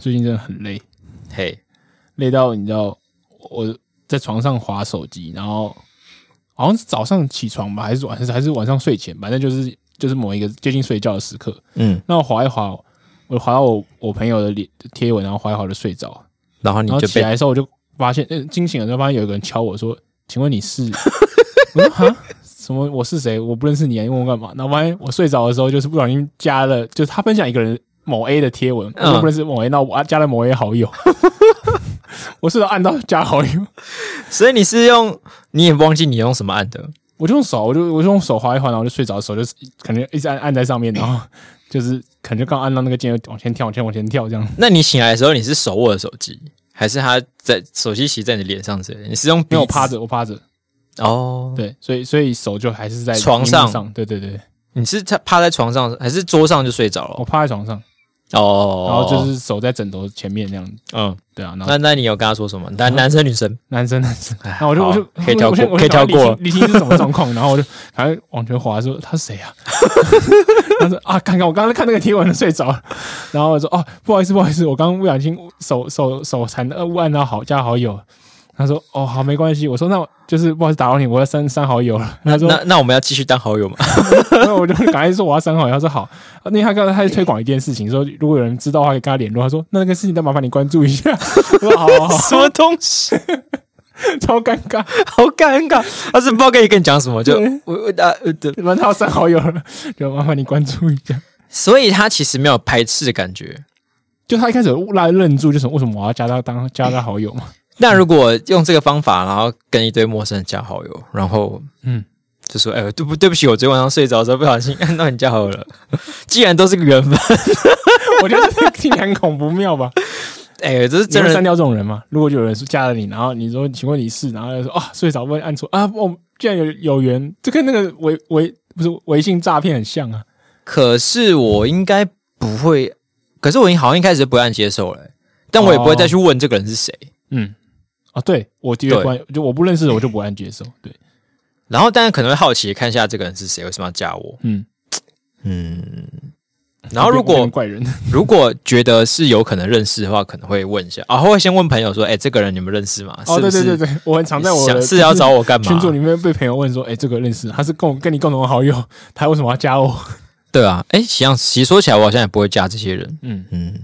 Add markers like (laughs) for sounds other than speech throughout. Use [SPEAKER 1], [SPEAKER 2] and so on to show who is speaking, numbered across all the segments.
[SPEAKER 1] 最近真的很累，
[SPEAKER 2] 嘿，
[SPEAKER 1] 累到你知道我在床上划手机，然后好像是早上起床吧，还是晚还是晚上睡前，反正就是就是某一个接近睡觉的时刻。
[SPEAKER 2] 嗯，
[SPEAKER 1] 那我划一划，我划到我我朋友的脸贴文，然后划一划就睡着。
[SPEAKER 2] 然后你
[SPEAKER 1] 然后
[SPEAKER 2] 就
[SPEAKER 1] 起
[SPEAKER 2] 被
[SPEAKER 1] 来的时候，我就发现，呃，惊醒了之后发现有一个人敲我说：“请问你
[SPEAKER 2] (laughs)
[SPEAKER 1] 是？”我说：“哈，什么？我是谁？我不认识你啊！你问我干嘛？”然后发现我睡着的时候，就是不小心加了，就是他分享一个人某 A 的贴文，我
[SPEAKER 2] 嗯
[SPEAKER 1] 就不认识某 A，那我加了某 A 好友， (laughs) 我睡着按到加好友，
[SPEAKER 2] 所以你是用，你也忘记你用什么按的，
[SPEAKER 1] 我就用手，我就我就用手划一划，然后就睡着的时候，就是可能一直按按在上面，然后就是可能就刚按到那个键，往前跳，往前往前跳这样。
[SPEAKER 2] 那你醒来的时候你是手握着手机，还是他在手机其实在你的脸上之类的？你是用
[SPEAKER 1] 因为我
[SPEAKER 2] 鼻子
[SPEAKER 1] 趴着，我趴着，
[SPEAKER 2] 哦，
[SPEAKER 1] 对，所以所以手就还是在
[SPEAKER 2] 床
[SPEAKER 1] 荧幕
[SPEAKER 2] 上
[SPEAKER 1] 上，对对对，
[SPEAKER 2] 你是在趴在床上还是桌上就睡着
[SPEAKER 1] 我
[SPEAKER 2] 了？
[SPEAKER 1] 趴在床上。
[SPEAKER 2] 哦，
[SPEAKER 1] 然后就是手在枕头前面那样，
[SPEAKER 2] 嗯，
[SPEAKER 1] 对啊。然后
[SPEAKER 2] 那那你有跟他说什么？男男生女生？
[SPEAKER 1] 男生男生，
[SPEAKER 2] 哎
[SPEAKER 1] 然后我就
[SPEAKER 2] 好
[SPEAKER 1] 我就
[SPEAKER 2] 可以跳
[SPEAKER 1] 我就
[SPEAKER 2] 过，
[SPEAKER 1] 我
[SPEAKER 2] 可
[SPEAKER 1] 就
[SPEAKER 2] 以跳
[SPEAKER 1] 想
[SPEAKER 2] 过了。
[SPEAKER 1] 李晴李晴是什么状况？然后我就赶快往前滑，说他是谁啊？他说啊，看看我刚刚看那个贴文睡着了，然后我说哦，不好意思不好意思，我刚刚不小心手手手残呃误按到好加好友。他说哦好没关系，我说那我就是不好意思打扰你，我要删删好友了。他说
[SPEAKER 2] 那那我们要继续当好
[SPEAKER 1] (laughs)
[SPEAKER 2] 友吗？
[SPEAKER 1] 然后我就赶快说我要删好友，他说好。那因为他刚才他在推广一件事情，说如果有人知道的话，可以跟他联络。他说那那个事情再麻烦你关注一下。我说好好好，
[SPEAKER 2] 什么东西？ (laughs)
[SPEAKER 1] (laughs) 超尴尬。
[SPEAKER 2] 好尴尬！他是不知道该跟你讲什么，就
[SPEAKER 1] 对
[SPEAKER 2] 我我啊呃对，
[SPEAKER 1] 反正他有删好友了，就麻烦你关注一下。
[SPEAKER 2] 所以他其实没有排斥的感觉。
[SPEAKER 1] 就他一开始有拉认住，就是为什么我要加他当加他好友
[SPEAKER 2] (laughs)
[SPEAKER 1] 嘛？
[SPEAKER 2] 那如果用这个方法，然后跟一堆陌生人加好友，然后
[SPEAKER 1] 嗯，
[SPEAKER 2] 就说：“哎、对不对不起，我昨天晚上睡着的时候不小心按到你加好友了。 (laughs) 既然都是个缘
[SPEAKER 1] (laughs)
[SPEAKER 2] 分，
[SPEAKER 1] 我觉得这个听起来很恐怖妙吧？
[SPEAKER 2] 哎、 (laughs) 这是
[SPEAKER 1] 你
[SPEAKER 2] 真
[SPEAKER 1] 会删
[SPEAKER 2] 人
[SPEAKER 1] 掉这种人吗？如果有人说加了你，然后你说请问你是，然后他就说啊睡着问按错啊，我、竟然有有缘，这跟那个微微不是微信诈骗很像啊。
[SPEAKER 2] 可是我应该不会，可是我好像一开始就不按接受了、但我也不会再去问这个人是谁。
[SPEAKER 1] 嗯，啊，对我的确
[SPEAKER 2] 对
[SPEAKER 1] 不按，就我不认识的我就不按接受。对，
[SPEAKER 2] 然后，但是可能会好奇看一下这个人是谁，为什么要加我？
[SPEAKER 1] 嗯，
[SPEAKER 2] 嗯。然后，如
[SPEAKER 1] 我变
[SPEAKER 2] 果
[SPEAKER 1] 成怪人，
[SPEAKER 2] (laughs) 如果觉得是有可能认识的话，可能会问一下啊，会先问朋友说：“哎、这个人你们认识吗？”
[SPEAKER 1] 哦，
[SPEAKER 2] 是
[SPEAKER 1] 对
[SPEAKER 2] 不是
[SPEAKER 1] 对对对，我很常在我
[SPEAKER 2] 想
[SPEAKER 1] 的
[SPEAKER 2] 是要找我干嘛？
[SPEAKER 1] 群组里面被朋友问说：“哎、这个认识，他是共跟你共同好友，他为什么要加我
[SPEAKER 2] 对啊，哎，其实其实说起来，我好像也不会加这些人。？”
[SPEAKER 1] 嗯，
[SPEAKER 2] 嗯，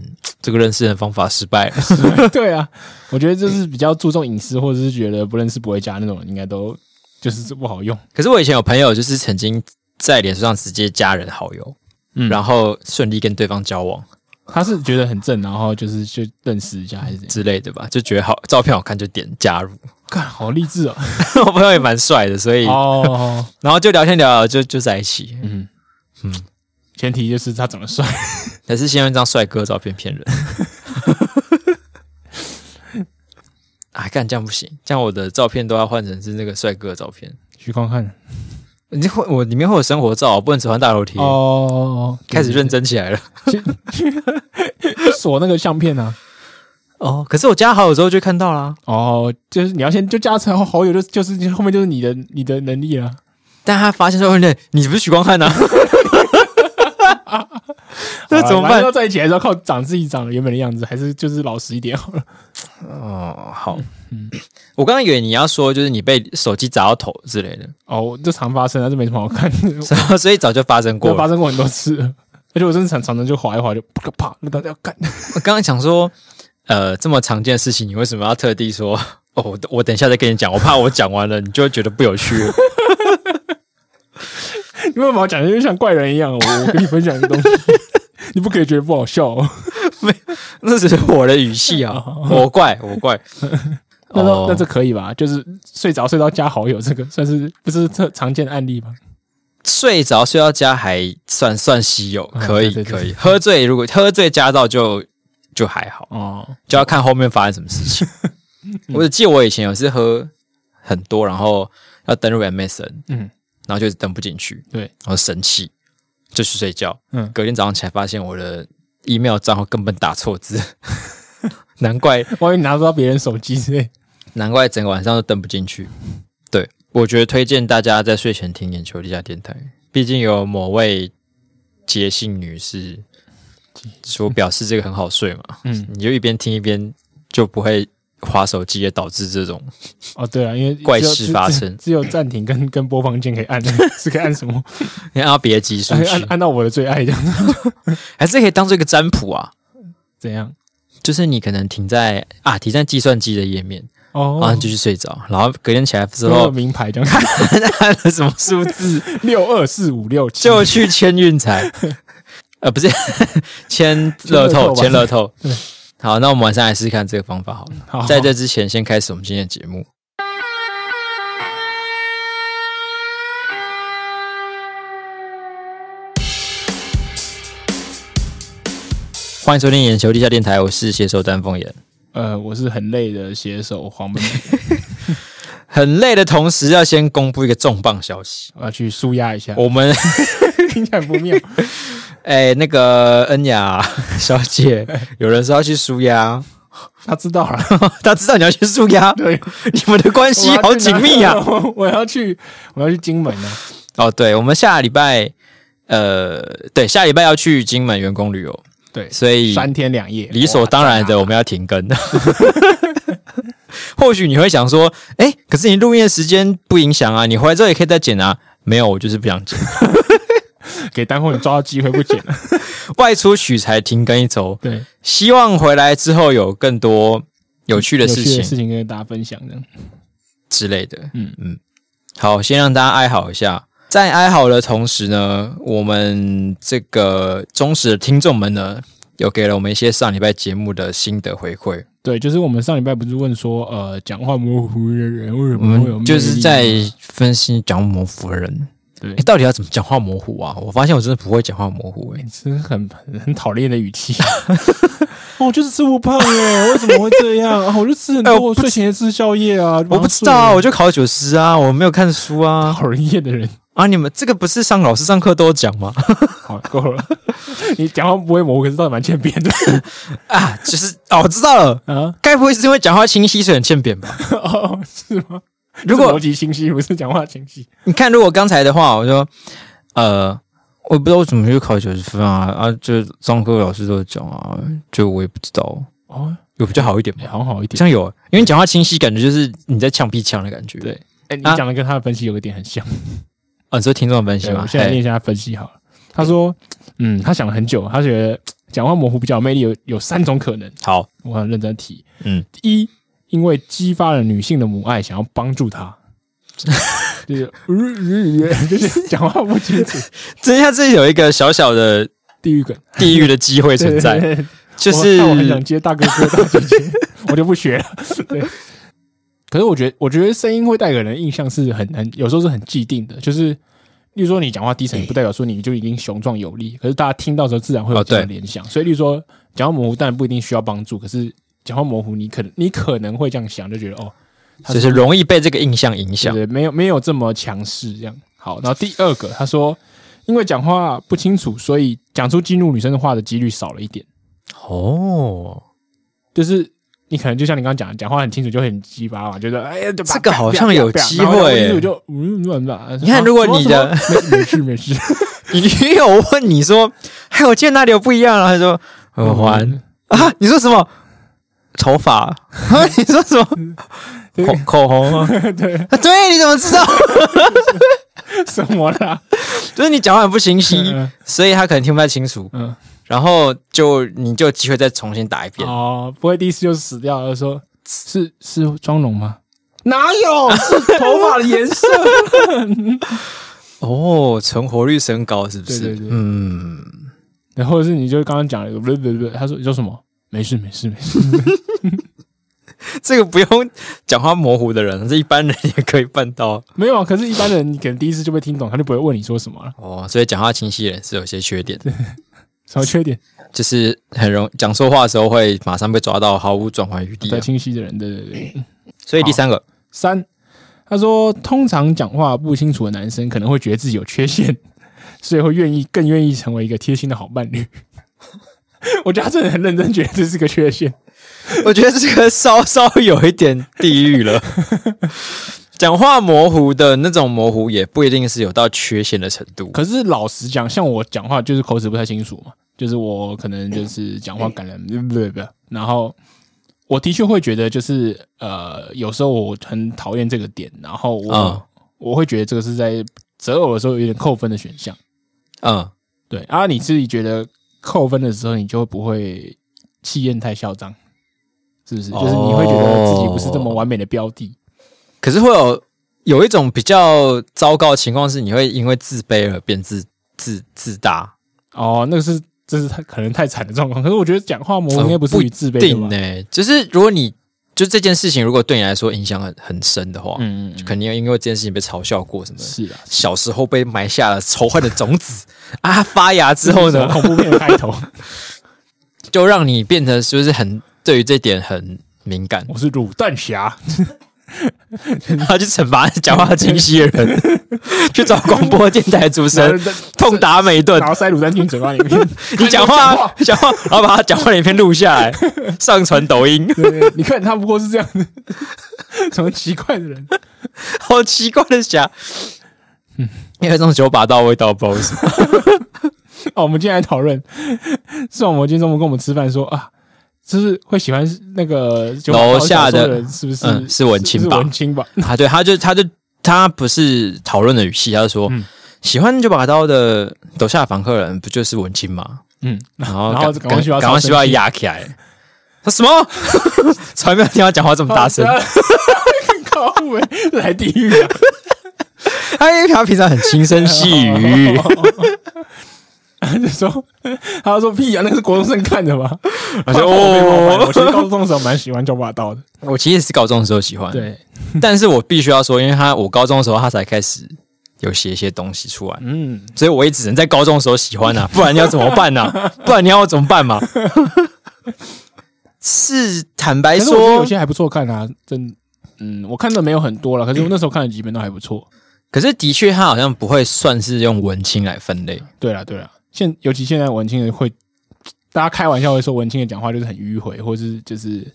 [SPEAKER 2] 这个认识人方法失败了。 (laughs)
[SPEAKER 1] 对啊，我觉得就是比较注重隐私，或者是觉得不认识不会加那种，应该都就是不好用。
[SPEAKER 2] 可是我以前有朋友，就是曾经在脸书上直接加人好友，
[SPEAKER 1] 嗯
[SPEAKER 2] 然后顺利跟对方交往
[SPEAKER 1] 他是觉得很正，然后就是就认识一下还是怎样？
[SPEAKER 2] 之类的吧，就觉得好照片好看就点加入。 (laughs)
[SPEAKER 1] 看好励志哦！
[SPEAKER 2] 我朋友也蛮帅的，所以、
[SPEAKER 1] 哦，
[SPEAKER 2] 然后就聊天聊聊就就在一起。
[SPEAKER 1] 嗯嗯，前提就是他长得帅。
[SPEAKER 2] 还是先用一张帅哥照片骗人。 (laughs) 啊，干这样不行，这样我的照片都要换成是那个帅哥的照片。
[SPEAKER 1] 徐光汉
[SPEAKER 2] 你会我里面会有生活照，我不能只换大头贴。
[SPEAKER 1] 哦，
[SPEAKER 2] 开始认真起来了。
[SPEAKER 1] 锁那个相片啊。
[SPEAKER 2] 哦，可是我加好友之后就看到啦，
[SPEAKER 1] 哦，就是你要先就加成好友，就就是后面就是你的你的能力了。
[SPEAKER 2] 但他发现说，哎你不是许光汉呐、啊？ (laughs)
[SPEAKER 1] (laughs)
[SPEAKER 2] 那怎
[SPEAKER 1] 好啦反正
[SPEAKER 2] 么办
[SPEAKER 1] 要？在一起还是要靠长自己长原本的样子，还是就是老实一点好了。
[SPEAKER 2] 哦，好，我刚刚以为你要说就是你被手机砸到头之类的，
[SPEAKER 1] (laughs) 哦，这常发生啊，这没什么好看的， (laughs)
[SPEAKER 2] 所以 (laughs) 所以早就发生过
[SPEAKER 1] 我
[SPEAKER 2] 了
[SPEAKER 1] 发。生过很多次了。而且我真的常常常就滑一滑就 (laughs) 啪啪，那大家要干， (laughs)
[SPEAKER 2] 我刚刚想说，呃，这么常见的事情，你为什么要特地说？ (laughs) 哦，我我等一下再跟你讲，我怕我讲完了，你就会觉得不有趣 (laughs) 了。
[SPEAKER 1] 你为什么要讲的就像怪人一样？我我跟你分享一个东西， (laughs) 你不可以觉得不好笑哦。
[SPEAKER 2] 那只是我的语
[SPEAKER 1] 哎
[SPEAKER 2] 气啊，我怪我 (laughs) 怪。
[SPEAKER 1] (laughs) 那
[SPEAKER 2] 哦
[SPEAKER 1] 那那这可以吧？就是睡着睡到加好友，这个算是不是特常见的案例吧？
[SPEAKER 2] 睡着睡到家还算算稀有，
[SPEAKER 1] 嗯
[SPEAKER 2] 可以、
[SPEAKER 1] 对对对
[SPEAKER 2] 可以。喝醉如果喝醉加到就就还好，
[SPEAKER 1] 哦，
[SPEAKER 2] 就要看后面发生什么事
[SPEAKER 1] (laughs)
[SPEAKER 2] 情。 (laughs) 我只记得我以前有一次喝很多，然后要登入 MSN，
[SPEAKER 1] 嗯
[SPEAKER 2] 然后就一直登不进去，
[SPEAKER 1] 对，
[SPEAKER 2] 然后生气就去睡觉。
[SPEAKER 1] 嗯
[SPEAKER 2] 隔天早上起来发现我的 email 账号根本打错字， (laughs) 难怪
[SPEAKER 1] 万一拿不到别人手机之类， (laughs)
[SPEAKER 2] 难怪整个晚上都登不进去。对，我觉得推荐大家在睡前听眼球地下电台，毕竟有某位杰姓女士
[SPEAKER 1] 机。
[SPEAKER 2] 说表示这个很好睡嘛，
[SPEAKER 1] 嗯，
[SPEAKER 2] 你就一边听一边就不会划手机，也导致这种
[SPEAKER 1] 哦，对了，因为
[SPEAKER 2] 怪
[SPEAKER 1] 只有
[SPEAKER 2] 事
[SPEAKER 1] 只
[SPEAKER 2] 发
[SPEAKER 1] 只
[SPEAKER 2] 生
[SPEAKER 1] 只有暂停跟跟播放键可以按， (laughs) 是可以按什么？
[SPEAKER 2] 你按到别的集
[SPEAKER 1] (laughs)
[SPEAKER 2] 数
[SPEAKER 1] 按按
[SPEAKER 2] 去，
[SPEAKER 1] 按到我的最爱这样子。
[SPEAKER 2] 还是可以当做一个占卜啊。
[SPEAKER 1] 怎样？
[SPEAKER 2] 就是你可能停在啊停在计算机的页面，
[SPEAKER 1] 哦，
[SPEAKER 2] 然后你啊就去睡着，然后隔天起来之
[SPEAKER 1] 有没有
[SPEAKER 2] (laughs) 后
[SPEAKER 1] 名牌这样，
[SPEAKER 2] 按了什么数字，
[SPEAKER 1] 六二四五六七，
[SPEAKER 2] 就去签
[SPEAKER 1] (laughs)
[SPEAKER 2] 运彩，呃，不是 (laughs) 签乐透，
[SPEAKER 1] 签
[SPEAKER 2] 签
[SPEAKER 1] 乐
[SPEAKER 2] 乐透。好，那我们晚上来试试看这个方法好了。
[SPEAKER 1] 好
[SPEAKER 2] 在这之前，先开始我们今天的节目。欢迎收听眼球地下电台，我是携手丹凤眼。
[SPEAKER 1] 呃，我是很累的写手黄
[SPEAKER 2] (laughs)
[SPEAKER 1] 本，
[SPEAKER 2] 很累的同时，要先公布一个重磅消息，
[SPEAKER 1] 我要去舒压一下。
[SPEAKER 2] 我们
[SPEAKER 1] (laughs)
[SPEAKER 2] (laughs)
[SPEAKER 1] 听起来不妙，
[SPEAKER 2] 哎、那个恩雅小
[SPEAKER 1] (laughs)
[SPEAKER 2] 姐，有人说要去舒压， (laughs)
[SPEAKER 1] 他知道了。
[SPEAKER 2] 他知道你要去舒压，
[SPEAKER 1] 对，
[SPEAKER 2] 你们的关系好紧密呀、啊。
[SPEAKER 1] (laughs) 我我要去，我要去金门啊！
[SPEAKER 2] 哦，对，我们下礼拜，呃，对，下礼拜要去金门员工旅游，
[SPEAKER 1] 对，
[SPEAKER 2] 所以
[SPEAKER 1] 三天两夜，
[SPEAKER 2] 理所
[SPEAKER 1] 哇
[SPEAKER 2] 当然的，我们要停更。 (laughs) 或许你会想说，哎、可是你录音的时间不影响啊，你回来之后也可以再剪啊。没有，我就是不想剪。 (laughs)
[SPEAKER 1] 给单后你抓到机会不啊捡了。
[SPEAKER 2] 外出取材停更一周，
[SPEAKER 1] 对，
[SPEAKER 2] 希望回来之后有更多有趣的
[SPEAKER 1] 有
[SPEAKER 2] 事
[SPEAKER 1] 趣的
[SPEAKER 2] 情
[SPEAKER 1] 事情跟大家分享这样。
[SPEAKER 2] 之类的。
[SPEAKER 1] 嗯
[SPEAKER 2] 嗯，好，先让大家哀嚎一下。在哀嚎的同时呢，我们这个忠实的听众们呢，有给了我们一些上礼拜节目的心得回馈。
[SPEAKER 1] 对，就是我们上礼拜不是问说，呃，讲话模糊的人为什
[SPEAKER 2] 我
[SPEAKER 1] 么会有魅
[SPEAKER 2] 们
[SPEAKER 1] 力啊
[SPEAKER 2] 就是在分析讲话模糊的人，
[SPEAKER 1] 对
[SPEAKER 2] 诶，到底要怎么讲话模糊啊？我发现我真的不会讲话模糊、诶，
[SPEAKER 1] 是很很很讨厌的语气。 (laughs) 哦，就是吃不胖耶，为什么会这 (laughs) 样？啊，我就吃很
[SPEAKER 2] 哎
[SPEAKER 1] 多，
[SPEAKER 2] 我
[SPEAKER 1] 我
[SPEAKER 2] 不
[SPEAKER 1] 睡前也吃宵夜啊。
[SPEAKER 2] 我不知道啊，我就考九十啊，我没有看书啊
[SPEAKER 1] 讨人厌的人。
[SPEAKER 2] 啊！你们这个不是上老师上课都有讲
[SPEAKER 1] (laughs)
[SPEAKER 2] 吗？
[SPEAKER 1] 好，够 (laughs) 了。你讲话不会模糊，可是倒是蛮欠扁的
[SPEAKER 2] 啊，就是 (laughs) 哦，我知道了，
[SPEAKER 1] 啊。
[SPEAKER 2] 该不会是因为讲话清晰所以很欠扁吧？
[SPEAKER 1] (laughs) 哦，是吗？
[SPEAKER 2] 如果
[SPEAKER 1] 是逻辑清晰，不是讲话清晰。
[SPEAKER 2] 你看，如果刚才的话，我说，呃，我也不知道我怎么就考九十分啊啊！就上课老师都讲啊，就我也不知道，
[SPEAKER 1] 哦，
[SPEAKER 2] 有比较好一点吗？
[SPEAKER 1] 好像好一
[SPEAKER 2] 好
[SPEAKER 1] 点。
[SPEAKER 2] 像有，啊因为你讲话清晰，感觉就是你在呛屁呛的感觉。
[SPEAKER 1] 对哎、你
[SPEAKER 2] 啊
[SPEAKER 1] 讲的跟他的分析有个点很像。
[SPEAKER 2] 啊，你说听众的分析
[SPEAKER 1] 对，
[SPEAKER 2] 吗
[SPEAKER 1] 我？现在
[SPEAKER 2] 嘿
[SPEAKER 1] 念一下他分析好了。他说，嗯，他想了很久，他觉得讲话模糊比较有魅力，有有三种可能，
[SPEAKER 2] 好，
[SPEAKER 1] 我很认真提。
[SPEAKER 2] 嗯，
[SPEAKER 1] 一，因为激发了女性的母爱，想要帮助 (laughs) 她。就是呃 (laughs) 就是讲话不清 (laughs) 楚，
[SPEAKER 2] 这下这有一个小小的
[SPEAKER 1] 地狱梗
[SPEAKER 2] 地狱的
[SPEAKER 1] (laughs)
[SPEAKER 2] 机会存在，
[SPEAKER 1] 对对对
[SPEAKER 2] 就
[SPEAKER 1] 我
[SPEAKER 2] 是
[SPEAKER 1] 看我很想接大哥哥大姐 (laughs) 姐，我就不学了。对，可是我觉得，我觉得声音会带给人的印象是很很，有时候是很既定的，就是。例如说你讲话低沉，不代表说你就已经雄壮有力，可是大家听到的时候自然会有
[SPEAKER 2] 哦
[SPEAKER 1] 这种
[SPEAKER 2] 对
[SPEAKER 1] 联想。所以，例如说讲话模糊，当然不一定需要帮助，可是讲话模糊，你可能你可能会这样想，就觉得哦，他
[SPEAKER 2] 就是容易被这个印象影响。
[SPEAKER 1] 对，没有没有这么强势这样。好，然后第二个，他说因为讲话不清楚，所以讲出激怒女生的话的几率少了一点。
[SPEAKER 2] 哦，
[SPEAKER 1] 就是你可能就像你刚刚讲，的，讲话很清楚就很鸡巴嘛，觉得哎呀，对吧
[SPEAKER 2] 这个好像有机会
[SPEAKER 1] 然后讲不清楚就嗯乱吧。
[SPEAKER 2] 你看如果你的
[SPEAKER 1] 啊什么什么没事没事，
[SPEAKER 2] (laughs) 你女友问你说，还有见哪里有不一样啊？他说耳环。
[SPEAKER 1] 嗯
[SPEAKER 2] 啊，你说什么？头发？ (laughs) 啊，你说什么？
[SPEAKER 1] 对
[SPEAKER 2] 口口
[SPEAKER 1] (laughs)
[SPEAKER 2] 红啊？
[SPEAKER 1] (laughs) 对
[SPEAKER 2] 啊对，你怎么知道？ (laughs)
[SPEAKER 1] 什么啦？
[SPEAKER 2] 就是你讲话很不清晰，
[SPEAKER 1] 嗯
[SPEAKER 2] 所以他可能听不太清楚，
[SPEAKER 1] 嗯，
[SPEAKER 2] 然后就你就有机会再重新打一遍。
[SPEAKER 1] 哦，不会第一次就死掉了，说是是妆容吗？哪有是头发的颜 (laughs) 色？
[SPEAKER 2] 哦，存活率升高是不是？
[SPEAKER 1] 对对对
[SPEAKER 2] 嗯， (laughs)
[SPEAKER 1] 然后是你就刚刚讲了，不不不，他说你说什么？没事没事没事，
[SPEAKER 2] 这个不用讲话模糊的人，这一般人也可以办到。
[SPEAKER 1] 没有啊。可是，一般人你可能第一次就被听懂，他就不会问你说什么了。
[SPEAKER 2] 哦，所以讲话清晰的人是有些缺点，
[SPEAKER 1] 什么缺点？
[SPEAKER 2] 就是很容讲错话的时候会马上被抓到，毫无转圜余地
[SPEAKER 1] 比较
[SPEAKER 2] 啊、
[SPEAKER 1] 清晰的人，对对对。
[SPEAKER 2] 所以第三个，
[SPEAKER 1] 三，他说通常讲话不清楚的男生可能会觉得自己有缺陷， (laughs) 所以会愿意更愿意成为一个贴心的好伴侣。 (laughs) 我觉得他真的很认真，觉得这是个缺陷。
[SPEAKER 2] 我觉得这个稍稍有一点地狱
[SPEAKER 1] (laughs)
[SPEAKER 2] 了。讲话模糊的那种模糊，也不一定是有到缺陷的程度。
[SPEAKER 1] 可是老实讲，像我讲话就是口齿不太清楚嘛，就是我可能就是讲话感人，
[SPEAKER 2] 嗯
[SPEAKER 1] 不不不，然后我的确会觉得就是呃，有时候我很讨厌这个点，然后我、
[SPEAKER 2] 嗯
[SPEAKER 1] 我会觉得这个是在择偶的时候有点扣分的选项。
[SPEAKER 2] 嗯，
[SPEAKER 1] 对啊，你自己觉得扣分的时候，你就不会气焰太嚣张，是
[SPEAKER 2] 哦
[SPEAKER 1] 不是？就是你会觉得自己不是这么完美的标的。
[SPEAKER 2] 可是会有有一种比较糟糕的情况是，你会因为自卑而变自自自大，
[SPEAKER 1] 哦，那个是这是太可能太惨的状况。可是我觉得讲话模糊
[SPEAKER 2] 呃
[SPEAKER 1] 应该不是
[SPEAKER 2] 不
[SPEAKER 1] 于自卑的
[SPEAKER 2] 定
[SPEAKER 1] 吧？
[SPEAKER 2] 呢、就是如果你就这件事情，如果对你来说影响很很深的话，
[SPEAKER 1] 嗯嗯
[SPEAKER 2] 就
[SPEAKER 1] 嗯，
[SPEAKER 2] 肯定因为这件事情被嘲笑过什么的。
[SPEAKER 1] 是啊。
[SPEAKER 2] 小时候被埋下了仇恨的种子 (laughs) 啊，发芽之
[SPEAKER 1] 之
[SPEAKER 2] 后呢，
[SPEAKER 1] 恐怖片的开头， (laughs)
[SPEAKER 2] 就让你变得就是很对于这点很敏
[SPEAKER 1] (laughs)
[SPEAKER 2] 感，
[SPEAKER 1] 我是卤蛋侠，嗯
[SPEAKER 2] 他去惩罚讲话清晰的
[SPEAKER 1] (laughs)
[SPEAKER 2] 人，去找广播电台主持人
[SPEAKER 1] 然后
[SPEAKER 2] 痛打每一顿
[SPEAKER 1] 然，后塞卤蛋进嘴巴里面。
[SPEAKER 2] 啊呃 (laughs) 你讲话，讲话，然后把他讲话的影片录下
[SPEAKER 1] (laughs)
[SPEAKER 2] 来，上传抖音，
[SPEAKER 1] 对，对对 (laughs) 你看他不过是这样的， (laughs) 什么奇怪的人？
[SPEAKER 2] 好奇怪的侠。
[SPEAKER 1] 嗯
[SPEAKER 2] 因为这种九把刀味道不知道为什么
[SPEAKER 1] 哦，我们今天来讨论，视网膜今天中午跟我们吃饭说啊，就是会喜欢那个九把刀
[SPEAKER 2] 楼
[SPEAKER 1] 小
[SPEAKER 2] 下
[SPEAKER 1] 说
[SPEAKER 2] 的
[SPEAKER 1] 人是不是？
[SPEAKER 2] 嗯是文青
[SPEAKER 1] 是
[SPEAKER 2] 吧
[SPEAKER 1] 文青吧？
[SPEAKER 2] 啊，对，他就他就他不是讨论的语气，他就说、
[SPEAKER 1] 嗯
[SPEAKER 2] 喜欢九把刀的楼下房客人不就是文青吗？
[SPEAKER 1] (laughs) 嗯，
[SPEAKER 2] 然后
[SPEAKER 1] 然
[SPEAKER 2] 赶
[SPEAKER 1] 后赶快需要
[SPEAKER 2] 赶快需要压起来。他什么？ (laughs) 从来没有听他讲话这么
[SPEAKER 1] (laughs)
[SPEAKER 2] 大声。
[SPEAKER 1] 好，靠北哦来地狱啊！
[SPEAKER 2] 他因为他平常很轻声细
[SPEAKER 1] (laughs)
[SPEAKER 2] 语，
[SPEAKER 1] 就说，他说屁啊，那个是国中生看的吧？
[SPEAKER 2] 我
[SPEAKER 1] (laughs)
[SPEAKER 2] 说
[SPEAKER 1] 我
[SPEAKER 2] 哦
[SPEAKER 1] 其，实高中的时候蛮喜欢九把刀的，
[SPEAKER 2] 我其实是高中的时候喜欢，，
[SPEAKER 1] 对，
[SPEAKER 2] 但是我必须要说，因为他我高中的时候他才开始有写一些东西出来，
[SPEAKER 1] 嗯，
[SPEAKER 2] 所以我也只能在高中的时候喜欢啊，不然你要怎么办呢、啊？不然你要我怎么
[SPEAKER 1] (laughs)
[SPEAKER 2] 办嘛？是坦白
[SPEAKER 1] 可是我觉得有
[SPEAKER 2] 说，
[SPEAKER 1] 些还不错看啊，真，哎嗯，我看的没有很多了， (laughs) 可是我那时候看的几本都还不错。
[SPEAKER 2] 可是的确他好像不会算是用文青来分类，
[SPEAKER 1] 对了对了，现尤其现在文青人会，大家开玩笑会说文青的讲话就是很迂回，或是就是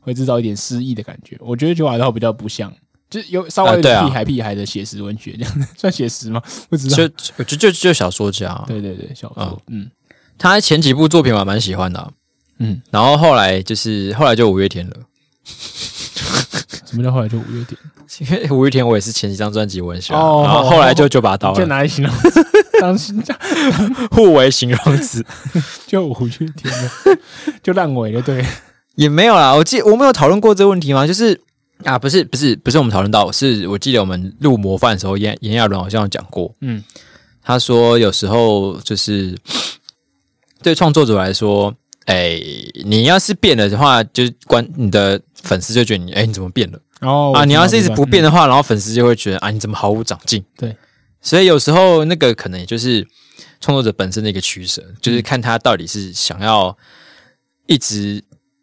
[SPEAKER 1] 会制造一点诗意的感觉。我觉得九把刀比较不像，就是有稍微有
[SPEAKER 2] 啊对
[SPEAKER 1] 点
[SPEAKER 2] 啊
[SPEAKER 1] 屁孩屁孩的写实文学，这样 (laughs) 算写实吗？不知道。
[SPEAKER 2] 就就就就小说家啊，
[SPEAKER 1] 对对对，小说
[SPEAKER 2] 啊，
[SPEAKER 1] 嗯
[SPEAKER 2] 他前几部作品我还蛮喜欢的啊、
[SPEAKER 1] 嗯，
[SPEAKER 2] 然后后来就是后来就五月天了，
[SPEAKER 1] 什么叫后来就五月天？
[SPEAKER 2] 因为五月天我也是前几张专辑我很喜欢，
[SPEAKER 1] 哦
[SPEAKER 2] 然后后来就九把刀
[SPEAKER 1] 就
[SPEAKER 2] 了，
[SPEAKER 1] 拿来形容当心
[SPEAKER 2] 互为形容词
[SPEAKER 1] 就五月天
[SPEAKER 2] (laughs)
[SPEAKER 1] 了，就烂尾了，对，
[SPEAKER 2] 也没有啦。我记我们有讨论过这个问题吗？就是啊，不是不是不是我们讨论到，是我记得我们录模范的时候，炎炎亚纶好像有讲过，
[SPEAKER 1] 嗯
[SPEAKER 2] 他说有时候就是对创作者来说。哎，你要是变了的话，就是关你的粉丝就觉得你，哎，你怎么变了？
[SPEAKER 1] 然后
[SPEAKER 2] 啊，你要是一直不变
[SPEAKER 1] 的，
[SPEAKER 2] 的话，然后粉丝就会觉得啊，你怎么毫无长进？
[SPEAKER 1] 嗯对，
[SPEAKER 2] 所以有时候那个可能也就是创作者本身的一个取舍，就是看他到底是想要一直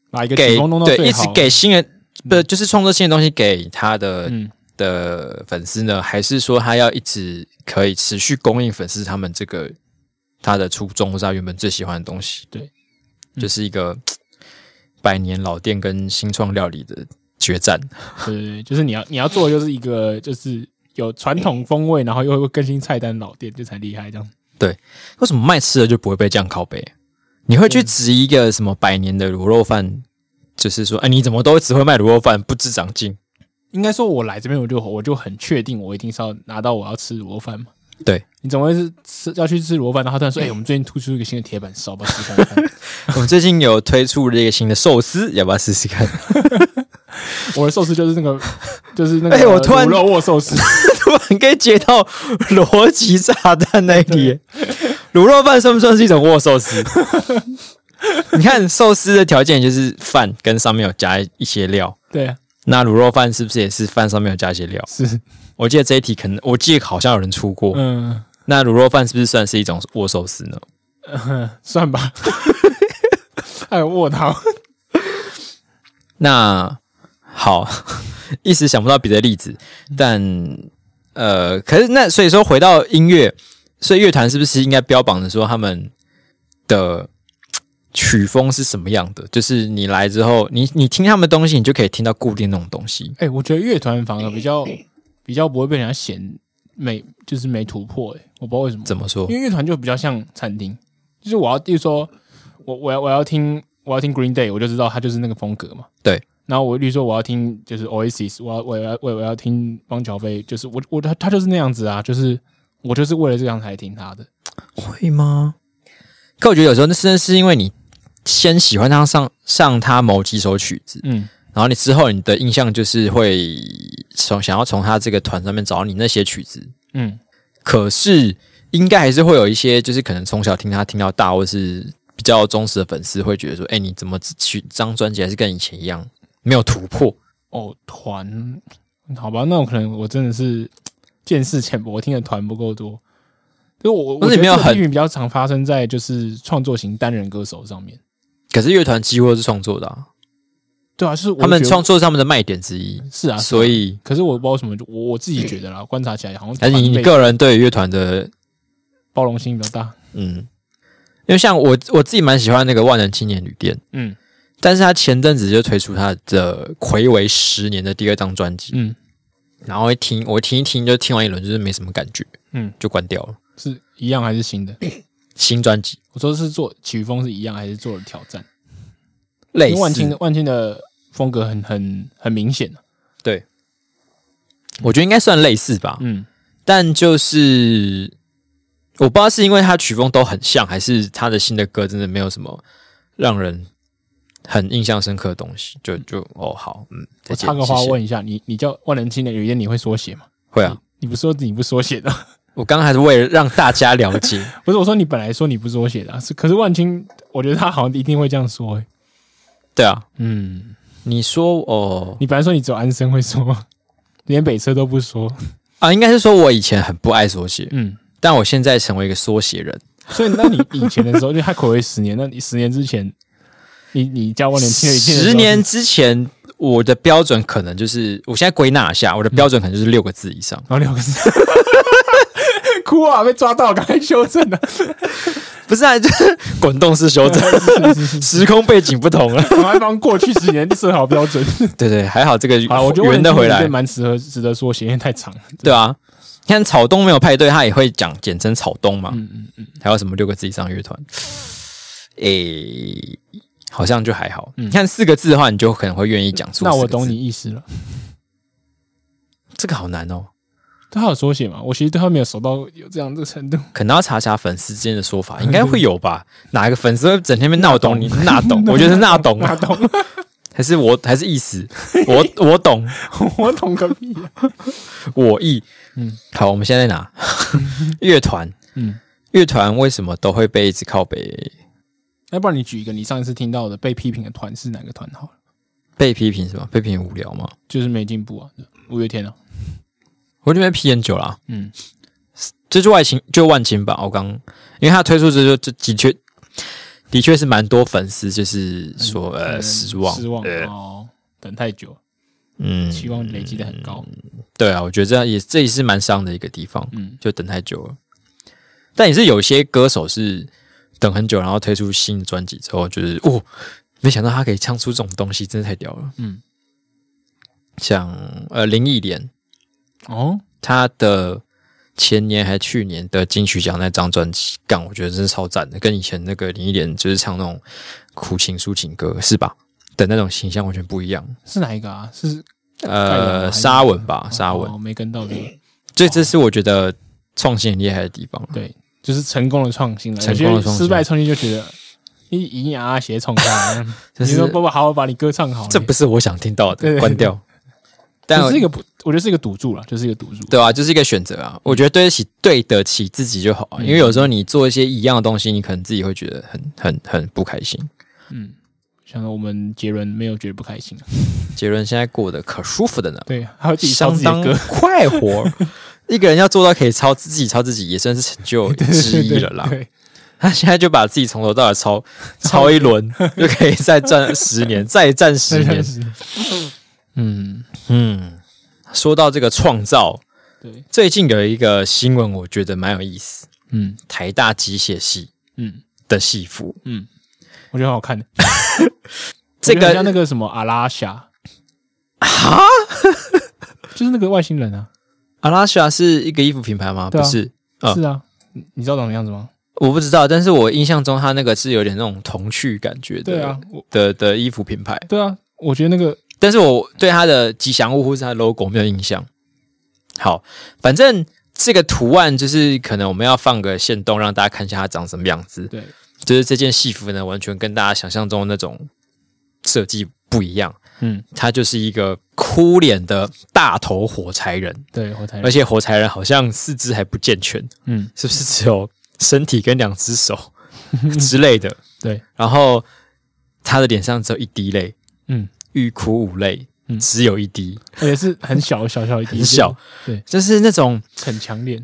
[SPEAKER 1] 把一个
[SPEAKER 2] 给
[SPEAKER 1] 曲风弄到
[SPEAKER 2] 对，
[SPEAKER 1] 最
[SPEAKER 2] 一直
[SPEAKER 1] 好
[SPEAKER 2] 给新人，不就是创作新的东西给他的
[SPEAKER 1] 嗯
[SPEAKER 2] 的粉丝呢，还是说他要一直可以持续供应粉丝他们这个他的初衷，或是他原本最喜欢的东西？
[SPEAKER 1] 对，嗯
[SPEAKER 2] 就是一个百年老店跟新创料理的决战。
[SPEAKER 1] 对对，对，就是你要你要做的就是一个就是有传统风味，然后又会更新菜单老店，这才厉害这样。
[SPEAKER 2] 为什么卖吃的就不会被这样拷贝？你会去质疑一个什么百年的卤肉饭，就是说，哎，你怎么都只会卖卤肉饭，不知长进？
[SPEAKER 1] 应该说，我来这边我就我就很确定，我一定是要拿到我要吃卤肉饭嘛。
[SPEAKER 2] 对
[SPEAKER 1] 你总会是吃要去吃卤肉饭，然后他突然说：“哎、我们最近突出一个新的铁板烧，吧，试看看。
[SPEAKER 2] 我们最近有推出了一个新的寿司，要不要试试看？”
[SPEAKER 1] 我的寿司就是那个，就是那个
[SPEAKER 2] (laughs) 哎我突然
[SPEAKER 1] 卤肉握寿司，
[SPEAKER 2] 突然可以接到逻辑炸弹那一题，卤肉饭算不算是一种握寿司？ (laughs) 你看寿司的条件就是饭跟上面有加一些料，
[SPEAKER 1] 对啊，
[SPEAKER 2] 那卤肉饭是不是也是饭上面有加一些料？
[SPEAKER 1] 是，
[SPEAKER 2] 我记得这一题可能，我记得好像有人出过，
[SPEAKER 1] 嗯，
[SPEAKER 2] 那卤肉饭是不是算是一种握寿司呢？
[SPEAKER 1] 算吧。 (laughs) 哎还有卧槽，
[SPEAKER 2] 那好， (laughs) 一时想不到别的例子，但呃，可是那所以说回到音乐，所以乐团是不是应该标榜着说他们的曲风是什么样的？就是你来之后，你你听他们的东西，你就可以听到固定那种东西。
[SPEAKER 1] 哎、我觉得乐团反而比较比较不会被人家嫌没，就是没突破、哎，我不知道为什么。
[SPEAKER 2] 怎么说
[SPEAKER 1] 因？为乐团就比较像餐厅，就是我要，例如说，我我要我要听我要听 Green Day，我就知道他就是那个风格嘛。
[SPEAKER 2] 对。
[SPEAKER 1] 然后我例如说我要听就是 Oasis，我要我要我我要听邦乔飞，就是我我他他就是那样子啊，就是我就是为了这样才听他的。
[SPEAKER 2] 会吗？可我觉得有时候那真的是因为你先喜欢他上上他某几首曲子，
[SPEAKER 1] 嗯，
[SPEAKER 2] 然后你之后你的印象就是会从想要从他这个团上面找到你那些曲子，
[SPEAKER 1] 嗯，
[SPEAKER 2] 可是应该还是会有一些，就是可能从小听他听到大，或是比较忠实的粉丝会觉得说，哎、你怎么去张专辑还是跟以前一样没有突破？
[SPEAKER 1] 哦，团，好吧，那我可能我真的是见识浅薄，我听的团不够多。就我，
[SPEAKER 2] 不
[SPEAKER 1] 我
[SPEAKER 2] 是
[SPEAKER 1] 觉得
[SPEAKER 2] 你没有
[SPEAKER 1] 这个
[SPEAKER 2] 很
[SPEAKER 1] 批评比较常发生在就是创作型单人歌手上面。
[SPEAKER 2] 可是乐团几乎都是创作的、啊，
[SPEAKER 1] 对啊，就是我
[SPEAKER 2] 他们
[SPEAKER 1] 觉得
[SPEAKER 2] 创作是他们的卖点之一，
[SPEAKER 1] 是啊，
[SPEAKER 2] 所以
[SPEAKER 1] 可是我不知道为什么，就我我自己觉得啦，观察起来好像
[SPEAKER 2] 还是你
[SPEAKER 1] 团
[SPEAKER 2] 你
[SPEAKER 1] 队
[SPEAKER 2] 个人对于乐团的
[SPEAKER 1] 包容性比较大。
[SPEAKER 2] 嗯，因为像我我自己蛮喜欢那个万能青年旅店，
[SPEAKER 1] 嗯
[SPEAKER 2] 但是他前阵子就推出他的魁违十年的第二张专辑，
[SPEAKER 1] 嗯
[SPEAKER 2] 然后一听我听一听就听完一轮就是没什么感觉，
[SPEAKER 1] 嗯，
[SPEAKER 2] 就关掉了。
[SPEAKER 1] 是一样还是新的？
[SPEAKER 2] 新专辑
[SPEAKER 1] 我说是做曲风是一样还是做了挑战？
[SPEAKER 2] 类
[SPEAKER 1] 因为万青的
[SPEAKER 2] 似，
[SPEAKER 1] 万青的风格很很很明显、啊、
[SPEAKER 2] 对，我觉得应该算类似吧，
[SPEAKER 1] 嗯
[SPEAKER 2] 但就是我不知道是因为他曲风都很像，还是他的新的歌真的没有什么让人很印象深刻的东西，就就哦好，嗯，
[SPEAKER 1] 我
[SPEAKER 2] 再见
[SPEAKER 1] 插个话
[SPEAKER 2] 谢谢
[SPEAKER 1] 问一下，你你叫万能青年旅店，你会缩写吗？
[SPEAKER 2] 会啊，
[SPEAKER 1] 你不说你不缩写的， (laughs)
[SPEAKER 2] 我刚刚还是为了让大家了解，
[SPEAKER 1] 不是我说你本来说你不缩写的啊、是可是万青，我觉得他好像一定会这样说、欸。
[SPEAKER 2] 对啊，
[SPEAKER 1] 嗯，
[SPEAKER 2] 你说哦
[SPEAKER 1] 你本来说你只有安生会说，连北车都不说。
[SPEAKER 2] 啊，应该是说我以前很不爱缩写，
[SPEAKER 1] 嗯，
[SPEAKER 2] 但我现在成为一个缩写人。
[SPEAKER 1] 所以，那你以前的时候，就他口味十年，那你十年之前，你你加万年青年旅店的时候
[SPEAKER 2] 十年，之前，我的标准可能就是，我现在归纳一下，我的标准可能就是六个字以上。
[SPEAKER 1] 然后六个字， (laughs) 哭啊，被抓到，赶快修正啊了、
[SPEAKER 2] 不是啊， (laughs) 就是滚动式修正，
[SPEAKER 1] 是
[SPEAKER 2] (laughs)
[SPEAKER 1] 是是，
[SPEAKER 2] 时空背景不同了。
[SPEAKER 1] 赶快帮过去十年设好标
[SPEAKER 2] (laughs)
[SPEAKER 1] 准。
[SPEAKER 2] 对对，还好这个
[SPEAKER 1] 好了，我觉得
[SPEAKER 2] 圆的
[SPEAKER 1] 万年青年
[SPEAKER 2] 回
[SPEAKER 1] 旅
[SPEAKER 2] 来
[SPEAKER 1] 店，蛮适合值得缩写，因为太长了。
[SPEAKER 2] 对啊。你看草东没有派对，他也会讲简称草东嘛。
[SPEAKER 1] 嗯嗯嗯，
[SPEAKER 2] 还有什么六个字以上的乐团？诶、好像就还好。你看四个字的话，你就可能会愿意讲
[SPEAKER 1] 嗯
[SPEAKER 2] 出。
[SPEAKER 1] 那我懂你，意思
[SPEAKER 2] (laughs)
[SPEAKER 1] 了。
[SPEAKER 2] 这个好难哦，
[SPEAKER 1] 他有缩写吗？我其实对他没有熟到有这样的程
[SPEAKER 2] (laughs)
[SPEAKER 1] 度。
[SPEAKER 2] 可能要查查粉丝之间的说
[SPEAKER 1] 嗯
[SPEAKER 2] 法，应该会有吧？哪一个粉丝会整天被闹
[SPEAKER 1] (laughs)
[SPEAKER 2] 懂你那懂？ (laughs) 我觉得是那懂
[SPEAKER 1] 那
[SPEAKER 2] 啊，
[SPEAKER 1] 懂，
[SPEAKER 2] 还是我还是
[SPEAKER 1] (laughs)
[SPEAKER 2] 意思，我我懂
[SPEAKER 1] 我懂个屁、啊。
[SPEAKER 2] 我意。嗯
[SPEAKER 1] 嗯，
[SPEAKER 2] 好，我们现在
[SPEAKER 1] (laughs)
[SPEAKER 2] 在哪？乐团，
[SPEAKER 1] 嗯，
[SPEAKER 2] 乐团为什么都会被一直靠北
[SPEAKER 1] 要不然你举一个你上一次听到的被批评的团是哪个团好了？
[SPEAKER 2] 被批评？什么被批评无聊吗？
[SPEAKER 1] 就是没进步啊，五月天啊。
[SPEAKER 2] 我这边批很久啦、
[SPEAKER 1] 嗯
[SPEAKER 2] 这就外勤就万青吧，我刚因为他推出之后，就的确的确是蛮多粉丝就是说呃
[SPEAKER 1] 嗯
[SPEAKER 2] 失望，
[SPEAKER 1] 失望、
[SPEAKER 2] 呃
[SPEAKER 1] 哦，等太久，
[SPEAKER 2] 嗯，
[SPEAKER 1] 期望累积的很高。
[SPEAKER 2] 对啊，我觉得这样也这也是蛮伤的一个地方，
[SPEAKER 1] 嗯
[SPEAKER 2] 就等太久了。但也是有些歌手是等很久，然后推出新的专辑之后，就是哦，没想到他可以唱出这种东西，真的太屌了。
[SPEAKER 1] 嗯，
[SPEAKER 2] 像呃林忆莲，
[SPEAKER 1] 哦，
[SPEAKER 2] 他的前年还去年的金曲奖那张专辑，干，我觉得真是超赞的，跟以前那个林忆莲就是唱那种苦情抒情歌是吧？的那种形象完全不一样。
[SPEAKER 1] 是哪一个啊？是盖亚吗还
[SPEAKER 2] 呃，
[SPEAKER 1] 是
[SPEAKER 2] 沙文吧，沙
[SPEAKER 1] 哦
[SPEAKER 2] 文，
[SPEAKER 1] 没跟到这个，
[SPEAKER 2] 这这是我觉得创新很厉害的地方。
[SPEAKER 1] 对，就是成功的创新了。
[SPEAKER 2] 成功的
[SPEAKER 1] 有些
[SPEAKER 2] 创新
[SPEAKER 1] 失败创新就觉得你营养啊斜冲啊，
[SPEAKER 2] (laughs)
[SPEAKER 1] 你
[SPEAKER 2] 就是
[SPEAKER 1] 说爸爸好好把你歌唱好，
[SPEAKER 2] 这不是我想听到
[SPEAKER 1] 对
[SPEAKER 2] 的，
[SPEAKER 1] 对 (laughs)
[SPEAKER 2] 关掉。但
[SPEAKER 1] 这是一个不，我觉得是一个赌注啦，就是一个赌注。
[SPEAKER 2] 对啊，就是一个选择啊。我觉得对得起对得起自己就好啊，因为有时候你做一些一样的东西，你可能自己会觉得很很很不开心。
[SPEAKER 1] 嗯，像我们杰伦没有觉得不开心啊，
[SPEAKER 2] 杰伦现在过得可舒服的呢。
[SPEAKER 1] 对，还有自己抄
[SPEAKER 2] 相
[SPEAKER 1] 自己
[SPEAKER 2] 当
[SPEAKER 1] 的歌，
[SPEAKER 2] 快活。一个人要做到可以抄自己抄自己，也算是成就之一了啦。
[SPEAKER 1] 对对
[SPEAKER 2] 他现在就把自己从头到尾抄抄一轮，就可以再战十年，再战十
[SPEAKER 1] 对，
[SPEAKER 2] 年。
[SPEAKER 1] 嗯，
[SPEAKER 2] 嗯，说到这个创造，
[SPEAKER 1] 对，
[SPEAKER 2] 最近有一个新闻，我觉得蛮有意思。
[SPEAKER 1] 嗯
[SPEAKER 2] 台大机械系
[SPEAKER 1] 嗯
[SPEAKER 2] 的系服，
[SPEAKER 1] 嗯，我觉得很好看的。
[SPEAKER 2] 这
[SPEAKER 1] 我觉得很
[SPEAKER 2] 个
[SPEAKER 1] 像那个什么阿拉夏啊，
[SPEAKER 2] (laughs)
[SPEAKER 1] 就是那个外星人啊，
[SPEAKER 2] 阿拉西亚是一个衣服品牌吗？
[SPEAKER 1] 对啊
[SPEAKER 2] 不是，啊
[SPEAKER 1] 是啊，你你知道长什么样子吗？
[SPEAKER 2] 我不知道，但是我印象中他那个是有点那种童趣感觉的，
[SPEAKER 1] 对啊，我
[SPEAKER 2] 的的衣服品牌。
[SPEAKER 1] 对啊，我觉得那个
[SPEAKER 2] 但是我对它的吉祥物或是它的 logo 没有印象。好，反正这个图案就是可能我们要放个线动让大家看一下它长什么样子。
[SPEAKER 1] 对，
[SPEAKER 2] 就是这件戏服呢，完全跟大家想象中的那种设计不一样，
[SPEAKER 1] 嗯，
[SPEAKER 2] 它就是一个哭脸的大头火柴人，
[SPEAKER 1] 对火柴人
[SPEAKER 2] 而，且火柴人好像四肢还不健全，
[SPEAKER 1] 嗯，
[SPEAKER 2] 是不是只有身体跟两只手 (laughs) 之类的？
[SPEAKER 1] 对，
[SPEAKER 2] 然后他的脸上只有一滴泪，
[SPEAKER 1] 嗯，
[SPEAKER 2] 欲哭无泪，
[SPEAKER 1] 嗯
[SPEAKER 2] 只有一滴，
[SPEAKER 1] 而且是很小小小一滴，
[SPEAKER 2] 很小，
[SPEAKER 1] 对，
[SPEAKER 2] 就是那种
[SPEAKER 1] 很强烈，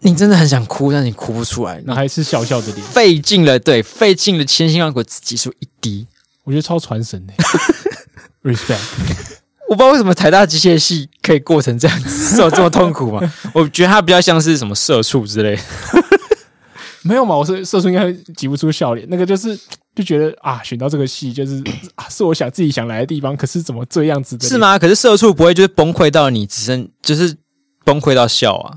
[SPEAKER 2] 你真的很想哭，但你哭不出来，
[SPEAKER 1] 那还是小小的脸，
[SPEAKER 2] 费尽了对，费尽了千辛万苦只挤出一滴。
[SPEAKER 1] 我觉得超传神的 (laughs) ，respect，
[SPEAKER 2] 我不知道为什么台大机械系可以过成这样子，受这么痛苦 (laughs) 嘛？我觉得它比较像是什么社畜之类的。
[SPEAKER 1] 没有嘛，我是射出应该挤不出笑脸，那个就是就觉得啊，选到这个戏就是啊，是我想自己想来的地方，可是怎么这样子的，
[SPEAKER 2] (laughs) 是？吗？可是社畜不会就是崩溃到你只剩就是崩溃到笑啊？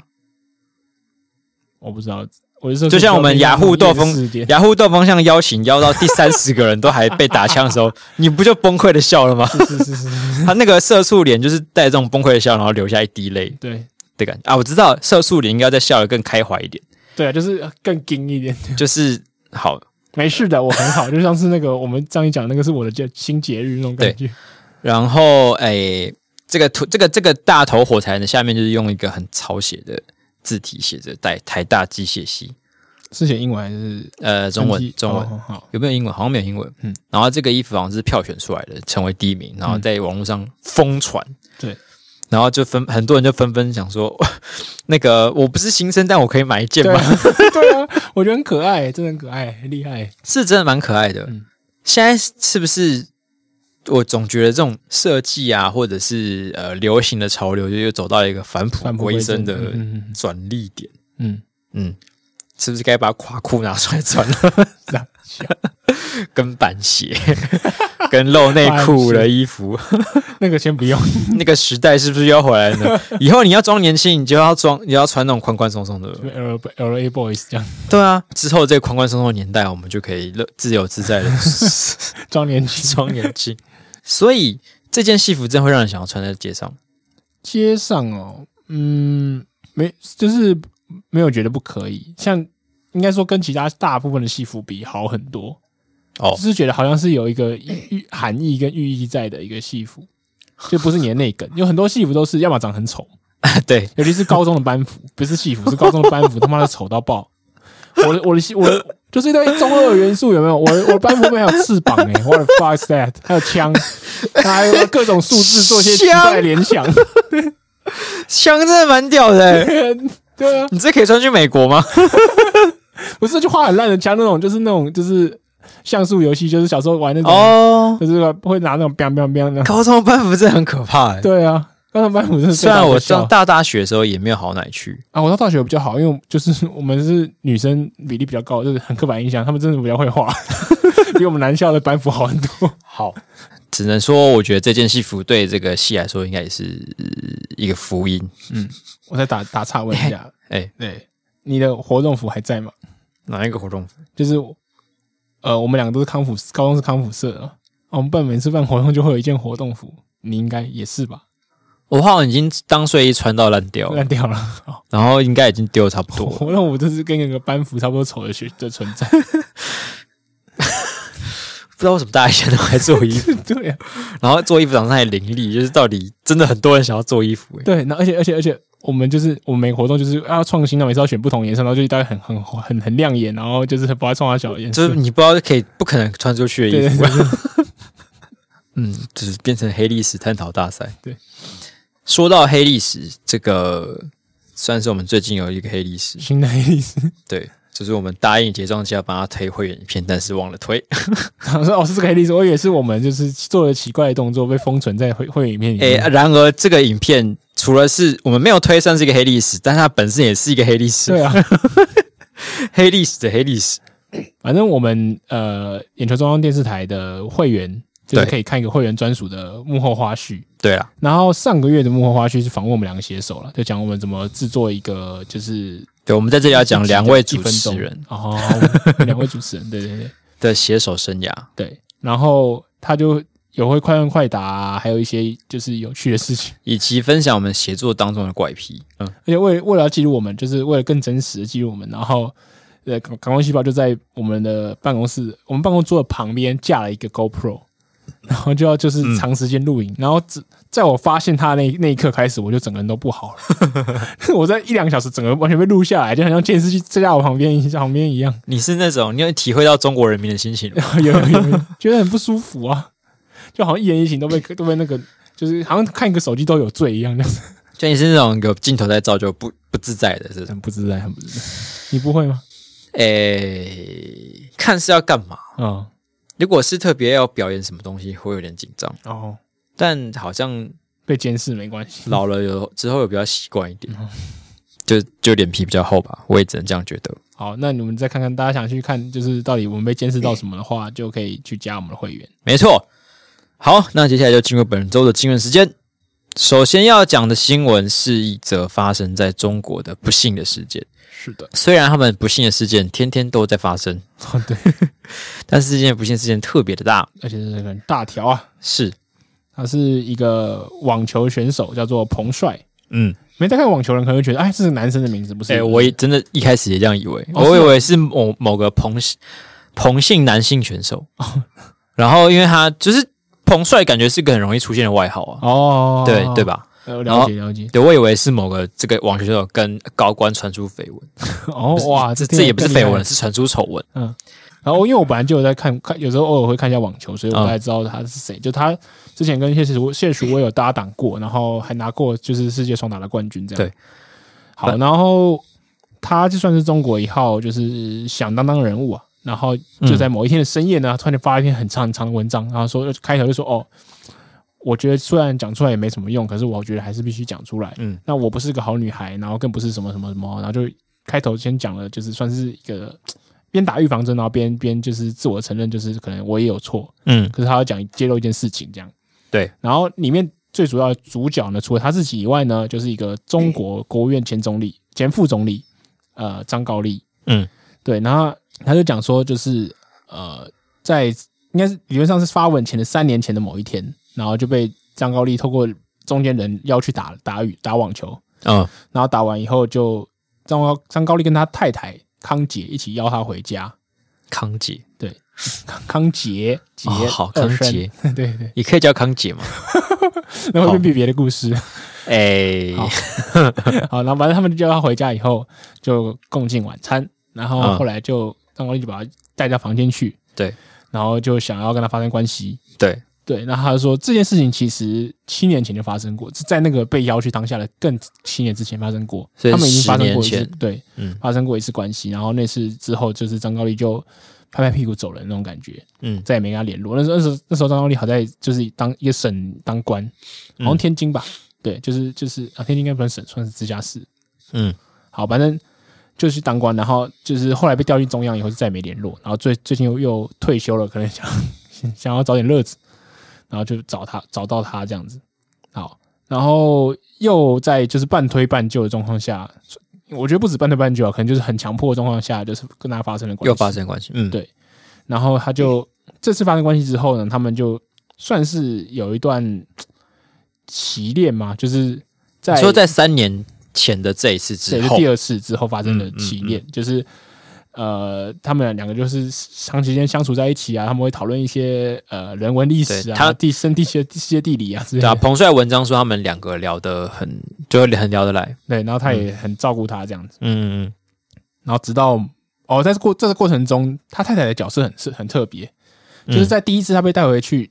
[SPEAKER 1] 我不知道，我是
[SPEAKER 2] 就像我们雅虎斗风
[SPEAKER 1] 事
[SPEAKER 2] (laughs)
[SPEAKER 1] 件，
[SPEAKER 2] 雅虎斗风向邀请邀到第三十个人都还被打枪的时 (laughs) 候，你不就崩溃的笑了吗？
[SPEAKER 1] 是是是是，
[SPEAKER 2] 他那个社畜脸就是带这种崩溃的笑，然后流下一滴泪
[SPEAKER 1] 对
[SPEAKER 2] 的感觉啊！我知道社畜脸应该再笑得更开怀一点，
[SPEAKER 1] 对啊，就是更硬一点。
[SPEAKER 2] 就是好
[SPEAKER 1] 没事的，我很好，就像是那个我们上一讲那个是我的节新节日那种感觉，
[SPEAKER 2] 然后，诶，这个图，这个这个大头火柴人的下面就是用一个很草写的字体写着“台台大机械系
[SPEAKER 1] 是写英文还是”，
[SPEAKER 2] 呃，中
[SPEAKER 1] 成绩
[SPEAKER 2] 文中文、
[SPEAKER 1] 哦好，
[SPEAKER 2] 有没有英文？好像没有英文。
[SPEAKER 1] 嗯
[SPEAKER 2] 嗯，然后这个衣服好像是票选出来的，成为第一名，然后在网络上疯传。 (laughs)
[SPEAKER 1] 对，
[SPEAKER 2] 然后就分很多人就纷纷想说， (laughs) 那个我不是新生，但我可以买一件
[SPEAKER 1] 对
[SPEAKER 2] 吗？
[SPEAKER 1] 啊， (laughs) 对啊，我觉得很可爱，真的很可爱，很厉害。
[SPEAKER 2] 是真的蛮可爱的。
[SPEAKER 1] 嗯
[SPEAKER 2] 现在是不是？我总觉得这种设计啊，或者是呃流行的潮流，就又走到一个返璞
[SPEAKER 1] 返璞
[SPEAKER 2] 归
[SPEAKER 1] 归
[SPEAKER 2] 真
[SPEAKER 1] 真
[SPEAKER 2] 的
[SPEAKER 1] 嗯嗯
[SPEAKER 2] 转捩点。
[SPEAKER 1] 嗯，
[SPEAKER 2] 嗯，是不是该把垮裤拿出来穿了？
[SPEAKER 1] 这样笑
[SPEAKER 2] (laughs) 跟板鞋、 (laughs) 跟露内裤的
[SPEAKER 1] (laughs)
[SPEAKER 2] 衣服，
[SPEAKER 1] 那个先不用，
[SPEAKER 2] 那个时代是不是又要回来了
[SPEAKER 1] (laughs)
[SPEAKER 2] 呢？以后你要装年轻，你就要装，你要穿那种宽宽松松的。
[SPEAKER 1] L 呃 L A Boys 这样
[SPEAKER 2] 对啊，之后这个宽宽松松的年代，我们就可以乐自由自在的
[SPEAKER 1] 装年轻，
[SPEAKER 2] 装年轻。所以这件戏服真的会让人想要穿在街上。 (laughs)
[SPEAKER 1] 街上哦，嗯，没，就是没有觉得不可以，像应该说跟其他大部分的戏服比好很多，
[SPEAKER 2] 哦
[SPEAKER 1] 只是觉得好像是有一个 (coughs) 寓寓含义跟寓意在的一个戏服，就不是你的内梗，有很多戏服都是要么长很丑，
[SPEAKER 2] 对，
[SPEAKER 1] 尤其是高中的班服，不是戏服，是高中的班服，他妈的丑到爆！我的我的戏我的就是一堆中二元素，有没有？我的我的班服后面还有翅膀哎、欸、，What the fuck is that？还有枪，还有各种数字做一些奇怪的联想。
[SPEAKER 2] 香真的蛮屌
[SPEAKER 1] (laughs)
[SPEAKER 2] 的欸、
[SPEAKER 1] 对啊，
[SPEAKER 2] 你这可以穿去美国吗？
[SPEAKER 1] 不是就画很烂的枪那种，就是那种就是像素游戏，就是小时候玩那种，
[SPEAKER 2] 哦，
[SPEAKER 1] 就是会拿那种 biang biang biang 那种。
[SPEAKER 2] (laughs) 高中班服真的很可怕、欸。
[SPEAKER 1] 对啊，高中班服真的
[SPEAKER 2] 虽然我
[SPEAKER 1] 笑
[SPEAKER 2] 上大大学的时候也没有好哪里去，
[SPEAKER 1] 啊，我到大学比较好，因为就是我们是女生比例比较高，就是很刻板印象，他们真的比较会
[SPEAKER 2] (laughs)
[SPEAKER 1] 画，比我们男校的班服好很多。
[SPEAKER 2] 好，只能说我觉得这件戏服对这个戏来说应该也是呃一个福音。
[SPEAKER 1] 我再打打岔问一
[SPEAKER 2] (laughs)
[SPEAKER 1] 下，
[SPEAKER 2] 哎，
[SPEAKER 1] 对，你的活动服还在吗？
[SPEAKER 2] 哪一个活动服？
[SPEAKER 1] 就是呃，我们两个都是康复，高中是康复社的嘛，我们办每次办活动就会有一件活动服，你应该也是吧？
[SPEAKER 2] 我好像已经当睡衣穿到烂掉了，
[SPEAKER 1] 烂掉了，哦
[SPEAKER 2] 然后应该已经丢得差不
[SPEAKER 1] (laughs)
[SPEAKER 2] 多。
[SPEAKER 1] 活动服就是跟那个班服差不多丑的学的存在， (laughs)
[SPEAKER 2] 不知道为什么大家现在都还做衣服，
[SPEAKER 1] 对啊，
[SPEAKER 2] 然后做衣服长得还凌厉，就是到底真的很多人想要做衣服、欸。
[SPEAKER 1] 对，然后而且而且而且，我们就是我们每个活动就是要创新，那啊每次要选不同颜色，然后就大家很很很很亮眼，然后就是不爱创它啊小颜
[SPEAKER 2] 就
[SPEAKER 1] 色
[SPEAKER 2] 是。你不知道可以不可能穿出去的
[SPEAKER 1] 对
[SPEAKER 2] 衣
[SPEAKER 1] 对
[SPEAKER 2] 服，
[SPEAKER 1] 对，
[SPEAKER 2] (laughs) 嗯，就是变成黑历史探讨大赛。
[SPEAKER 1] 对，
[SPEAKER 2] 说到黑历史，这个算是我们最近有一个黑历史，
[SPEAKER 1] 新的意 (laughs) 思。
[SPEAKER 2] 对，就是我们答应结账要帮他推会员影片，但是忘了推。
[SPEAKER 1] 我说哦，是这个黑历史，我以为是我们就是做了奇怪的动作被封存在会会影片里
[SPEAKER 2] 诶、啊
[SPEAKER 1] 面。
[SPEAKER 2] 然而这个影片除了是我们没有推算是一个黑历史，但它本身也是一个黑历史，
[SPEAKER 1] 对啊，
[SPEAKER 2] 黑历史的黑历史。
[SPEAKER 1] 反正我们呃，眼球中央电视台的会员就是
[SPEAKER 2] 对
[SPEAKER 1] 可以看一个会员专属的幕后花絮。
[SPEAKER 2] 对啦，
[SPEAKER 1] 然后上个月的幕后花絮是访问我们两个写手了，就讲我们怎么制作一个就是
[SPEAKER 2] 对，我们在这里要讲两位主
[SPEAKER 1] 一分
[SPEAKER 2] 持
[SPEAKER 1] 钟
[SPEAKER 2] 人
[SPEAKER 1] 哦，两位主持人，对对对
[SPEAKER 2] 的携手生涯。
[SPEAKER 1] 对，然后他就有会快问快答、还有一些就是有趣的事情。
[SPEAKER 2] 以及分享我们协作当中的怪癖。嗯，
[SPEAKER 1] 而且为为了要记录我们，就是为了更真实的记录我们，然后呃，感感光细胞就在我们的办公室，我们办公桌的旁边架了一个 GoPro，然后就要就是长时间录影，然后只在我发现他那那一刻开始，我就整个人都不好了， (laughs) 我在一两个小时整个完全被录下来，就好像电视剧在我旁边旁边一样，
[SPEAKER 2] 你是那种你有体会到中国人民的心情吗？
[SPEAKER 1] 有有 (laughs) 有有，觉得很不舒服啊，就好像一言一行都被都被那个。就是好像看一个手机都有罪一样，这样子
[SPEAKER 2] (laughs) 就你是那种有镜头在照就不不自在的这种。
[SPEAKER 1] 很不自在，很不自在。你不会吗？
[SPEAKER 2] 诶、看是要干嘛？
[SPEAKER 1] 嗯，
[SPEAKER 2] 如果是特别要表演什么东西，会有点紧张，
[SPEAKER 1] 哦，
[SPEAKER 2] 但好像
[SPEAKER 1] 被监视没关系。
[SPEAKER 2] 老了有之后有比较习惯一点，就就脸皮比较厚吧，我也只能这样觉得。
[SPEAKER 1] 好，那你们再看看，大家想去看，就是到底我们被监视到什么的话，就可以去加我们的会员。
[SPEAKER 2] 没错。好，那接下来就进入本周的新闻时间。首先要讲的新闻是一则发生在中国的不幸的事件。
[SPEAKER 1] 是的，
[SPEAKER 2] 虽然他们不幸的事件天天都在发生，
[SPEAKER 1] 哦对，
[SPEAKER 2] (laughs) 但是这件不幸事件特别的大。
[SPEAKER 1] 而且是很大条啊。
[SPEAKER 2] 是，
[SPEAKER 1] 他是一个网球选手，叫做彭帅。
[SPEAKER 2] 嗯，
[SPEAKER 1] 没在看网球的人可能会觉得，哎，这是男生的名字，不是？
[SPEAKER 2] 哎、我也真的一开始也这样以为，
[SPEAKER 1] 哦
[SPEAKER 2] 我以
[SPEAKER 1] 是吗
[SPEAKER 2] 为是某某个彭姓彭姓男性选手。
[SPEAKER 1] 哦
[SPEAKER 2] (laughs) 然后，因为他就是彭帅，感觉是个很容易出现的外号啊，
[SPEAKER 1] 哦，
[SPEAKER 2] 对对？哦吧？
[SPEAKER 1] 呃，了解
[SPEAKER 2] (laughs)
[SPEAKER 1] 了解。
[SPEAKER 2] 对，我以为是某个这个网球选手跟高官传出绯闻，
[SPEAKER 1] 哦哇，
[SPEAKER 2] 这
[SPEAKER 1] 听
[SPEAKER 2] 这
[SPEAKER 1] 起来
[SPEAKER 2] 也不是
[SPEAKER 1] 更厉
[SPEAKER 2] 绯
[SPEAKER 1] 害
[SPEAKER 2] 闻，。是传出丑闻。
[SPEAKER 1] 然后因为我本来就有在看看，有时候偶尔会看一下网球，所以我
[SPEAKER 2] 嗯
[SPEAKER 1] 大概知道他是谁。就他之前跟谢楚谢楚威有搭档过，然后还拿过就是世界双打的冠军这样。
[SPEAKER 2] 对，
[SPEAKER 1] 好，然后他就算是中国一号，就是响当当人物啊。然后就在某一天的深夜呢，突然就发了一篇很长很长的文章，然后说开头就说哦。我觉得虽然讲出来也没什么用，可是我觉得还是必须讲出来。
[SPEAKER 2] 嗯，
[SPEAKER 1] 那我不是个好女孩，然后更不是什么什么什么，然后就开头先讲了，就是算是一个边打预防针，然后边边就是自我承认，就是可能我也有错，
[SPEAKER 2] 嗯，
[SPEAKER 1] 可是他要讲揭露一件事情这样。
[SPEAKER 2] 对，
[SPEAKER 1] 然后里面最主要的主角呢，除了他自己以外呢，就是一个中国国务院前总理、前副总理，呃，张高丽。
[SPEAKER 2] 嗯，
[SPEAKER 1] 对，然后他就讲说，就是呃，在应该是理论上是发文前的三年前的某一天，然后就被张高丽透过中间人要去打打羽打网球，
[SPEAKER 2] 哦，
[SPEAKER 1] 然后打完以后就张高张高丽跟他太太康姐一起邀他回家，
[SPEAKER 2] 康姐，
[SPEAKER 1] 康康杰杰、
[SPEAKER 2] 哦，好，
[SPEAKER 1] 二
[SPEAKER 2] 康
[SPEAKER 1] 声，
[SPEAKER 2] 姐，
[SPEAKER 1] (laughs) 对对，
[SPEAKER 2] 你可以叫康姐
[SPEAKER 1] (laughs)
[SPEAKER 2] 吗？
[SPEAKER 1] 那会变别的故事。 (laughs)
[SPEAKER 2] 哎，
[SPEAKER 1] 好好，然后反正他们就叫他回家以后就共进晚餐，然后
[SPEAKER 2] 嗯
[SPEAKER 1] 后来就张高丽就把他带到房间去，
[SPEAKER 2] 对
[SPEAKER 1] 然后就想要跟他发生关系。
[SPEAKER 2] 对，
[SPEAKER 1] 对，那他就说这件事情其实七年前就发生过，是在那个被邀去当下的更七年之前发生过，
[SPEAKER 2] 所以
[SPEAKER 1] 他们已经
[SPEAKER 2] 10
[SPEAKER 1] 发生
[SPEAKER 2] 年
[SPEAKER 1] 过一次
[SPEAKER 2] 前，
[SPEAKER 1] 对，
[SPEAKER 2] 嗯
[SPEAKER 1] 发生过一次关系，然后那次之后就是张高丽就拍拍屁股走人那种感觉，
[SPEAKER 2] 嗯
[SPEAKER 1] 再也没跟他联络。那时候那时候那时候张高丽好在就是当一个省当官，好
[SPEAKER 2] 嗯
[SPEAKER 1] 像天津吧，对，就是就是啊，天津应该不算省，算是直辖市。
[SPEAKER 2] 嗯，
[SPEAKER 1] 好，反正就是当官，然后就是后来被调进中央以后就再也没联络，然后最最近又又退休了，可能想 (laughs) 想要找点乐子，然后就找他找到他这样子。好，然后又在就是半推半就的状况下，我觉得不止半推半就啊，可能就是很强迫的状况下，就是跟他发生了关系，
[SPEAKER 2] 又发生关系，嗯，
[SPEAKER 1] 对然后他就这次发生关系之后呢，他们就算是有一段习恋嘛，就是在
[SPEAKER 2] 你说在三年前的这一次之
[SPEAKER 1] 对，就
[SPEAKER 2] 后
[SPEAKER 1] 第，二次之后发生的
[SPEAKER 2] 嗯嗯
[SPEAKER 1] 起恋，就是呃，他们两个就是长时间相处在一起啊，他们会讨论一些呃人文历史
[SPEAKER 2] 对
[SPEAKER 1] 啊、
[SPEAKER 2] 他
[SPEAKER 1] 地生地些世界地理啊之类
[SPEAKER 2] 对啊，
[SPEAKER 1] 的，
[SPEAKER 2] 彭帅文章说他们两个聊得很，就很聊得来，
[SPEAKER 1] 对，然后他也很照顾他这样子，
[SPEAKER 2] 嗯嗯
[SPEAKER 1] 然后直到哦，在这过在这过程中，他太太的角色很是很特别，
[SPEAKER 2] 嗯
[SPEAKER 1] 就是在第一次他被带回去。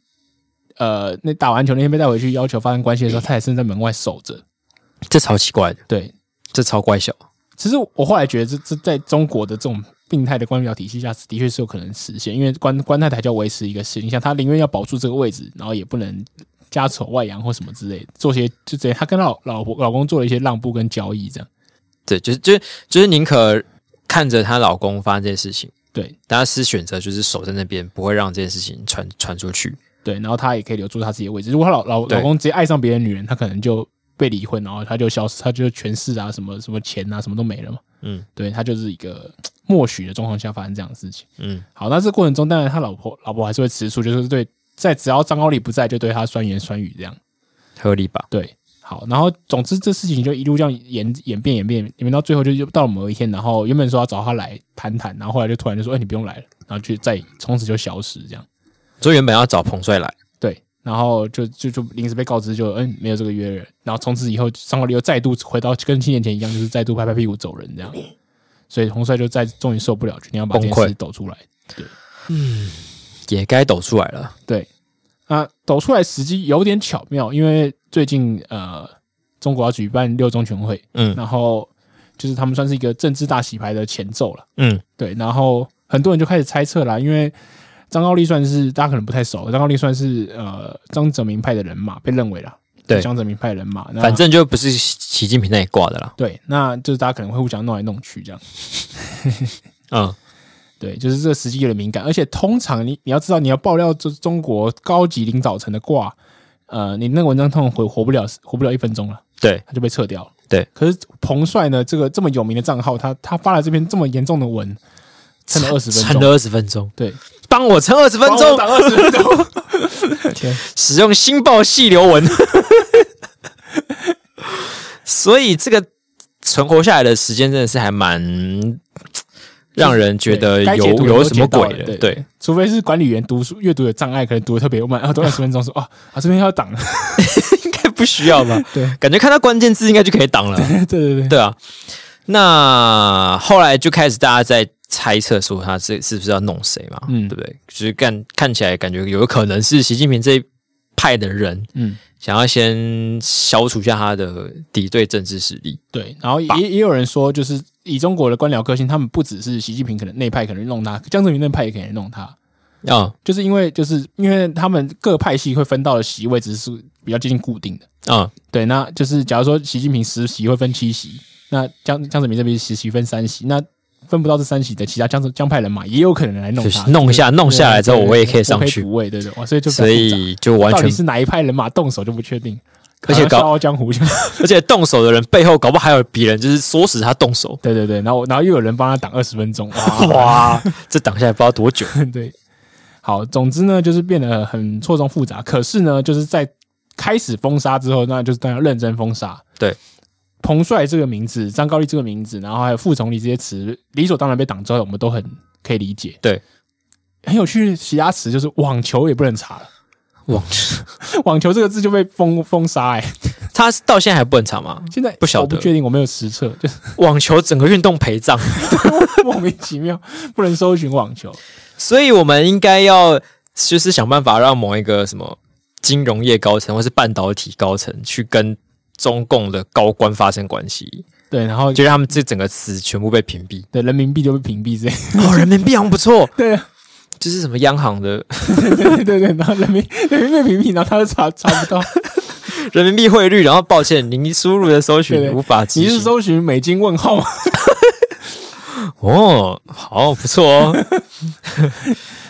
[SPEAKER 1] 呃，那打完球那天被带回去，要求发生关系的时候，他也是在门外守着。
[SPEAKER 2] 嗯，这超奇怪的，
[SPEAKER 1] 对，
[SPEAKER 2] 这超怪小，
[SPEAKER 1] 其实我后来觉得这这在中国的这种病态的官僚体系下，的确是有可能实现，因为官官太太就要维持一个形象，她宁愿要保住这个位置，然后也不能家丑外扬或什么之类的，做些就这样，她跟老老婆老公做了一些让步跟交易，这样
[SPEAKER 2] 对，就是就是就是宁可看着她老公发生这件事情，
[SPEAKER 1] 对
[SPEAKER 2] 但她是选择就是守在那边，不会让这件事情传传出去，
[SPEAKER 1] 对，然后她也可以留住她自己的位置。如果她老老
[SPEAKER 2] 对
[SPEAKER 1] 老公直接爱上别的女人，她可能就被离婚，然后她就消失，她就全市啊什么什么钱啊什么都没了嘛。
[SPEAKER 2] 嗯
[SPEAKER 1] 对他就是一个默许的状况下发生这样的事情。
[SPEAKER 2] 嗯
[SPEAKER 1] 好，那这过程中，当然他老婆老婆还是会吃醋，就是对在只要张高丽不在，就对他酸言酸语这样。
[SPEAKER 2] 合理吧？
[SPEAKER 1] 对，好，然后总之这事情就一路这样演演变演变演变到最后，就就到了某一天，然后原本说要找他来谈谈，然后后来就突然就说，哎、你不用来了，然后就再从此就消失这样。
[SPEAKER 2] 所以原本要找彭帅来，
[SPEAKER 1] 对，然后就就就临时被告知就嗯没有这个约人，然后从此以后张高丽又再度回到跟七年前一样，就是再度拍拍屁股走人这样。所以洪帅就再终于受不了，决定要把这件
[SPEAKER 2] 崩溃
[SPEAKER 1] 事抖出来。
[SPEAKER 2] 也该抖出来了。
[SPEAKER 1] 对，啊，抖出来时机有点巧妙，因为最近呃，中国要举办六中全会，
[SPEAKER 2] 嗯
[SPEAKER 1] 然后就是他们算是一个政治大洗牌的前奏了。
[SPEAKER 2] 嗯
[SPEAKER 1] 对，然后很多人就开始猜测啦，因为张高丽算是大家可能不太熟，张高丽算是呃张泽民派的人马，被认为啦，
[SPEAKER 2] 对
[SPEAKER 1] 江泽民派的人马，那
[SPEAKER 2] 嗯反正就不是习习近平那里挂的啦。
[SPEAKER 1] 对，那就是大家可能会互相弄来弄去这样。
[SPEAKER 2] 嗯，
[SPEAKER 1] 对，就是这个时机有点敏感，而且通常你你要知道，你要爆料这中国高级领导层的挂，呃，你那个文章通常活活不了活不了一分钟了，
[SPEAKER 2] 对，
[SPEAKER 1] 他就被撤掉了。
[SPEAKER 2] 对，
[SPEAKER 1] 可是彭帅呢，这个这么有名的账号，他他发了这篇这么严重的文，撑了二十分
[SPEAKER 2] 撑了
[SPEAKER 1] 钟，
[SPEAKER 2] 二十分钟，
[SPEAKER 1] 对，
[SPEAKER 2] 帮我撑二十分钟，
[SPEAKER 1] 二十分钟， (laughs) 天，
[SPEAKER 2] 使用新爆细流文。 (laughs) 所以这个存活下来的时间真的是还蛮让人觉得
[SPEAKER 1] 对该
[SPEAKER 2] 有
[SPEAKER 1] 解读的
[SPEAKER 2] 有
[SPEAKER 1] 都
[SPEAKER 2] 什
[SPEAKER 1] 解
[SPEAKER 2] 么
[SPEAKER 1] 到
[SPEAKER 2] 鬼
[SPEAKER 1] 了
[SPEAKER 2] 的。
[SPEAKER 1] 对
[SPEAKER 2] 对， (laughs)
[SPEAKER 1] 除非是管理员读书阅读有障碍，可能读的特别慢，然后读二十分钟说哦，啊这边要挡了，
[SPEAKER 2] 应该不需要吧？
[SPEAKER 1] 对，
[SPEAKER 2] 感觉看到关键字应该就可以挡了。
[SPEAKER 1] (laughs) 对对对，
[SPEAKER 2] 对啊，那后来就开始大家在猜测说他是是不是要弄谁嘛，
[SPEAKER 1] 嗯
[SPEAKER 2] 对不对？就是看看起来感觉有可能是习近平这一派的人
[SPEAKER 1] 嗯。
[SPEAKER 2] 想要先消除一下他的敌对政治势力，
[SPEAKER 1] 对，然后
[SPEAKER 2] 吧
[SPEAKER 1] 也也有人说，就是以中国的官僚个性，他们不只是习近平可能内派可能弄他，江泽民那派也可能弄他，
[SPEAKER 2] 啊
[SPEAKER 1] 就是因为就是因为他们各派系会分到的席位只是比较接近固定的。
[SPEAKER 2] 啊
[SPEAKER 1] 对，那就是假如说习近平十席会分七席，那江江泽民这边十席分三席，那分不到这三席的其他江泽江派人马也有可能来弄
[SPEAKER 2] 就
[SPEAKER 1] 他，
[SPEAKER 2] 是弄一下弄下来之后，
[SPEAKER 1] 对
[SPEAKER 2] 我也可以上
[SPEAKER 1] 我
[SPEAKER 2] 去
[SPEAKER 1] 补，位，对对，哇所以就比较
[SPEAKER 2] 所
[SPEAKER 1] 复杂
[SPEAKER 2] 以就完
[SPEAKER 1] 到底
[SPEAKER 2] 全，
[SPEAKER 1] 是哪一派人马动手就不确定，
[SPEAKER 2] 而且
[SPEAKER 1] 好像
[SPEAKER 2] 搞
[SPEAKER 1] 笑傲江湖就。。
[SPEAKER 2] 而且动手的人背后搞不好还有别人，就是唆使他动手
[SPEAKER 1] 对对对，然后然后又有人帮他挡二十分钟， (laughs) 哇
[SPEAKER 2] 哇， (laughs) 这挡下来不知道多久。
[SPEAKER 1] 对，好，总之呢，就是变得很错综复杂。可是呢，就是在开始封杀之后，那就是当然认真封杀。
[SPEAKER 2] 对，
[SPEAKER 1] 彭帅这个名字，张高丽这个名字，然后还有副总理这些词，理所当然被挡之后，我们都很可以理解。
[SPEAKER 2] 对，
[SPEAKER 1] 很有趣，其他词就是网球也不能查了，
[SPEAKER 2] 哇，
[SPEAKER 1] (laughs) 网球这个字就被封封杀。哎，
[SPEAKER 2] 他到现在还不能查吗？
[SPEAKER 1] 现在
[SPEAKER 2] 不晓
[SPEAKER 1] 我不
[SPEAKER 2] 得
[SPEAKER 1] 确定，我没有实测，就是
[SPEAKER 2] 网球整个运动陪葬。
[SPEAKER 1] 莫名其妙不能搜寻网球。
[SPEAKER 2] 所以我们应该要就是想办法让某一个什么金融业高层或是半导体高层去跟中共的高官发生关系，
[SPEAKER 1] 对，然后
[SPEAKER 2] 就让他们这整个词全部被屏
[SPEAKER 1] (laughs)。
[SPEAKER 2] 蔽
[SPEAKER 1] 对人民币就被屏蔽之类。
[SPEAKER 2] 哦，人民币好像不错，
[SPEAKER 1] 对啊。
[SPEAKER 2] 就是什么央行的
[SPEAKER 1] 对对对，然后人民人民被屏蔽，然后他就查查不到。
[SPEAKER 2] 人民币汇率，然后抱歉，您输入的搜
[SPEAKER 1] 对
[SPEAKER 2] 寻
[SPEAKER 1] 对
[SPEAKER 2] 无法执
[SPEAKER 1] 你
[SPEAKER 2] 行。
[SPEAKER 1] 是搜寻美金问号吗？
[SPEAKER 2] 哦，好不错哦，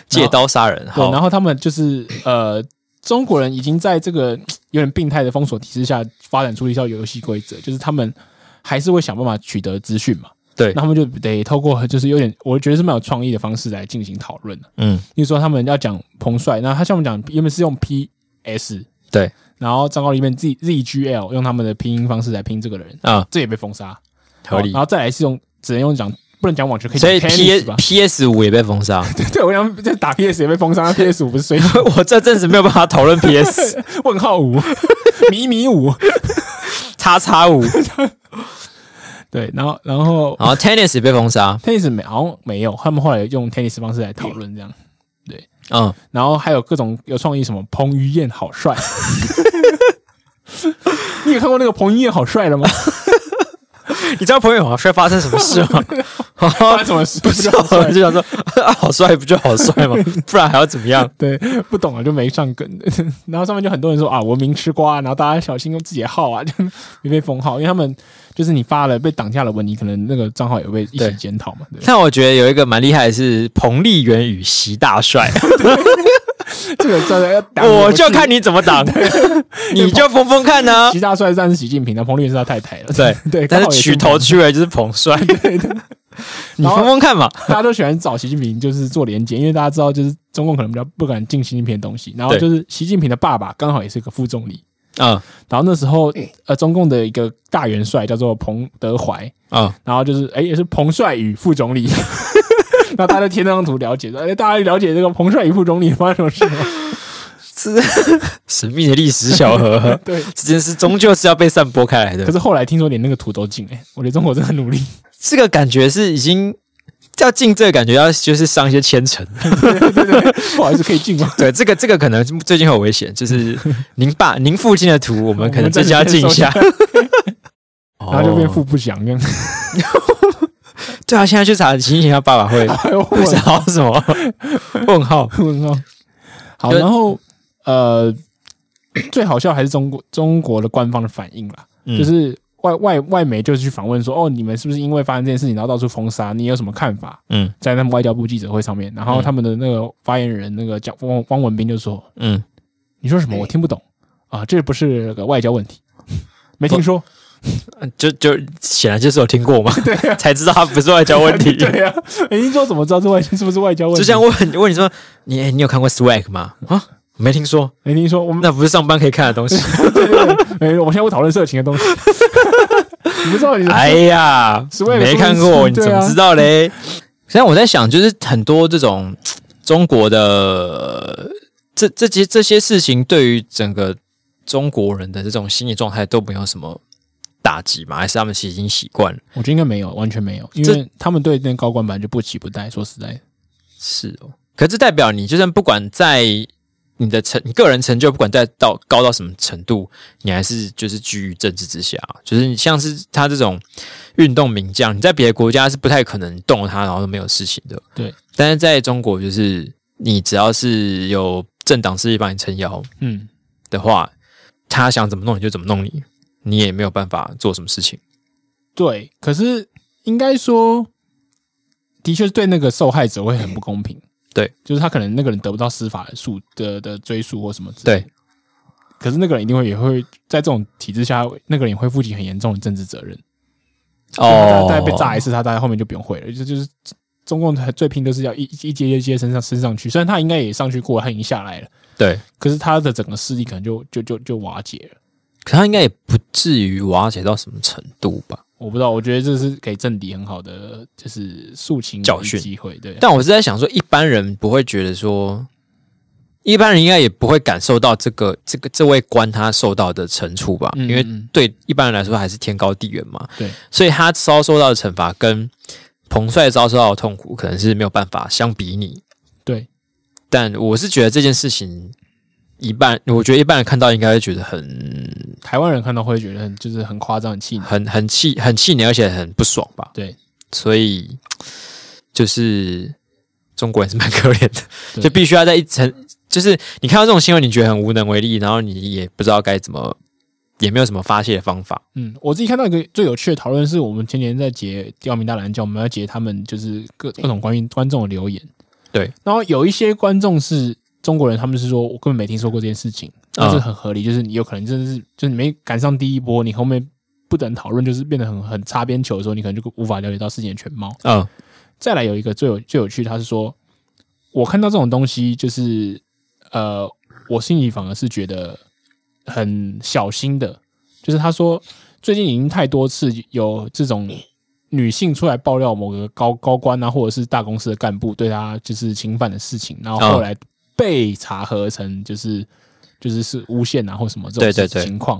[SPEAKER 2] 借刀杀人，
[SPEAKER 1] (laughs) 对，然
[SPEAKER 2] 好，
[SPEAKER 1] 后他们就是呃，中国人已经在这个有点病态的封锁体制下，发展出一套游戏规则，就是他们还是会想办法取得资讯嘛。
[SPEAKER 2] 对
[SPEAKER 1] 那，他们就得透过就是有点，我觉得是蛮有创意的方式来进行讨论的。
[SPEAKER 2] 嗯，
[SPEAKER 1] 例如说他们要讲彭帅，那他像我们讲原本是用 P S，
[SPEAKER 2] 对，
[SPEAKER 1] 然后张高丽面 Z Z G L 用他们的拼音方式来拼这个人，
[SPEAKER 2] 啊，
[SPEAKER 1] 这也被封杀。
[SPEAKER 2] 合理
[SPEAKER 1] 然。后再来是用只能用讲，不能讲网球，可以
[SPEAKER 2] 所
[SPEAKER 1] 讲
[SPEAKER 2] 以 P
[SPEAKER 1] tennis 吧？
[SPEAKER 2] P S 五也被
[SPEAKER 1] (laughs)
[SPEAKER 2] 封杀，
[SPEAKER 1] 对，我想这打 PS 也被封杀，PS 五不是
[SPEAKER 2] (laughs)
[SPEAKER 1] 谁？
[SPEAKER 2] 我这阵子没有办法讨论 P S。
[SPEAKER 1] 问号五， (laughs) 迷迷五。
[SPEAKER 2] 叉叉五，
[SPEAKER 1] 对，然后然后
[SPEAKER 2] 然后 tennis 也被封杀，
[SPEAKER 1] tennis 没好像没有，他们后来用 tennis 方式来讨论这样，
[SPEAKER 2] 嗯，
[SPEAKER 1] 然后还有各种有创意什么彭于晏好
[SPEAKER 2] (laughs)
[SPEAKER 1] 帅。你有看过那个彭于晏好帅的吗？
[SPEAKER 2] 你知道朋友好帅发生什么事
[SPEAKER 1] (laughs)
[SPEAKER 2] 吗？
[SPEAKER 1] 发生什么事？
[SPEAKER 2] 哦不
[SPEAKER 1] 知
[SPEAKER 2] 知
[SPEAKER 1] 道
[SPEAKER 2] 道，我就想说 (laughs) 啊，好帅不就好帅
[SPEAKER 1] (laughs)
[SPEAKER 2] 吗？不然还要怎么样？
[SPEAKER 1] 对，不懂啊就没上跟。 (laughs) 然后上面就很多人说啊，文明吃瓜，然后大家小心用自己的号啊，就 (laughs) 没被封号，因为他们就是你发了被挡下了文，你可能那个账号也会被一起
[SPEAKER 2] 对
[SPEAKER 1] 检讨
[SPEAKER 2] (laughs)
[SPEAKER 1] 嘛。对，
[SPEAKER 2] 但我觉得有一个蛮厉害的是彭丽媛与习大帅，
[SPEAKER 1] 这个真的要挡
[SPEAKER 2] 我就看你怎么挡， (laughs) 你就疯疯看呢、
[SPEAKER 1] 习大帅算是习近平的，彭丽媛是他太太了。
[SPEAKER 2] 对
[SPEAKER 1] (laughs) 对，
[SPEAKER 2] 但
[SPEAKER 1] 刚
[SPEAKER 2] 是
[SPEAKER 1] 好也
[SPEAKER 2] 取头取尾就是彭帅， (laughs) 你
[SPEAKER 1] 然后
[SPEAKER 2] 疯疯看嘛。
[SPEAKER 1] 大家都喜欢找习近平就是做连接，因为大家知道就是中共可能比较不敢进习近平的东西，然后
[SPEAKER 2] 对
[SPEAKER 1] 就是习近平的爸爸刚好也是个副总理，
[SPEAKER 2] 嗯
[SPEAKER 1] 然后那时候呃中共的一个大元帅叫做彭德怀，
[SPEAKER 2] 嗯，
[SPEAKER 1] 然后就是哎、也是彭帅与副总理， (laughs) 那大家就贴那张图了解，说哎、大家了解这个彭帅与副总理发生什么事吗？，
[SPEAKER 2] 神秘的历史小河
[SPEAKER 1] (laughs) 对。
[SPEAKER 2] 这件事终究是要被散播开来
[SPEAKER 1] 可
[SPEAKER 2] 的。
[SPEAKER 1] 是后来听说连那个图都进哎、我觉得中国真的很努力， (laughs)
[SPEAKER 2] 这个感觉是已经要进这个感觉，要就是上一些千层。
[SPEAKER 1] 不好意思可以进吗？
[SPEAKER 2] 对，这个这个可能最近很危
[SPEAKER 1] (laughs)
[SPEAKER 2] 险，就是您爸您附近的图，我们可能最近要进一下，哦然
[SPEAKER 1] 然后就变副不祥这样。
[SPEAKER 2] 对啊，现在去查秦一贤他爸
[SPEAKER 1] (laughs)
[SPEAKER 2] 爸会
[SPEAKER 1] 哎呦，
[SPEAKER 2] 会想要什
[SPEAKER 1] (laughs)
[SPEAKER 2] 么？问号？
[SPEAKER 1] 问号。好，
[SPEAKER 2] 就
[SPEAKER 1] 然后呃， (clears throat) 最好笑还是中国中国的官方的反应啦，
[SPEAKER 2] 嗯
[SPEAKER 1] 就是外外外媒就是去访问说，哦，你们是不是因为发生这件事情，然后到处封杀？你有什么看法？
[SPEAKER 2] 嗯
[SPEAKER 1] 在他们外交部记者会上面，然后他们的那个发言人那个叫汪汪文斌就说
[SPEAKER 2] 嗯，：“
[SPEAKER 1] 你说什么？我听不懂啊，这不是个外交问题， (laughs) 没听说。
[SPEAKER 2] 就就显然就是有听过
[SPEAKER 1] (laughs)
[SPEAKER 2] 嘛，对、 (laughs) 才知道他不是外交问题。
[SPEAKER 1] 啊对呀、啊，没听说怎么知道这外是不是外交问题？
[SPEAKER 2] 就像问问你说，你哎你有看过 Swag 吗？啊，没听说，
[SPEAKER 1] 没听说，我们
[SPEAKER 2] 那不是上班可以看
[SPEAKER 1] (laughs)
[SPEAKER 2] 的东西。
[SPEAKER 1] 对对对没，我们现在不讨论色情的东
[SPEAKER 2] (laughs)
[SPEAKER 1] 西。你不知道你
[SPEAKER 2] 哎呀
[SPEAKER 1] Swag，
[SPEAKER 2] 没看过，你
[SPEAKER 1] 对啊
[SPEAKER 2] 怎么知道嘞？现在我在想，就是很多这种中国的这这些这些事情，对于整个中国人的这种心理状态都没有什么打击嘛？还是他们其实已经习惯了？
[SPEAKER 1] 我觉得应该没有，完全没有，因为他们对那高官本来就不期不待。说实在的，
[SPEAKER 2] 是哦，可这代表你就算不管在你的成你个人成就，不管在到高到什么程度，你还是就是居于政治之下。就是你像是他这种运动名将，你在别的国家是不太可能动了他，然后都没有事情的。
[SPEAKER 1] 对，
[SPEAKER 2] 但是在中国，就是你只要是有政党势力帮你撑腰
[SPEAKER 1] 嗯，
[SPEAKER 2] 的话，他想怎么弄你就怎么弄你，你也没有办法做什么事情。
[SPEAKER 1] 对。可是应该说，的确是对那个受害者会很不公平。
[SPEAKER 2] 对，
[SPEAKER 1] 就是他可能那个人得不到司法的诉的的追诉或什么之类的。
[SPEAKER 2] 对，
[SPEAKER 1] 可是那个人一定会也会在这种体制下，那个人也会负起很严重的政治责任。
[SPEAKER 2] 哦，
[SPEAKER 1] 大概被炸一次，他大概后面就不用会了。就就是中共最拼都是要一一阶一阶升上升上去，虽然他应该也上去过，他已经下来了，
[SPEAKER 2] 对，
[SPEAKER 1] 可是他的整个势力可能就就就就瓦解了。
[SPEAKER 2] 可他应该也不至于瓦解到什么程度吧？
[SPEAKER 1] 我不知道，我觉得这是给政敌很好的就是肃清
[SPEAKER 2] 教训
[SPEAKER 1] 机会。对，
[SPEAKER 2] 但我是在想说，一般人不会觉得说，一般人应该也不会感受到这个这个这位官他受到的惩处吧？
[SPEAKER 1] 嗯
[SPEAKER 2] 因为
[SPEAKER 1] 嗯
[SPEAKER 2] 对一般人来说还是天高地远嘛。
[SPEAKER 1] 对，
[SPEAKER 2] 所以他遭受到的惩罚跟彭帅遭受到的痛苦，可能是没有办法相比拟。
[SPEAKER 1] 对，
[SPEAKER 2] 但我是觉得这件事情，一半我觉得一般人看到应该会觉得很
[SPEAKER 1] 台湾人看到会觉得很就是很夸张、很气馁。
[SPEAKER 2] 很很气很气馁，而且很不爽吧？
[SPEAKER 1] 对，
[SPEAKER 2] 所以就是中国人是蛮可怜的，
[SPEAKER 1] 对
[SPEAKER 2] 就必须要在一层，就是你看到这种新闻，你觉得很无能为力，然后你也不知道该怎么，也没有什么发泄的方法。
[SPEAKER 1] 嗯，我自己看到一个最有趣的讨论是，我们前年在截刁民大蓝教，我们要截他们就是各各种关于观众的留言。
[SPEAKER 2] 对，
[SPEAKER 1] 然后有一些观众是中国人，他们是说我根本没听说过这件事情，那是很合理，就是你有可能真的是就是你没赶上第一波，你后面不等讨论，就是变得很很擦边球的时候，你可能就无法了解到事情的全貌。
[SPEAKER 2] 嗯
[SPEAKER 1] 再来有一个最有最有趣，他是说，我看到这种东西，就是呃，我心里反而是觉得很小心的，就是他说最近已经太多次有这种女性出来爆料某个高高官啊，或者是大公司的干部对她就是侵犯的事情，然后后来被查核成就是就是是诬陷啊或什么这
[SPEAKER 2] 对对
[SPEAKER 1] 种
[SPEAKER 2] 对
[SPEAKER 1] 情况。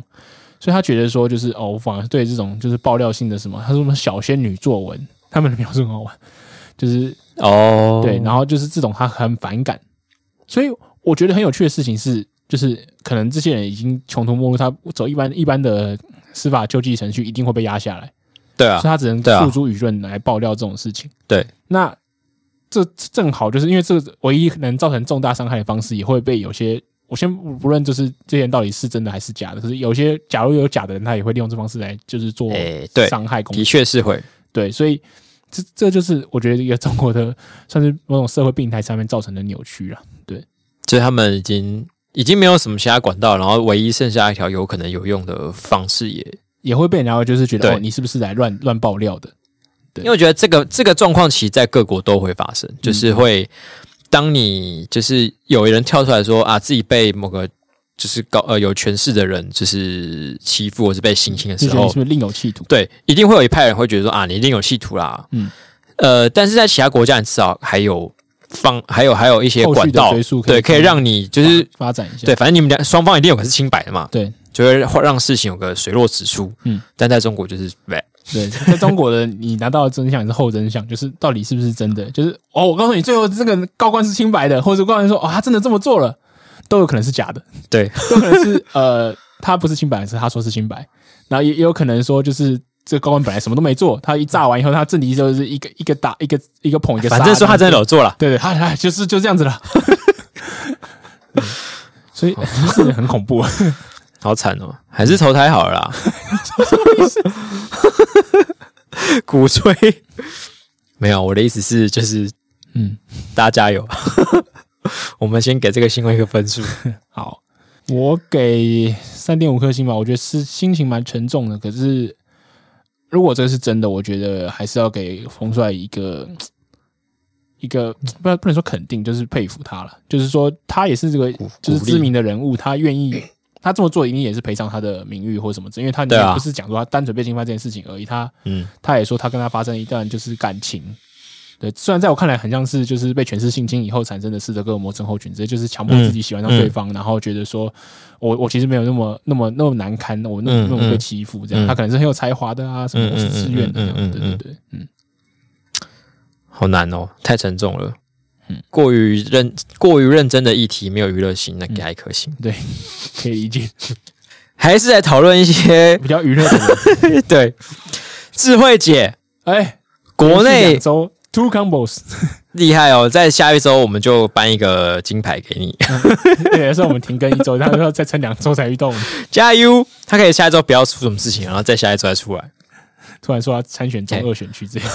[SPEAKER 1] 所以他觉得说，就是哦，我反而对这种就是爆料性的什么，他说什么小仙女作文，他们的描述很好玩，就是
[SPEAKER 2] 哦，
[SPEAKER 1] 对，然后就是这种他很反感，所以我觉得很有趣的事情是，就是可能这些人已经穷途末路，他走一般一般的司法救济程序一定会被压下来，
[SPEAKER 2] 对啊
[SPEAKER 1] 所以，他只能
[SPEAKER 2] 对啊
[SPEAKER 1] 诉诸舆论来爆料这种事情。
[SPEAKER 2] 对，
[SPEAKER 1] 那这这正好就是因为这唯一能造成重大伤害的方式，也会被有些我先不不论就是这些人到底是真的还是假的，可是有些假如有假的人，他也会利用这方式来就是做
[SPEAKER 2] 哎对
[SPEAKER 1] 伤害攻击
[SPEAKER 2] 的。确是会，
[SPEAKER 1] 对，所以这这就是我觉得一个中国的算是某种社会病态上面造成的扭曲了。
[SPEAKER 2] 所以他们已经已经没有什么其他管道，然后唯一剩下一条有可能有用的方式也，
[SPEAKER 1] 也会被人家就是觉得
[SPEAKER 2] 对
[SPEAKER 1] 哦，你是不是来乱乱爆料的？对
[SPEAKER 2] 因为我觉得这个这个状况其实在各国都会发生，就是会当你就是有人跳出来说啊自己被某个就是高呃有权势的人就是欺负或是被性侵的
[SPEAKER 1] 就
[SPEAKER 2] 时
[SPEAKER 1] 觉得你
[SPEAKER 2] 候
[SPEAKER 1] 是，不是另有企图？
[SPEAKER 2] 对，一定会有一派人会觉得说啊，你一定有企图啦。
[SPEAKER 1] 嗯
[SPEAKER 2] 嗯，呃，但是在其他国家，你至少还有方，还有还有一些
[SPEAKER 1] 后续的
[SPEAKER 2] 管道
[SPEAKER 1] 追溯，可以啊
[SPEAKER 2] 对，可以让你就是
[SPEAKER 1] 发展一下，
[SPEAKER 2] 对，反正你们俩双方一定有个是清白的嘛，
[SPEAKER 1] 对
[SPEAKER 2] 就会让事情有个水落石出。
[SPEAKER 1] 嗯
[SPEAKER 2] 嗯，但在中国就是对，
[SPEAKER 1] (laughs) 对，在中国的你拿到的真相也是后真相，就是到底是不是真的？就是哦，我告诉你，最后这个高官是清白的，或者高官说哦，他真的这么做了，都有可能是假的，
[SPEAKER 2] 对，
[SPEAKER 1] 都可能
[SPEAKER 2] (laughs)
[SPEAKER 1] 是呃，他不是清白，是他说是清白，然后也也有可能说就是。这个高官本来什么都没做，他一炸完以后，他政敌就是一个一个打一个一个捧一个杀，
[SPEAKER 2] 反正说他
[SPEAKER 1] 这样
[SPEAKER 2] 真的有做了。
[SPEAKER 1] 对对，他他就是就这样子
[SPEAKER 2] (laughs)
[SPEAKER 1] 了，嗯所
[SPEAKER 2] 哦
[SPEAKER 1] 以这个很恐
[SPEAKER 2] 啊
[SPEAKER 1] 怖。
[SPEAKER 2] 好惨哦，还是投胎好了
[SPEAKER 1] (laughs)
[SPEAKER 2] 啦。鼓吹没有，我的意思是就是
[SPEAKER 1] 嗯，
[SPEAKER 2] 大家加油， (laughs) 我们先给这个新闻一个分数。
[SPEAKER 1] 好，我给三点五颗星吧。我觉得是心情蛮沉重的，可是如果这是真的，我觉得还是要给冯帅一个一个不然不能说肯定，就是佩服他了。就是说他也是这个
[SPEAKER 2] 鼓
[SPEAKER 1] 就是
[SPEAKER 2] 鼓励
[SPEAKER 1] 知名的人物，他愿意。他这么做一定也是赔偿他的名誉或什么之类，因为他
[SPEAKER 2] 对啊
[SPEAKER 1] 也不是讲说他单纯被侵犯这件事情而已，他
[SPEAKER 2] 嗯，
[SPEAKER 1] 他也说他跟他发生一段就是感情，对，虽然在我看来很像是就是被权势性侵以后产生的斯德哥尔摩症候群，这就是强迫自己喜欢上对方，然后觉得说我我其实没有那么那么那么难堪，我那么
[SPEAKER 2] 嗯
[SPEAKER 1] 那么被欺负这样，
[SPEAKER 2] 嗯
[SPEAKER 1] 他可能是很有才华的啊，什么
[SPEAKER 2] 嗯
[SPEAKER 1] 我是自愿的这样，
[SPEAKER 2] 嗯嗯嗯
[SPEAKER 1] 对对
[SPEAKER 2] 嗯嗯
[SPEAKER 1] 对，嗯，
[SPEAKER 2] 好难哦，太沉重了。过于认过于认真的议题没有娱乐性，那给他一颗星。
[SPEAKER 1] 对，可以理解，
[SPEAKER 2] 还是来讨论一
[SPEAKER 1] (laughs)
[SPEAKER 2] 些
[SPEAKER 1] 比较娱乐的人，
[SPEAKER 2] 对智慧姐，
[SPEAKER 1] 哎，
[SPEAKER 2] 国内
[SPEAKER 1] 周 two combos
[SPEAKER 2] 厉害哦，在下一周我们就颁一个金牌给你， (laughs)
[SPEAKER 1] 对，也是我们停更一周，然后要再撑两周才遇到我们，
[SPEAKER 2] 加油！他可以下一周不要出什么事情，然后再下一周再出来。
[SPEAKER 1] 突然说要参选中二选区这样，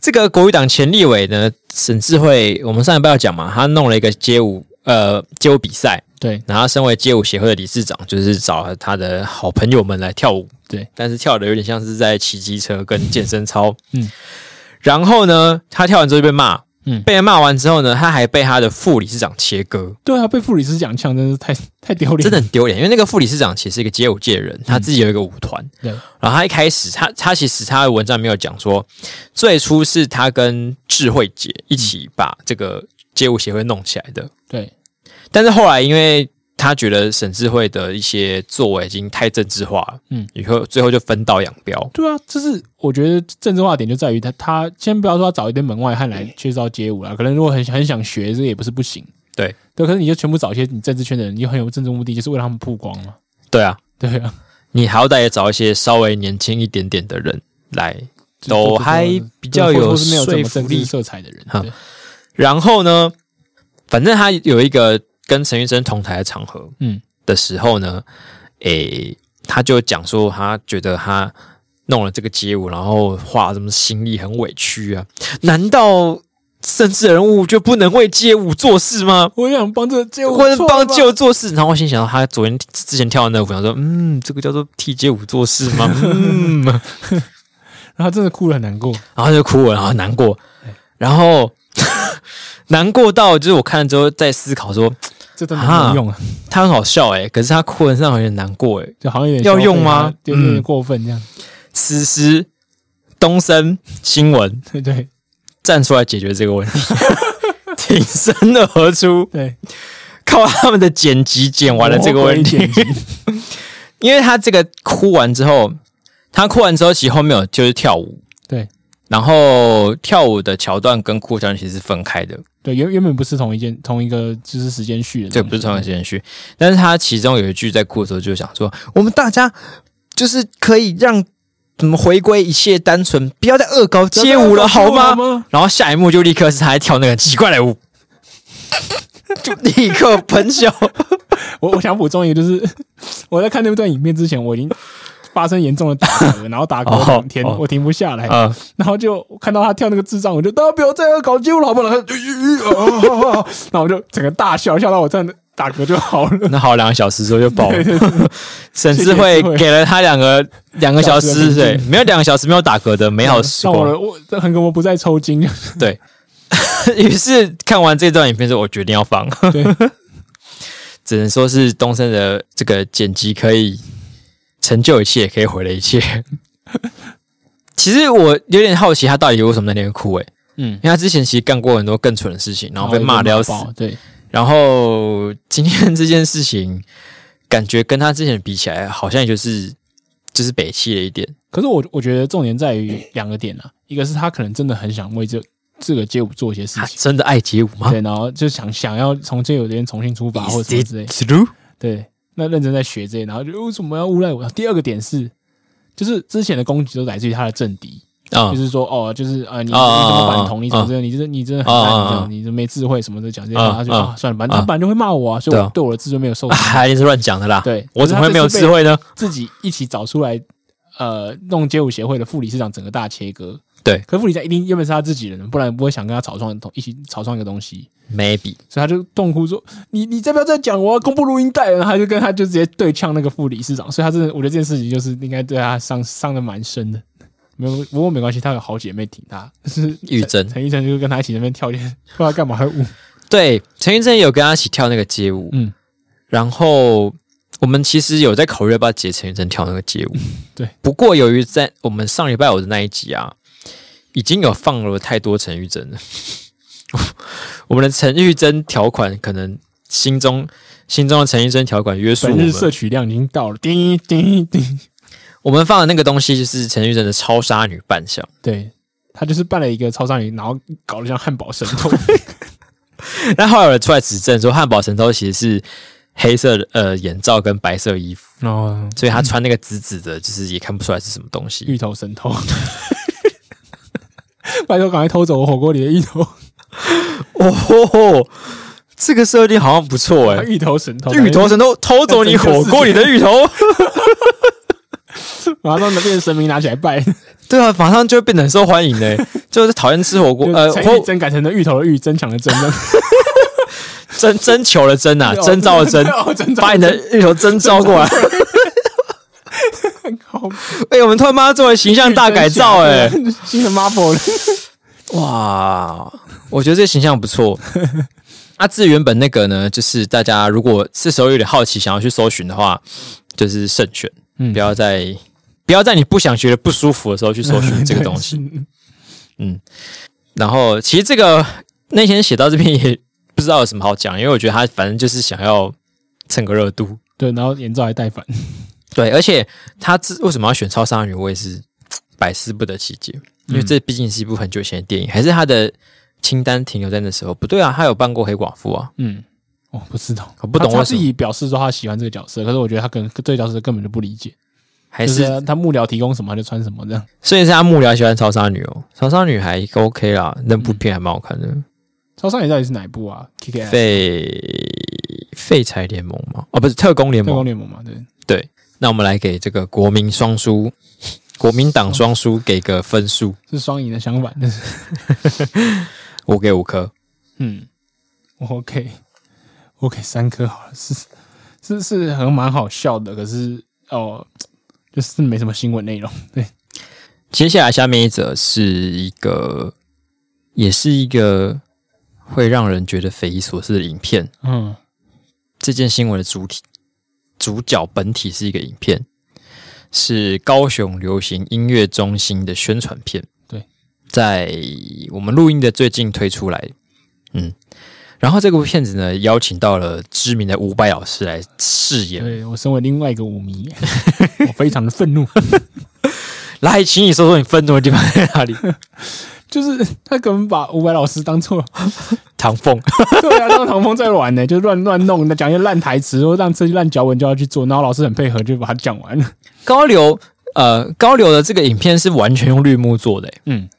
[SPEAKER 2] 这个国语党前立委呢，沈智慧，我们上礼拜有讲嘛，他弄了一个街舞呃街舞比赛，
[SPEAKER 1] 对，
[SPEAKER 2] 然后身为街舞协会的理事长，就是找他的好朋友们来跳舞，
[SPEAKER 1] 对，
[SPEAKER 2] 但是跳的有点像是在骑机车跟健身操，
[SPEAKER 1] 嗯
[SPEAKER 2] 嗯，然后呢，他跳完之后就被骂，
[SPEAKER 1] 嗯
[SPEAKER 2] 嗯，被骂完之后呢，他还被他的副理事长切割，
[SPEAKER 1] 对啊，被副理事长呛真是太太丢脸，
[SPEAKER 2] 真的，很丢脸，因为那个副理事长其实是一个街舞界的人，他自己有一个舞团，
[SPEAKER 1] 对，
[SPEAKER 2] 然后他一开始，他他其实他的文章没有讲说，最初是他跟智慧姐一起把这个街舞协会弄起来的，
[SPEAKER 1] 对，
[SPEAKER 2] 但是后来因为他觉得沈智慧的一些作为已经太政治化了，
[SPEAKER 1] 嗯
[SPEAKER 2] 嗯，以后最后就分道扬镳。
[SPEAKER 1] 对啊，就是我觉得政治化的点就在于他，他先不要说他找一堆门外汉来
[SPEAKER 2] 嗯
[SPEAKER 1] 介绍街舞啦，可能如果很很想学，这也不是不行。
[SPEAKER 2] 对
[SPEAKER 1] 对，可是你就全部找一些你政治圈的人，你就很有政治目的，就是为了他们曝光嘛。
[SPEAKER 2] 对啊，
[SPEAKER 1] 对啊，
[SPEAKER 2] 你好歹也找一些稍微年轻一点点的人来。
[SPEAKER 1] 就是多
[SPEAKER 2] 都
[SPEAKER 1] 多
[SPEAKER 2] 还
[SPEAKER 1] 多多
[SPEAKER 2] 比较
[SPEAKER 1] 或者
[SPEAKER 2] 有
[SPEAKER 1] 或是没有什么
[SPEAKER 2] 说服
[SPEAKER 1] 政治
[SPEAKER 2] 力
[SPEAKER 1] 色彩的人。
[SPEAKER 2] 哈
[SPEAKER 1] 对，
[SPEAKER 2] 然后呢，反正他有一个跟陈玉珍同台的场合，
[SPEAKER 1] 嗯
[SPEAKER 2] 嗯的时候呢，诶，他就讲说他觉得他弄了这个街舞，然后花什么心力很委屈啊？难道政治人物就不能为街舞做事吗？
[SPEAKER 1] 我想帮这个街舞
[SPEAKER 2] 或者
[SPEAKER 1] 哎错
[SPEAKER 2] 帮
[SPEAKER 1] 吧
[SPEAKER 2] 街舞做事，然后我心想，他昨天之前跳的那个舞，想说，嗯，这个叫做替街舞做事
[SPEAKER 1] (laughs)
[SPEAKER 2] 吗？嗯，
[SPEAKER 1] 然后他真的哭了，很难过。
[SPEAKER 2] 然后就哭了，然后难过，然后 (laughs) 难过到就是我看了之后在思考说，
[SPEAKER 1] 这真的没有
[SPEAKER 2] 啊
[SPEAKER 1] 用啊，
[SPEAKER 2] 他很好笑诶、可是他哭的让人有点难过诶、欸
[SPEAKER 1] 就好像有点
[SPEAKER 2] 要
[SPEAKER 1] 消费啊
[SPEAKER 2] 用吗
[SPEAKER 1] 他有点有点
[SPEAKER 2] 嗯
[SPEAKER 1] 过分这样。
[SPEAKER 2] 此时，东森新闻
[SPEAKER 1] 对对
[SPEAKER 2] 站出来解决这个
[SPEAKER 1] (laughs)
[SPEAKER 2] 问题，挺身而出，
[SPEAKER 1] 对，
[SPEAKER 2] 靠他们的剪辑剪完了这个问
[SPEAKER 1] 魔鬼
[SPEAKER 2] 题。
[SPEAKER 1] 剪辑
[SPEAKER 2] 因为他这个哭完之后，他哭完之后，其实后面有就是跳舞，
[SPEAKER 1] 对
[SPEAKER 2] 然后跳舞的桥段跟哭的桥段其实是分开的，
[SPEAKER 1] 对，原原本不是同一件同一个就是时间序的东西，
[SPEAKER 2] 对，不是同一个时间序。但是他其中有一句在哭的时候，就想说，我们大家就是可以让怎么回归一切单纯，不要再恶搞街舞了，好吗？然后下一幕就立刻是他在跳那个奇怪 (laughs) 的舞，就立刻喷笑。
[SPEAKER 1] (laughs) 我我想补充一个，就是我在看那段影片之前，我已经发生严重的打嗝，然后打嗝两天，
[SPEAKER 2] 哦哦
[SPEAKER 1] 我停不下来，
[SPEAKER 2] (laughs) 啊，
[SPEAKER 1] 然后就看到他跳那个智障，我就大家不要再要搞丢了，好不好？然后他就咦咦哦哦哦哦 (laughs) 然后我就整个大笑，笑到我真的打嗝就好了。
[SPEAKER 2] 那好，两个小时之后就
[SPEAKER 1] (laughs)
[SPEAKER 2] 爆了
[SPEAKER 1] 对。对对
[SPEAKER 2] 沈智
[SPEAKER 1] 谢
[SPEAKER 2] 慧
[SPEAKER 1] 谢智慧
[SPEAKER 2] 给了他两
[SPEAKER 1] (laughs)
[SPEAKER 2] 个两个小时，
[SPEAKER 1] 小时的
[SPEAKER 2] 对
[SPEAKER 1] 平，静
[SPEAKER 2] 没有两个小时没有打嗝的美好时
[SPEAKER 1] 让我
[SPEAKER 2] 光。
[SPEAKER 1] 的我这横膈膜不再抽筋，就是
[SPEAKER 2] 对， (laughs) 于是看完这段影片之后，我决定要放。
[SPEAKER 1] 对，
[SPEAKER 2] (laughs) 只能说是东森的这个剪辑可以成就一切，也可以毁了一切。 (laughs) 其实我有点好奇，他到底为什么在那边哭、欸？
[SPEAKER 1] 嗯，
[SPEAKER 2] 因为他之前其实干过很多更蠢的事 (laughs) 情，然后被骂的要死。
[SPEAKER 1] 爆对，
[SPEAKER 2] 然后今天这件事情，感觉跟他之前比起来，好像也就是就是北气了一点。
[SPEAKER 1] 可是我我觉得重点在于两个点啊，一个是他可能真的很想为这这个街舞做一些事
[SPEAKER 2] 他
[SPEAKER 1] 情，
[SPEAKER 2] 真的爱街舞吗
[SPEAKER 1] 对，然后就想想要从街舞这边重新出发或者
[SPEAKER 2] 啊？Is
[SPEAKER 1] 什么之类
[SPEAKER 2] it，true？
[SPEAKER 1] 对，那认真在学这些，然后就为哦什么要诬赖我？第二个点是，就是之前的攻击都来自于他的政敌，
[SPEAKER 2] 啊
[SPEAKER 1] 就是说哦，就是啊、呃你你怎
[SPEAKER 2] 啊啊
[SPEAKER 1] 么反
[SPEAKER 2] 啊
[SPEAKER 1] 同？你怎么
[SPEAKER 2] 啊
[SPEAKER 1] 这样？你这你真的很
[SPEAKER 2] 啊
[SPEAKER 1] 烂，
[SPEAKER 2] 啊
[SPEAKER 1] 你这
[SPEAKER 2] 啊
[SPEAKER 1] 样你这没智慧什么的讲这些
[SPEAKER 2] 啊
[SPEAKER 1] 话，他就
[SPEAKER 2] 啊
[SPEAKER 1] 啊算了，反正
[SPEAKER 2] 啊
[SPEAKER 1] 他本来就会骂我啊，所以
[SPEAKER 2] 对
[SPEAKER 1] 我
[SPEAKER 2] 啊
[SPEAKER 1] 对我的自尊没有受
[SPEAKER 2] 啊， (laughs)
[SPEAKER 1] 伤。
[SPEAKER 2] 还是乱讲的啦。
[SPEAKER 1] 对
[SPEAKER 2] 我怎么会没有智慧呢？
[SPEAKER 1] 自己一起找出来，呃，弄街舞协会的副理事长整个大切割。
[SPEAKER 2] 对
[SPEAKER 1] 可是副理事长一定原本是他自己人，不然不会想跟他草创同一起草创一个东西，
[SPEAKER 2] ？Maybe
[SPEAKER 1] 所以他就痛哭说：“你你再不要再讲，我要公布录音带了。”然后他就跟他就直接对呛那个副理事长，所以他真的，我觉得这件事情就是应该对他伤伤的蛮深的。没有，不过没关系，他有好姐妹挺他， (laughs) 就是
[SPEAKER 2] 玉珍
[SPEAKER 1] 陈玉成就跟他一起在那边跳一些不知道干嘛的舞，
[SPEAKER 2] 对陈玉珍有跟他一起跳那个街舞，
[SPEAKER 1] 嗯，
[SPEAKER 2] 然后我们其实有在考虑要不要截陈玉珍跳那个街舞。
[SPEAKER 1] (laughs) 对，
[SPEAKER 2] 不过由于在我们上礼拜五的那一集啊，已经有放了太多陈玉珍了， (laughs) 我们的陈玉珍条款可能心中心中的陈玉珍条款约束我
[SPEAKER 1] 本日
[SPEAKER 2] 们，
[SPEAKER 1] 摄取量已经到了，叮叮叮，
[SPEAKER 2] 我们放的那个东西就是陈玉珍的超杀女扮相。
[SPEAKER 1] 对。他就是办了一个超商鱼，然后搞得像汉堡神
[SPEAKER 2] (laughs)
[SPEAKER 1] 偷，
[SPEAKER 2] 但后来有人出来指证说，汉堡神偷其实是黑色的呃眼罩跟白色衣服，
[SPEAKER 1] 哦，
[SPEAKER 2] 所以他穿那个紫紫的，就是也看不出来是什么东西。
[SPEAKER 1] 芋头神偷， (laughs) 拜托赶快偷走我火锅里的芋头，
[SPEAKER 2] 哦吼吼，这个设定好像不错哎、
[SPEAKER 1] 芋头神偷，
[SPEAKER 2] 芋头神偷偷走你火锅里的芋 (laughs) 头，
[SPEAKER 1] 马上能变神明拿起来拜，
[SPEAKER 2] 对啊，马上就会变得很受欢迎 (laughs) 嘞、就是讨厌吃火锅，呃，
[SPEAKER 1] 陈
[SPEAKER 2] 或
[SPEAKER 1] 玉珍改成了芋头的芋，增强的增，
[SPEAKER 2] (laughs) 征征求的征 (laughs) 啊，征兆的征，
[SPEAKER 1] 真
[SPEAKER 2] 把你的芋头征召过来。
[SPEAKER 1] 好
[SPEAKER 2] 哎、我们突然帮他做了形象大改 (laughs) 造哎、
[SPEAKER 1] 新的 Marvel 了
[SPEAKER 2] 哇，我觉得这形象不错。啊，至于原本那个呢，就是大家如果是时候有点好奇，想要去搜寻的话，就是慎选，
[SPEAKER 1] 嗯
[SPEAKER 2] 不要在不要在你不想觉得不舒服的时候去搜寻这个
[SPEAKER 1] (laughs)
[SPEAKER 2] 东西。
[SPEAKER 1] 西，
[SPEAKER 2] 然后，其实这个那天写到这边也不知道有什么好讲，因为我觉得他反正就是想要蹭个热度。
[SPEAKER 1] 对，然后眼罩还戴反，
[SPEAKER 2] 对，而且他之为什么要选《超杀女》，我也是百思不得其解，
[SPEAKER 1] 嗯
[SPEAKER 2] 因为这毕竟是一部很久以前的电影，还是他的清单停留在那时候？不对啊，他有办过黑寡妇啊。
[SPEAKER 1] 嗯。我不知道，
[SPEAKER 2] 我不懂
[SPEAKER 1] 他
[SPEAKER 2] 为
[SPEAKER 1] 他
[SPEAKER 2] 什
[SPEAKER 1] 自
[SPEAKER 2] 么
[SPEAKER 1] 己表示说他喜欢这个角色，可是我觉得他可能对角色根本就不理解，
[SPEAKER 2] 还
[SPEAKER 1] 就是啊是他幕僚提供什么他就穿什么这样。
[SPEAKER 2] 所以是他幕僚喜欢超杀女哦，超杀女还 OK 啦，那部片还蛮好看的，
[SPEAKER 1] 超少爷到底是哪一部嗯啊？K K I
[SPEAKER 2] 废废柴联盟嘛，哦不是特工联
[SPEAKER 1] 特工
[SPEAKER 2] 盟。
[SPEAKER 1] 联盟嘛，对，
[SPEAKER 2] 那我们来给这个国民双输，国民党双输给个分数，
[SPEAKER 1] 是双赢的相反，但是
[SPEAKER 2] 我给五颗。
[SPEAKER 1] 嗯，我给我给三颗好了，是是是很蛮好笑的，可是哦，就是没什么新闻内容，对，
[SPEAKER 2] 接下来下面一则是一个，也是一个会让人觉得匪夷所思的影片。
[SPEAKER 1] 嗯
[SPEAKER 2] 这件新闻的主体主角本体是一个影片，是高雄流行音乐中心的宣传片。
[SPEAKER 1] 对，
[SPEAKER 2] 在我们录音的最近推出来，嗯，然后这部片子呢，邀请到了知名的伍佰老师来饰演。
[SPEAKER 1] 对我身为另外一个舞迷， (laughs) 我非常的愤怒， (laughs)
[SPEAKER 2] 来，请你说说你愤怒的地方在哪里？
[SPEAKER 1] 就是他根本把伍佰老师当做
[SPEAKER 2] 唐凤，
[SPEAKER 1] 对啊，当唐风在玩呢、 (laughs) 就乱乱弄，讲一些烂台词，或让这些烂脚本就要去做，然后老师很配合，就把它讲完了，
[SPEAKER 2] 高流，呃，高流的这个影片是完全用绿幕做的、欸
[SPEAKER 1] 嗯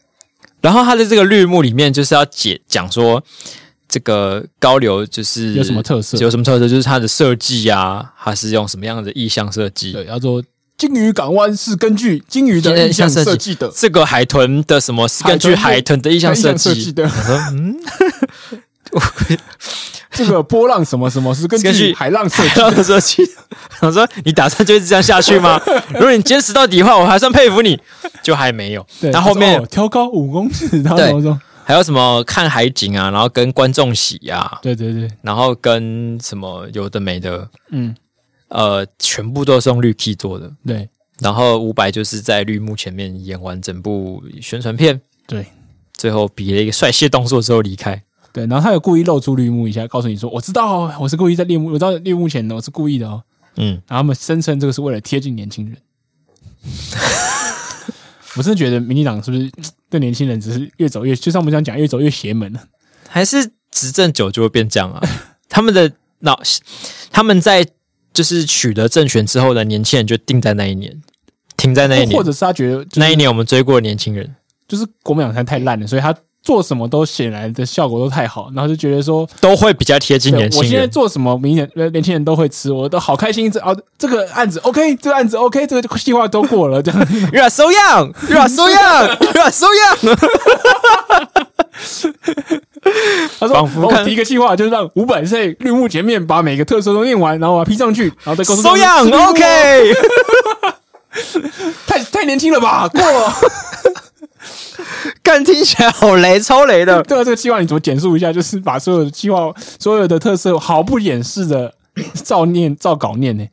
[SPEAKER 2] 然后他在这个绿幕里面就是要解讲说这个高流就是
[SPEAKER 1] 有什么特色
[SPEAKER 2] 有什么特色，就是它的设计啊，它是用什么样的意象设计，
[SPEAKER 1] (laughs) 对，要做金鱼港湾是根据金鱼的意象设计的， (laughs)
[SPEAKER 2] 这个海豚的什么是根据海豚的意向设
[SPEAKER 1] 设
[SPEAKER 2] 计嗯
[SPEAKER 1] 计？的。这个波浪什么什 (laughs) 么是根
[SPEAKER 2] 根
[SPEAKER 1] 据
[SPEAKER 2] 据
[SPEAKER 1] 海浪设计
[SPEAKER 2] 海浪的设计，我说你打算就一直这样下
[SPEAKER 1] (laughs)
[SPEAKER 2] 去吗？如果你坚持到底的话，我还算佩服你。就还没有，
[SPEAKER 1] 对，
[SPEAKER 2] 然后后面
[SPEAKER 1] 哦挑高五公尺，然后
[SPEAKER 2] 对
[SPEAKER 1] 什么什么，
[SPEAKER 2] 还有什么看海景啊，然后跟观众席啊，
[SPEAKER 1] 对对对，
[SPEAKER 2] 然后跟什么有的没的，
[SPEAKER 1] 嗯，
[SPEAKER 2] 呃，全部都是用绿 key 做的。
[SPEAKER 1] 对
[SPEAKER 2] 然后伍佰就是在绿幕前面演完整部宣传片，
[SPEAKER 1] 对
[SPEAKER 2] 最后比了一个帅气的动作之后离开。
[SPEAKER 1] 对。然后他有故意露出绿幕一下，告诉你说：“我知道哦，我是故意在猎幕，我到猎幕前的，我是故意的哦。”
[SPEAKER 2] 嗯，
[SPEAKER 1] 然后他们声称这个是为了贴近年轻人。 (laughs) 我真的觉得民进党是不是对年轻人只是越走越，就像我们这样讲，越走越邪门了。
[SPEAKER 2] 还是执政久就会变这样啊。 (laughs) 他们的脑，他们在就是取得政权之后的年轻人就定在那一年，停在那一年，
[SPEAKER 1] 或者是他觉得、就是、
[SPEAKER 2] 那一年我们追过的年轻人。
[SPEAKER 1] 就是国民党太太烂了，所以他做什么都显然的效果都太好，然后就觉得说，
[SPEAKER 2] 都会比较贴近
[SPEAKER 1] 对
[SPEAKER 2] 年
[SPEAKER 1] 我
[SPEAKER 2] 轻
[SPEAKER 1] 现在
[SPEAKER 2] 人。
[SPEAKER 1] 做什么，明年呃年轻人都会吃，我都好开心。这啊，这个案子 OK，这个案子 OK，这个计划都过了，这样
[SPEAKER 2] You are so young, you are so young, you are so
[SPEAKER 1] (laughs)
[SPEAKER 2] young 。
[SPEAKER 1] 他说，
[SPEAKER 2] 仿佛
[SPEAKER 1] 我
[SPEAKER 2] 看
[SPEAKER 1] 第一个计划就是让五本在绿幕前面把每个特色都念完，然后把它 P 上去，然后再告诉
[SPEAKER 2] So
[SPEAKER 1] 大家
[SPEAKER 2] young,
[SPEAKER 1] 吃绿幕哦
[SPEAKER 2] OK 。
[SPEAKER 1] 太太年轻了吧，过 (laughs) 了。
[SPEAKER 2] 干听起来好雷，超雷的。
[SPEAKER 1] 对啊，这个计划你怎么简述一下？就是把所有的计划、所有的特色毫不掩饰的 (coughs) 照念、照稿念呢、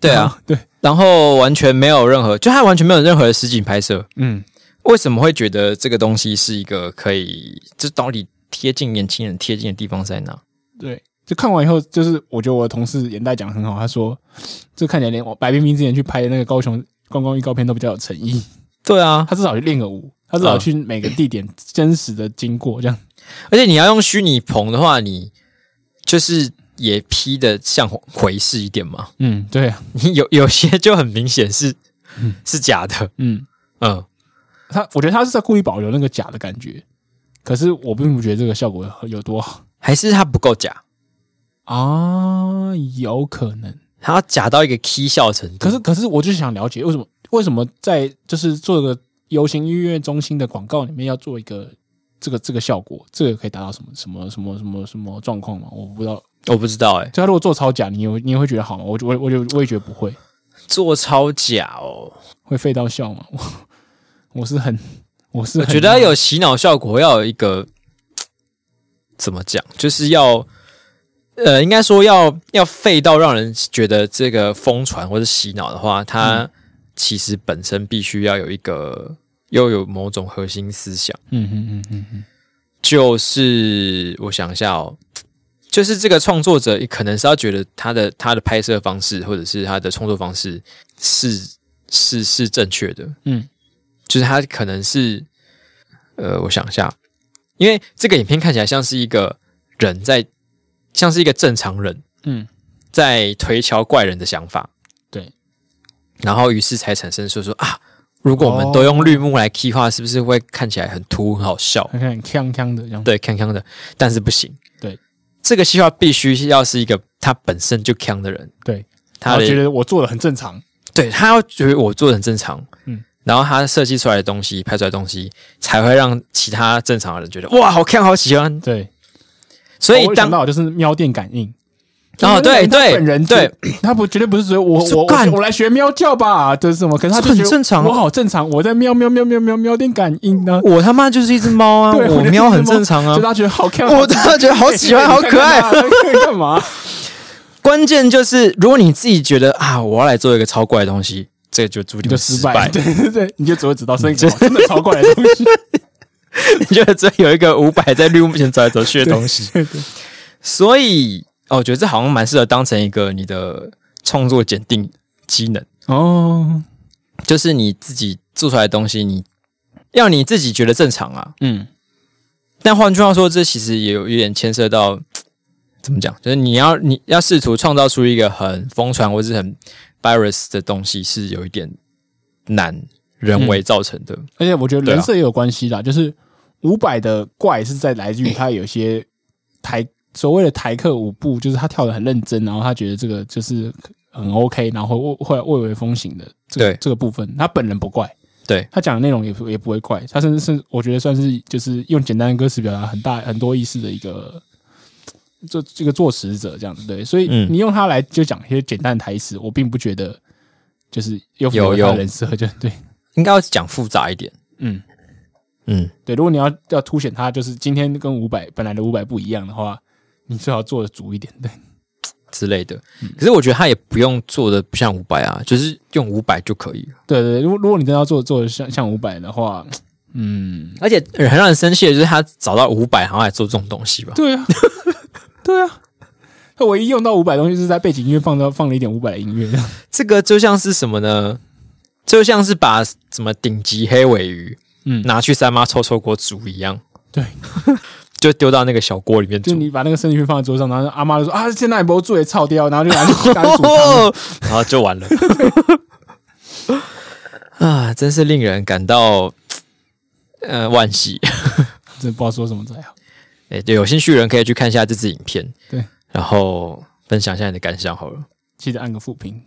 [SPEAKER 2] 对啊，，
[SPEAKER 1] (laughs) 对，
[SPEAKER 2] 然后完全没有任何，就他完全没有任何的实景拍摄。
[SPEAKER 1] 嗯，
[SPEAKER 2] 为什么会觉得这个东西是一个可以，这到底贴近年轻人贴近的地方在哪？
[SPEAKER 1] 对。就看完以后，就是我觉得我的同事眼袋讲得很好，他说这看起来连我白冰冰之前去拍的那个高雄观光预告片都比较有诚意。
[SPEAKER 2] 对啊，
[SPEAKER 1] 他至少去练个舞，他至少
[SPEAKER 2] 嗯
[SPEAKER 1] 去每个地点真实的经过，这样
[SPEAKER 2] 而且你要用虚拟棚的话，你就是也 P 的像回事一点嘛。 (laughs)
[SPEAKER 1] 嗯，对啊，
[SPEAKER 2] 你有有些就很明显是是假的，
[SPEAKER 1] 嗯，
[SPEAKER 2] 嗯，
[SPEAKER 1] 他我觉得他是在故意保留那个假的感觉，可是我并不觉得这个效果有多好
[SPEAKER 2] 还是它不够假，
[SPEAKER 1] 啊，有可能。
[SPEAKER 2] 它要假到一个 k 笑程度。
[SPEAKER 1] 可是，可是，我就是想了解为什么为什么在就是做个游行音乐中心的广告里面要做一个这个这个效果，这个可以达到什么什么什么什么什么状况吗？我不知道。
[SPEAKER 2] 我不知道哎、
[SPEAKER 1] 就他如果做超假，你有你也会觉得好吗？我我我就我也觉得不会，
[SPEAKER 2] 做超假哦，
[SPEAKER 1] 会废到笑吗？我我是很我是
[SPEAKER 2] 我
[SPEAKER 1] 很
[SPEAKER 2] 觉得要有洗脑效果，要有一个怎么讲，就是要呃，应该说要要废到让人觉得这个疯传或者洗脑的话，
[SPEAKER 1] 嗯
[SPEAKER 2] 它其实本身必须要有一个又有某种核心思想，
[SPEAKER 1] 嗯嗯嗯嗯嗯
[SPEAKER 2] 就是我想一下哦。就是这个创作者可能是要觉得他的他的拍摄方式或者是他的创作方式是是是正确的，
[SPEAKER 1] 嗯
[SPEAKER 2] 就是他可能是，呃，我想一下，因为这个影片看起来像是一个人在，像是一个正常人
[SPEAKER 1] 嗯
[SPEAKER 2] 在推敲怪人的想法，
[SPEAKER 1] 对，
[SPEAKER 2] 然后于是才产生说说啊，如果我们都用绿幕来 key 话，是不是会看起来很突兀、很好笑？
[SPEAKER 1] 看看锵锵的这样，
[SPEAKER 2] 对，康康的，但是不行，
[SPEAKER 1] 对，
[SPEAKER 2] 这个计划必须要是一个他本身就康的人，
[SPEAKER 1] 对，
[SPEAKER 2] 他
[SPEAKER 1] 然后
[SPEAKER 2] 的
[SPEAKER 1] 哦觉得我做的很正常，
[SPEAKER 2] 对他要觉得我做的很正常，
[SPEAKER 1] 嗯
[SPEAKER 2] 嗯，然后他设计出来的东西、拍出来的东西，才会让其他正常的人觉得哇，好看，好喜欢。
[SPEAKER 1] 对，
[SPEAKER 2] 所以
[SPEAKER 1] 哦我
[SPEAKER 2] 当
[SPEAKER 1] 想到就是喵电感应。
[SPEAKER 2] 哦对
[SPEAKER 1] 就是那个人
[SPEAKER 2] 对
[SPEAKER 1] 本人
[SPEAKER 2] 对，
[SPEAKER 1] 他不绝对不是说我
[SPEAKER 2] 是
[SPEAKER 1] 我我
[SPEAKER 2] 干
[SPEAKER 1] 我来学喵叫吧，这是什么？可是他就
[SPEAKER 2] 这很
[SPEAKER 1] 觉得
[SPEAKER 2] 正常啊
[SPEAKER 1] 我好正常，我在喵喵喵喵喵喵点感应呢。
[SPEAKER 2] 我他妈就是一只猫啊，
[SPEAKER 1] (laughs) 对，
[SPEAKER 2] 我
[SPEAKER 1] 就
[SPEAKER 2] 喵
[SPEAKER 1] 是
[SPEAKER 2] 很
[SPEAKER 1] 什么
[SPEAKER 2] 正常啊
[SPEAKER 1] 所以。他觉得好看，
[SPEAKER 2] 我真的觉得好喜欢，好可爱。
[SPEAKER 1] (laughs) 你在干嘛干嘛？
[SPEAKER 2] 关键就是，如果你自己觉得啊，我要来做一个超怪的东西，这个就注
[SPEAKER 1] 你
[SPEAKER 2] 定
[SPEAKER 1] 就
[SPEAKER 2] 失
[SPEAKER 1] 失败，
[SPEAKER 2] 败。
[SPEAKER 1] (laughs)
[SPEAKER 2] (laughs)
[SPEAKER 1] 对对对，你就只会知道生活真的超怪的东西。
[SPEAKER 2] 你觉得只有一个五百在绿幕前走来走去的东西，
[SPEAKER 1] (laughs) 对对
[SPEAKER 2] 所以哦，我觉得这好像蛮适合当成一个你的创作检定机能。
[SPEAKER 1] 哦，
[SPEAKER 2] 就是你自己做出来的东西，你要你自己觉得正常啊。
[SPEAKER 1] 嗯，
[SPEAKER 2] 但换句话说，这其实也有有点牵涉到怎么讲，就是你要你要试图创造出一个很疯传或是很 virus 的东西，是有一点难人为造成的。
[SPEAKER 1] 而且我觉得
[SPEAKER 2] 对啊
[SPEAKER 1] 人设也有关系啦，就是伍佰的怪是在来
[SPEAKER 2] (coughs)
[SPEAKER 1] 自于他有些台所谓的台客舞步，就是他跳的很认真，然后他觉得这个就是很 OK，然后会会蔚为风行的这
[SPEAKER 2] 对
[SPEAKER 1] 个这个部分，他本人不怪，
[SPEAKER 2] 对
[SPEAKER 1] 他讲的内容也不也不会怪，他甚至是我觉得算是就是用简单的歌词表达很大很多意思的一个这这个作词者这样子对，所以
[SPEAKER 2] 嗯
[SPEAKER 1] 你用它来就讲一些简单的台词，我并不觉得就是有符
[SPEAKER 2] 有
[SPEAKER 1] 合
[SPEAKER 2] 有
[SPEAKER 1] 他的人设，就对，
[SPEAKER 2] 应该要讲复杂一点。
[SPEAKER 1] 嗯，
[SPEAKER 2] 嗯，
[SPEAKER 1] 对，如果你要要凸显他就是今天跟五百本来的五百不一样的话，你最好做的足一点， (laughs) 对，
[SPEAKER 2] 之类的。
[SPEAKER 1] 嗯
[SPEAKER 2] 可是我觉得他也不用做的不像五百啊，就是用五百就可以了。
[SPEAKER 1] 对对对，如果如果你真的要做做的像像五百的话，嗯，
[SPEAKER 2] 而且呃很让人生气的就是他找到五百，然后还做这种东西吧。
[SPEAKER 1] 对 (laughs) 啊，对啊，他唯一用到五百东西是在背景音乐放到放了一点五百的音乐，这样
[SPEAKER 2] 这个就像是什么呢？就像是把什么顶级黑尾鱼，
[SPEAKER 1] 嗯
[SPEAKER 2] 拿去三妈臭臭锅煮一样，
[SPEAKER 1] 对，
[SPEAKER 2] (laughs) 就丢到那个小锅里面 (laughs)
[SPEAKER 1] 就
[SPEAKER 2] 煮。
[SPEAKER 1] 你把那个生鱼片放在桌上，然后阿妈就说啊，现在不做也炒掉，然后就拿
[SPEAKER 2] (laughs)
[SPEAKER 1] 去拿去煮汤。
[SPEAKER 2] 哦，然后就
[SPEAKER 1] (laughs)
[SPEAKER 2] 完了。啊，真是令人感到呃惋惜。
[SPEAKER 1] 真不知道说什么啊才好。
[SPEAKER 2] 哎、对，有兴趣的人可以去看一下这支影片，
[SPEAKER 1] 对，
[SPEAKER 2] 然后分享一下你的感想好了。
[SPEAKER 1] 记得按个负
[SPEAKER 2] (laughs)
[SPEAKER 1] 评。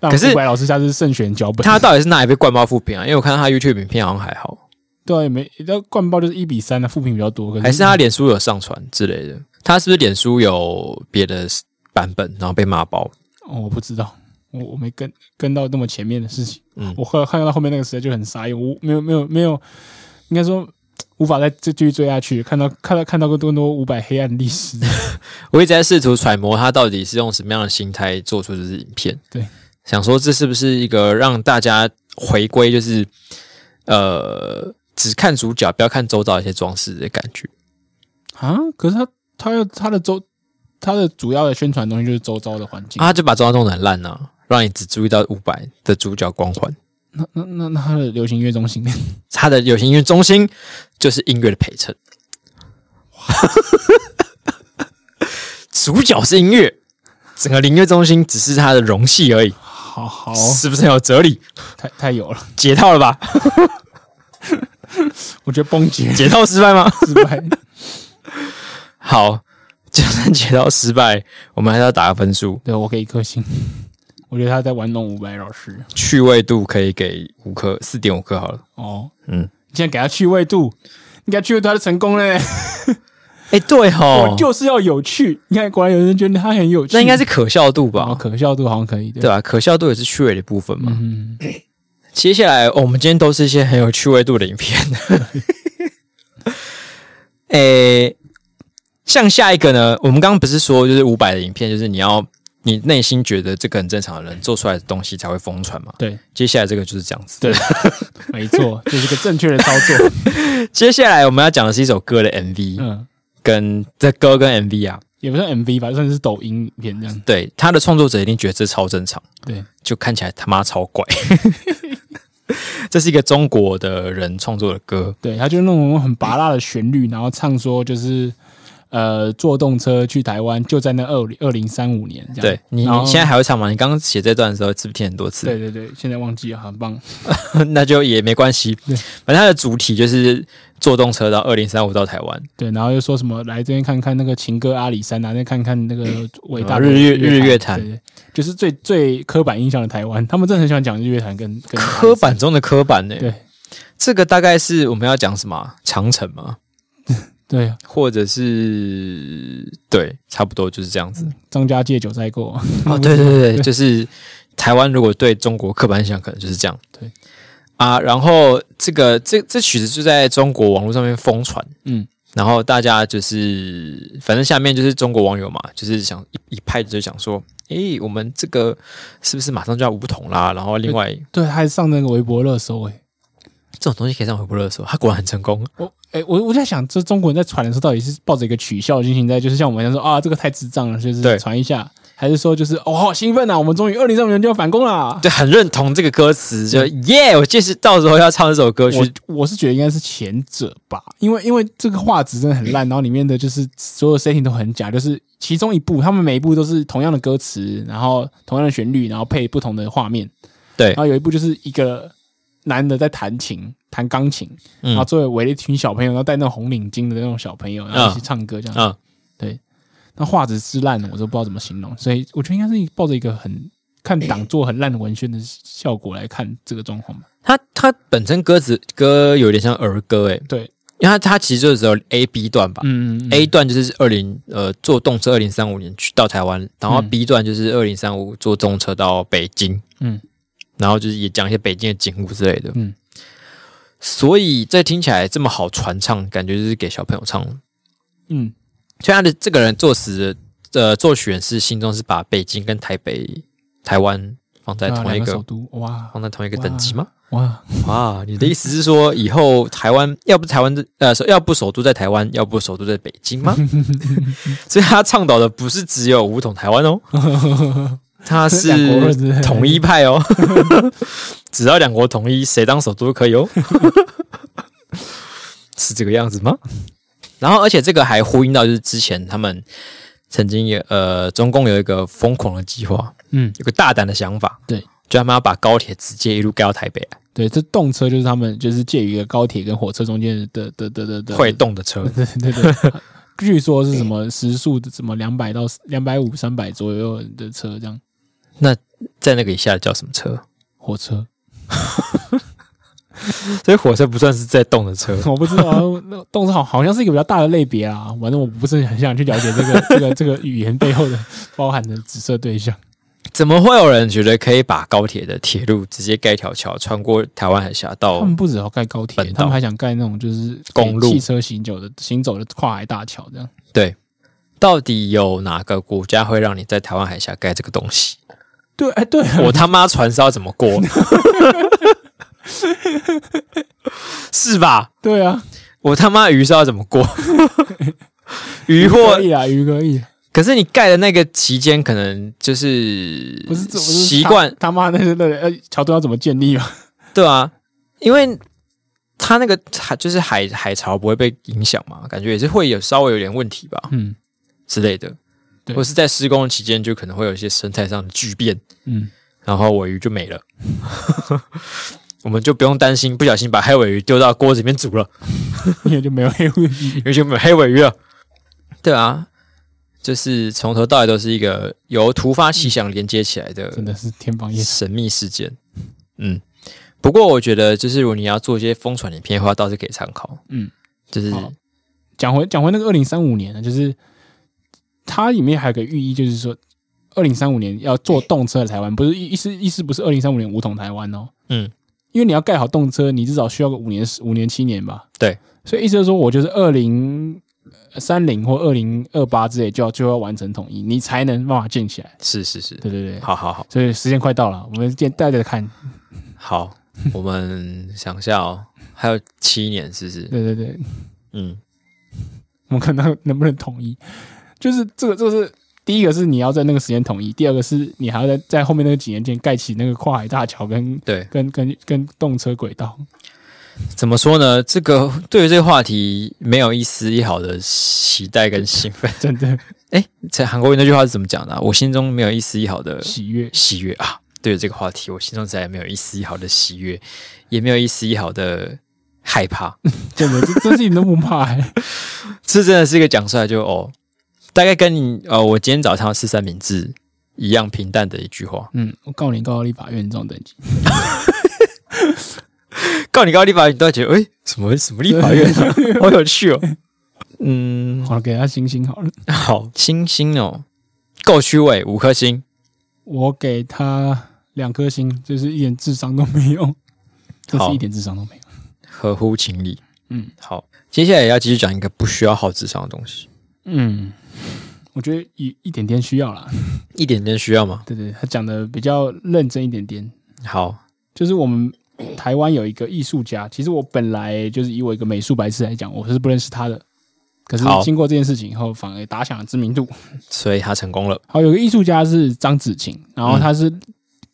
[SPEAKER 1] 让
[SPEAKER 2] 可是
[SPEAKER 1] 白老师下次慎选脚本，
[SPEAKER 2] 他到底是哪里被灌爆负评啊？因为我看到他 YouTube 影片好像还好，
[SPEAKER 1] 对啊也没要灌爆就是一比三的负评比较多，可
[SPEAKER 2] 还是他脸书有上传之类的。他是不是脸书有别的版本，然后被骂爆？
[SPEAKER 1] 哦我不知道，我我没跟跟到那么前面的事情。
[SPEAKER 2] 嗯
[SPEAKER 1] 我后来看到后面那个时代就很傻眼，我没有没有没有，应该说无法再继续追下去。看到看到看到更多五百黑暗历史， (laughs)
[SPEAKER 2] 我一直在试图揣摩他到底是用什么样的心态做出这支影片。
[SPEAKER 1] 对，
[SPEAKER 2] 想说这是不是一个让大家回归，就是呃，只看主角，不要看周遭一些装饰的感觉。
[SPEAKER 1] 啊！可是他他要他的周他的主要的宣传东西就是周遭的环境。
[SPEAKER 2] 啊，他就把周遭弄得很烂啊，让你只注意到五百的主角光环。
[SPEAKER 1] 那那那那他的流行音乐中心呢？ (laughs)
[SPEAKER 2] 他的有形音乐中心就是音乐的陪衬。 (laughs) 主角是音乐，整个音乐中心只是它的容器而已，
[SPEAKER 1] 好好，哦
[SPEAKER 2] 是不是很有哲理？
[SPEAKER 1] 太太有了，
[SPEAKER 2] 解套了吧？
[SPEAKER 1] 我觉得崩解
[SPEAKER 2] 解套失败吗？ (laughs)
[SPEAKER 1] 失败。 (laughs)
[SPEAKER 2] 好，就算解套失败，我们还是要打个分数，
[SPEAKER 1] 对我给一颗星，我觉得他在玩弄伍佰老师
[SPEAKER 2] 趣味度可以给五颗，四点五颗好了。
[SPEAKER 1] 哦。
[SPEAKER 2] 嗯，
[SPEAKER 1] 你现在给他趣味度，你给他趣味度，他就成功了嘞。
[SPEAKER 2] 哎、对
[SPEAKER 1] 我
[SPEAKER 2] 吼，
[SPEAKER 1] 就是要有趣。你看，果然有人觉得他很有趣，
[SPEAKER 2] 那应该是可笑度
[SPEAKER 1] 哦，
[SPEAKER 2] 吧？
[SPEAKER 1] 可笑度好像可以对
[SPEAKER 2] 对吧、啊可笑度也是趣味的部分嘛。
[SPEAKER 1] 嗯，
[SPEAKER 2] 接下来、哦我们今天都是一些很有趣味度的影片。 (laughs) 诶、像下一个呢，我们刚刚不是说就是五百的影片，就是你要你内心觉得这个很正常的人做出来的东西才会疯传嘛。
[SPEAKER 1] 对
[SPEAKER 2] 接下来这个就是这样子。
[SPEAKER 1] 对， (laughs) 没错，这是个正确的操
[SPEAKER 2] (laughs)
[SPEAKER 1] 作。
[SPEAKER 2] 接下来我们要讲的是一首歌的 MV，、
[SPEAKER 1] 嗯，
[SPEAKER 2] 跟这歌跟 MV 啊，
[SPEAKER 1] 也不算 MV 吧，算是抖音影片这样。
[SPEAKER 2] 对，它的创作者一定觉得这超正常，
[SPEAKER 1] 对，
[SPEAKER 2] 就看起来他妈超怪。 (laughs) 这是一个中国的人创作的歌，
[SPEAKER 1] 对，他就那种很拔辣的旋律，然后唱说就是呃，坐动车去台湾，就在那二零二零三五年这样。
[SPEAKER 2] 对你，
[SPEAKER 1] 然
[SPEAKER 2] 你
[SPEAKER 1] 后
[SPEAKER 2] 现在还会唱吗？你刚刚写这段的时候是不是听很多次？
[SPEAKER 1] 对对对，现在忘记了，很棒。
[SPEAKER 2] (laughs) 那就也没关系。
[SPEAKER 1] 对
[SPEAKER 2] 反正它的主题就是坐动车到二零三五到台湾，
[SPEAKER 1] 对，然后又说什么来这边看看那个情歌阿里山啊，那看看那个伟大
[SPEAKER 2] 嗯
[SPEAKER 1] 的
[SPEAKER 2] 日月日月潭
[SPEAKER 1] 潭，对对就是最最刻板印象的台湾，他们真的很喜欢讲日月潭跟跟阿里山
[SPEAKER 2] 刻板中的刻板呢、
[SPEAKER 1] 对
[SPEAKER 2] 这个大概是我们要讲什么啊长城嘛，
[SPEAKER 1] 对，
[SPEAKER 2] 或者是对，差不多就是这样子。
[SPEAKER 1] 张家界九寨沟，啊
[SPEAKER 2] 哦，对对对，对就是台湾如果对中国刻板印象，可能就是这样。
[SPEAKER 1] 对
[SPEAKER 2] 啊，然后这个这这曲子就在中国网络上面疯传，
[SPEAKER 1] 嗯，
[SPEAKER 2] 然后大家就是反正下面就是中国网友嘛，就是想一一派就想说，诶，我们这个是不是马上就要五统啦？然后另外
[SPEAKER 1] 对，他还上那个微博热搜诶、欸
[SPEAKER 2] 这种东西可以上微博热搜，他果然很成功。
[SPEAKER 1] 我诶、我我在想，这中国人在传的时候，到底是抱着一个取笑的心情在，就是像我们一样说啊，这个太智障了，就
[SPEAKER 2] 对
[SPEAKER 1] 是传一下，还是说就是哦，好兴奋啊，我们终于二零三五年就要反攻啊啦。
[SPEAKER 2] 对，很认同这个歌词，就耶！我就是到时候要唱这首歌去，
[SPEAKER 1] 我我是觉得应该是前者吧，因为因为这个画质真的很
[SPEAKER 2] 嗯
[SPEAKER 1] 烂，然后里面的就是所有 setting 都很假，就是其中一部他们每一部都是同样的歌词，然后同样的旋律，然后配不同的画面，
[SPEAKER 2] 对
[SPEAKER 1] 然，后有一部就是一个男的在弹琴，弹钢琴，
[SPEAKER 2] 嗯啊
[SPEAKER 1] 然后周围围了一群小朋友，然后戴那种红领巾的那种小朋友，然后一起唱歌这样，
[SPEAKER 2] 嗯，
[SPEAKER 1] 那画质之烂，我都不知道怎么形容。所以我觉得应该是抱着一个很看
[SPEAKER 2] 嗯
[SPEAKER 1] 党做很烂的文宣的效果来看这个状况吧。
[SPEAKER 2] 它它本身歌词歌有点像儿歌诶，
[SPEAKER 1] 对，
[SPEAKER 2] 因为它它其实就只有 A B 段吧。
[SPEAKER 1] 嗯嗯嗯
[SPEAKER 2] A 段就是二零呃坐动车二零三五年去到台湾，然后
[SPEAKER 1] 嗯
[SPEAKER 2] B 段就是二零三五坐动车到北京，
[SPEAKER 1] 嗯，
[SPEAKER 2] 然后就是也讲一些北京的景物之类的，
[SPEAKER 1] 嗯，
[SPEAKER 2] 所以这听起来这么好传唱，感觉就是给小朋友唱的。
[SPEAKER 1] 嗯，
[SPEAKER 2] 所以他的这个人作词的呃作曲人是心中是把北京跟台北、台湾放在
[SPEAKER 1] 啊
[SPEAKER 2] 同
[SPEAKER 1] 两
[SPEAKER 2] 一
[SPEAKER 1] 个
[SPEAKER 2] 个
[SPEAKER 1] 首都，哇
[SPEAKER 2] 放在同一个等级吗？
[SPEAKER 1] 哇，
[SPEAKER 2] 哇，啊你的意思是说，以后台湾要不台湾的呃，首要不首都在台湾，要不首都在北
[SPEAKER 1] (laughs)
[SPEAKER 2] 京吗？所以他倡导的不是只有武统台湾
[SPEAKER 1] (laughs)
[SPEAKER 2] 哦，他
[SPEAKER 1] 两国二
[SPEAKER 2] 是
[SPEAKER 1] 之类
[SPEAKER 2] 统一派
[SPEAKER 1] (laughs)
[SPEAKER 2] 哦，只要两国统一，谁当首都都可
[SPEAKER 1] (laughs)
[SPEAKER 2] 以哦，是这个样子吗？然后，而且这个还呼应到就是之前他们曾经也呃，中共有一个疯狂的计划，
[SPEAKER 1] 嗯，
[SPEAKER 2] 有个大胆的想法，
[SPEAKER 1] 对，
[SPEAKER 2] 就他们要把高铁直接一路盖到台北来。
[SPEAKER 1] 对，这动车就是他们就是介于一个高铁跟火车中间的的的的的
[SPEAKER 2] 会动的车，
[SPEAKER 1] 对对对， (laughs) 据说是什么时速的什么两百到两百五、三百左右的车，这样
[SPEAKER 2] 在那个以下的叫什么车？
[SPEAKER 1] 火
[SPEAKER 2] (laughs)
[SPEAKER 1] 车，。
[SPEAKER 2] 所以火车不算是在动的车
[SPEAKER 1] 我不知道啊，那个动车好好像是一个比较大的类别啊，反正我不是很想去了解这个这个这个语言背后的包含的紫色对象。
[SPEAKER 2] 怎么会有人觉得可以把高铁的铁路直接盖一条桥，穿过台湾海峡
[SPEAKER 1] 他
[SPEAKER 2] 到
[SPEAKER 1] 们？不只要盖高铁
[SPEAKER 2] 哦本，道
[SPEAKER 1] 他们还想盖那种就是
[SPEAKER 2] 公路
[SPEAKER 1] 给汽车行走的行走的跨海大桥，这样
[SPEAKER 2] 对，到底有哪个国家会让你在台湾海峡盖这个东
[SPEAKER 1] (laughs)
[SPEAKER 2] 西？
[SPEAKER 1] 对，哎对啊，
[SPEAKER 2] 我他妈船是要怎么
[SPEAKER 1] (laughs)
[SPEAKER 2] 过？是吧？
[SPEAKER 1] 对啊，
[SPEAKER 2] 我他妈鱼是要怎
[SPEAKER 1] (laughs)
[SPEAKER 2] 么过？鱼
[SPEAKER 1] 可
[SPEAKER 2] 货，
[SPEAKER 1] 以啊，鱼可以，
[SPEAKER 2] 可是你盖的那个期间，可能就是
[SPEAKER 1] 不是这不是
[SPEAKER 2] 习惯
[SPEAKER 1] 他他妈那些那呃桥墩要怎么建立啊？
[SPEAKER 2] 对啊，因为它那个海就是海海潮不会被影响嘛，感觉也是会有稍微有点问题吧
[SPEAKER 1] 嗯
[SPEAKER 2] 之类的，
[SPEAKER 1] 对
[SPEAKER 2] 或是在施工的期间就可能会有一些生态上的巨变，
[SPEAKER 1] (laughs) 嗯，
[SPEAKER 2] 然后尾鱼就没了， (laughs) 我们就不用担心不小心把黑尾鱼丢到锅子里面煮了，
[SPEAKER 1] 因为就没有黑问题。
[SPEAKER 2] 因为就没有黑尾鱼了。对啊，就是从头到尾都是一个由突发奇想连接起来的
[SPEAKER 1] 真的是天方夜谭。
[SPEAKER 2] 神秘事件。嗯，不过我觉得，就是如果你要做一些疯传影片的话，倒是可以参考。
[SPEAKER 1] 嗯，
[SPEAKER 2] 就是
[SPEAKER 1] 好讲回讲回那个二零三五年呢，就是它里面还有个寓意，就是说二零三五年要做动车的台湾，不是意意思意思不是二零三五年五统台湾哦，
[SPEAKER 2] 嗯，
[SPEAKER 1] 因为你要盖好动车，你至少需要个五年五年七年吧，
[SPEAKER 2] 对，
[SPEAKER 1] 所以意思就是说我就是二零三零或二零二八之类就要就要完成统一，你才能办法建起来。
[SPEAKER 2] 是是是，
[SPEAKER 1] 对对对，
[SPEAKER 2] 好好好
[SPEAKER 1] 所以时间快到了，我们见大家看，
[SPEAKER 2] 好，我们想一下哦，还有七年，是不是？
[SPEAKER 1] 对对对， (laughs)
[SPEAKER 2] 嗯，
[SPEAKER 1] 我们看他能不能统一。就是这个，这个是第一个是你要在那个时间统一，第二个是你还要在在后面那个几年间盖起那个跨海大桥跟
[SPEAKER 2] 对，
[SPEAKER 1] 跟跟跟动车轨道。
[SPEAKER 2] 怎么说呢？这个对于这个话题没有一丝一毫的期待跟兴奋。 (laughs)
[SPEAKER 1] 真 (laughs) 的
[SPEAKER 2] 哎，这韩国语那句话是怎么讲的啊、我心中没有一丝一毫的
[SPEAKER 1] 喜悦，
[SPEAKER 2] 喜悦啊！对于这个话题，我心中再也没有一丝一毫的喜悦，也没有一丝一毫的害怕。
[SPEAKER 1] 真的这这事情都不怕、欸。
[SPEAKER 2] 这真的是一个讲出来就哦，大概跟你呃，我今天早上要吃三明治一样平淡的一句话。
[SPEAKER 1] 嗯，我告你告到立法院这种等级，
[SPEAKER 2] 告你告立法院，你都会觉得哎，什么什么立法院、啊， (laughs) 好有趣哦。
[SPEAKER 1] (laughs)
[SPEAKER 2] 嗯，
[SPEAKER 1] 好了，给他星星好了，
[SPEAKER 2] 好，星星哦，够虚伪，五颗星。
[SPEAKER 1] 我给他两颗星，就是一点智商都没有， (laughs) 这
[SPEAKER 2] 好
[SPEAKER 1] 是一点智商都没有。
[SPEAKER 2] 合乎情理。
[SPEAKER 1] 嗯，
[SPEAKER 2] 好，接下来也要继续讲一个不需要好智商的东西，
[SPEAKER 1] 嗯，我觉得一一点点需要啦。
[SPEAKER 2] 一点点需要吗？
[SPEAKER 1] 对对，他讲的比较认真一点点，
[SPEAKER 2] 好，
[SPEAKER 1] 就是我们台湾有一个艺术家，其实我本来就是以我一个美术白痴来讲，我是不认识他的。可是
[SPEAKER 2] 好
[SPEAKER 1] 经过这件事情以后，反而打响了知名度。
[SPEAKER 2] 所以他成功了。
[SPEAKER 1] 好，有个艺术家是张子晴，然后
[SPEAKER 2] 嗯
[SPEAKER 1] 他是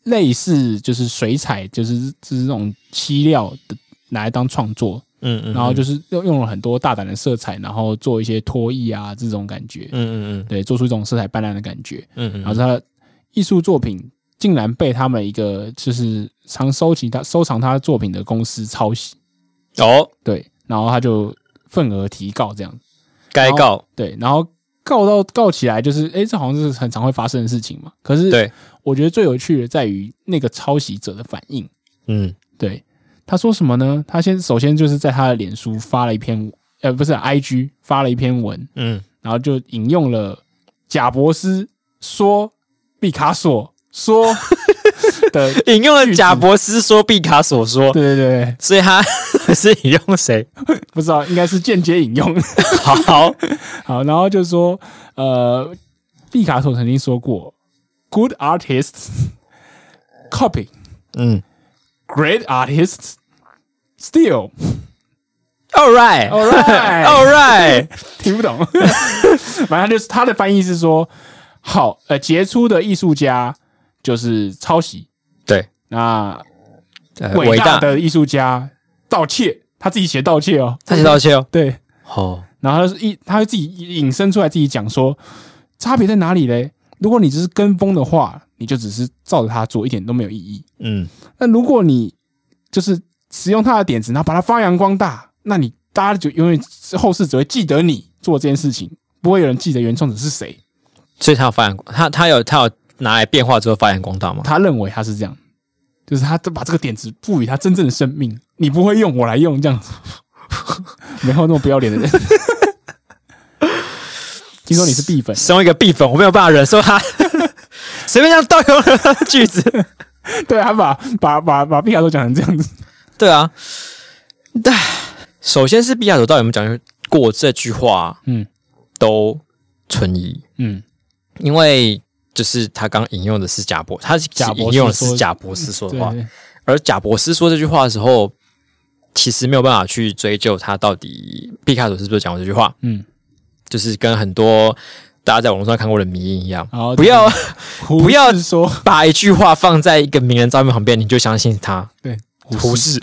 [SPEAKER 1] 类似就是水彩，就是就是那种漆料的拿来当创作，
[SPEAKER 2] 嗯嗯，
[SPEAKER 1] 然后就是是用用了很多大胆的色彩，然后做一些脱意啊这种感觉，
[SPEAKER 2] 嗯嗯
[SPEAKER 1] 对，做出一种色彩斑斓的感觉。
[SPEAKER 2] 嗯嗯
[SPEAKER 1] 然后
[SPEAKER 2] 嗯，
[SPEAKER 1] 他的艺术作品竟然被他们一个就是常收集他收藏他作品的公司抄袭，
[SPEAKER 2] 哦，
[SPEAKER 1] 对，然后他就份额提告这样，
[SPEAKER 2] 该告
[SPEAKER 1] 对，然后告到告起来，就是哎、诶这好像是很常会发生的事情嘛。可是，
[SPEAKER 2] 对，
[SPEAKER 1] 我觉得最有趣的在于那个抄袭者的反应。
[SPEAKER 2] 嗯
[SPEAKER 1] 对，他说什么呢？他先首先就是在他的脸书发了一篇，呃，不是 IG 发了一篇文，
[SPEAKER 2] 嗯，
[SPEAKER 1] 然后就引用了贾博士说毕卡索说的，
[SPEAKER 2] 引用了贾博士说毕卡索说，
[SPEAKER 1] 对对对，
[SPEAKER 2] 所以他 (laughs) 是引用谁？
[SPEAKER 1] 不知道应该是间接引用。 (laughs)
[SPEAKER 2] 好，
[SPEAKER 1] 好，然后就说，呃，毕卡索曾经说过，good artists copy
[SPEAKER 2] (laughs) 嗯
[SPEAKER 1] great artists steal。 (laughs)
[SPEAKER 2] ，All right，All
[SPEAKER 1] All
[SPEAKER 2] (laughs)
[SPEAKER 1] right，
[SPEAKER 2] right，
[SPEAKER 1] 听不懂。 (laughs) 反正就是他的翻译是说，好，呃，杰出的艺术家就是抄袭，
[SPEAKER 2] 对，
[SPEAKER 1] 那
[SPEAKER 2] 呃
[SPEAKER 1] 伟
[SPEAKER 2] 伟
[SPEAKER 1] 大
[SPEAKER 2] 大，
[SPEAKER 1] 的艺术家盗窃，他自己写盗窃哦，
[SPEAKER 2] 他写道歉哦。
[SPEAKER 1] 对，
[SPEAKER 2] 哦，
[SPEAKER 1] 然后他就是一，他会自己引申出来，自己讲说，差别在哪里嘞？如果你只是跟风的话，你就只是照着他做，一点都没有意义。
[SPEAKER 2] 嗯，
[SPEAKER 1] 那如果你就是使用他的点子，然后把它发扬光大，那你大家就永远后世只会记得你做这件事情，不会有人记得原创者是谁。
[SPEAKER 2] 所以他有发扬，他他有他有拿来变化之后发扬光大吗？
[SPEAKER 1] 他认为他是这样，就是他把这个点子赋予他真正的生命，你不会用，我来用这样子。 (laughs) 没有那么不要脸的人。 (laughs) 听说你是 B 粉，
[SPEAKER 2] 身为一个 B 粉，我没有办法忍 (laughs) 受他随便这样盗用人家的句子。
[SPEAKER 1] 对啊，他把把把把毕卡索讲成这样子，
[SPEAKER 2] 对啊，但首先是毕加索到底有没有讲过这句话，
[SPEAKER 1] 嗯
[SPEAKER 2] 都存疑，
[SPEAKER 1] 嗯，
[SPEAKER 2] 因为就是他刚引用的是贾博，他
[SPEAKER 1] 贾博
[SPEAKER 2] 引
[SPEAKER 1] 士
[SPEAKER 2] 用的是
[SPEAKER 1] 说嗯
[SPEAKER 2] 贾博士说的
[SPEAKER 1] 对
[SPEAKER 2] 话，而贾博士说这句话的时候，其实没有办法去追究他到底毕卡索是不是讲过这句话，
[SPEAKER 1] 嗯，
[SPEAKER 2] 就是跟很多大家在网络上看过的迷因一样，
[SPEAKER 1] 好
[SPEAKER 2] 不要
[SPEAKER 1] 不
[SPEAKER 2] 要
[SPEAKER 1] 说
[SPEAKER 2] 把一句话放在一个名人照片旁边，你就相信
[SPEAKER 1] (laughs)
[SPEAKER 2] 他，
[SPEAKER 1] 对
[SPEAKER 2] 胡适。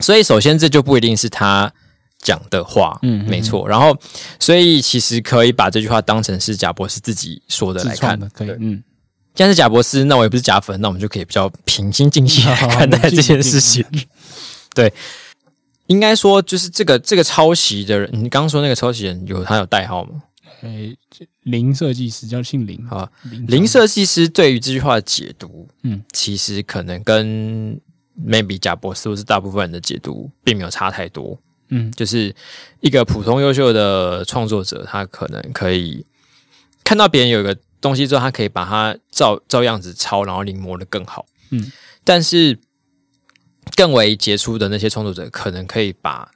[SPEAKER 2] 所以，首先这就不一定是他讲的话，
[SPEAKER 1] 嗯
[SPEAKER 2] 嗯，
[SPEAKER 1] 嗯
[SPEAKER 2] 没错。然后，所以其实可以把这句话当成是贾博士自己说的
[SPEAKER 1] 自
[SPEAKER 2] 来
[SPEAKER 1] 创
[SPEAKER 2] 看
[SPEAKER 1] 的，。可以
[SPEAKER 2] 对，
[SPEAKER 1] 嗯，
[SPEAKER 2] 既然是贾博士，那我也不是贾粉，那我们就可以比较 (laughs) 平心静气来
[SPEAKER 1] 好
[SPEAKER 2] 看待这件事情。。 (laughs)
[SPEAKER 1] 冷静
[SPEAKER 2] 应该说，就是这个这个抄袭的人，你刚刚说那个抄袭人有他有代号吗？
[SPEAKER 1] 诶，林设计师叫姓林，
[SPEAKER 2] 好啊，
[SPEAKER 1] 林
[SPEAKER 2] 林设计师对于这句话的解读，
[SPEAKER 1] 嗯
[SPEAKER 2] 嗯，其实可能跟 maybe 贾博士或是大部分人的解读并没有差太多。
[SPEAKER 1] 嗯
[SPEAKER 2] 就是一个普通优秀的创作者，他可能可以看到别人有一个东西之后，他可以把它照照样子抄，然后临摹的更好。
[SPEAKER 1] 嗯，
[SPEAKER 2] 但是更为杰出的那些创作者，可能可以把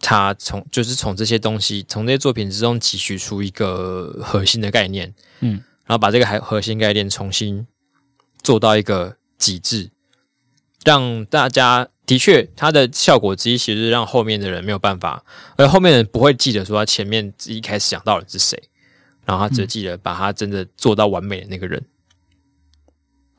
[SPEAKER 2] 他从就是从这些东西，从这些作品之中汲取出一个核心的概念，
[SPEAKER 1] 嗯，
[SPEAKER 2] 然后把这个还核心概念重新做到一个极致，让大家的确它的效果之一，其实是让后面的人没有办法，而后面的人不会记得说他前面一开始想到的是谁，然后他只记得把他真的做到完美的那个人。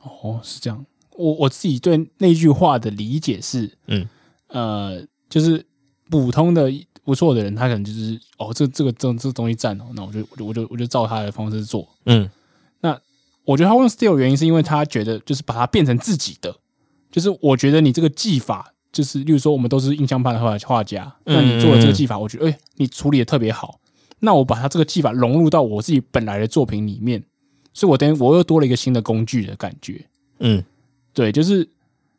[SPEAKER 1] 哦，是这样。我我自己对那句话的理解是，
[SPEAKER 2] 嗯，
[SPEAKER 1] 呃，就是普通的不错的人，他可能就是哦，这这个这这东西赞哦，那我就我就我就我就照他的方式做。
[SPEAKER 2] 嗯
[SPEAKER 1] 我觉得他用 steal 的原因是因为他觉得就是把它变成自己的，就是我觉得你这个技法，就是例如说我们都是印象派的画画家，
[SPEAKER 2] 嗯
[SPEAKER 1] 那你做了这个技法，我觉得哎、你处理的特别好，那我把它这个技法融入到我自己本来的作品里面，所以我等于我又多了一个新的工具的感觉。
[SPEAKER 2] 嗯
[SPEAKER 1] 对，就是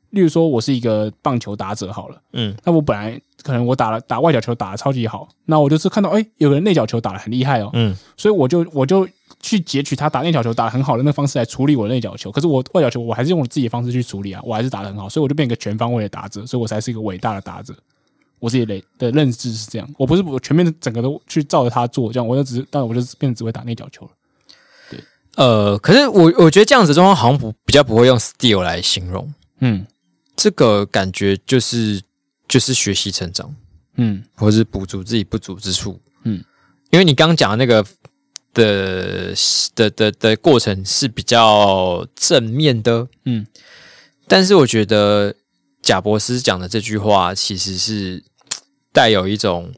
[SPEAKER 1] 例如说我是一个棒球打者好了，
[SPEAKER 2] 嗯
[SPEAKER 1] 那我本来可能我打了打外角球打的超级好，那我就是看到哎、有个人内角球打的很厉害哦，
[SPEAKER 2] 嗯
[SPEAKER 1] 所以我就我就去截取他打内角球打得很好的那方式来处理我的内角球，可是我外角球我还是用我自己的方式去处理啊，我还是打得很好，所以我就变一个全方位的打者，所以我才是一个伟大的打者。我自己的的认知是这样，我不是我全面的整个都去照着他做，这样我就只是，但我就是变成只会打内角球了。
[SPEAKER 2] 呃，可是我我觉得这样子的状况好像不比较不会用 steal 来形容，
[SPEAKER 1] 嗯
[SPEAKER 2] 这个感觉就是就是学习成长。
[SPEAKER 1] 嗯
[SPEAKER 2] 或是补足自己不足之处。
[SPEAKER 1] 嗯
[SPEAKER 2] 嗯，因为你刚讲的那个的的的的过程是比较正面的，
[SPEAKER 1] 嗯
[SPEAKER 2] 但是我觉得贾博斯讲的这句话其实是带有一种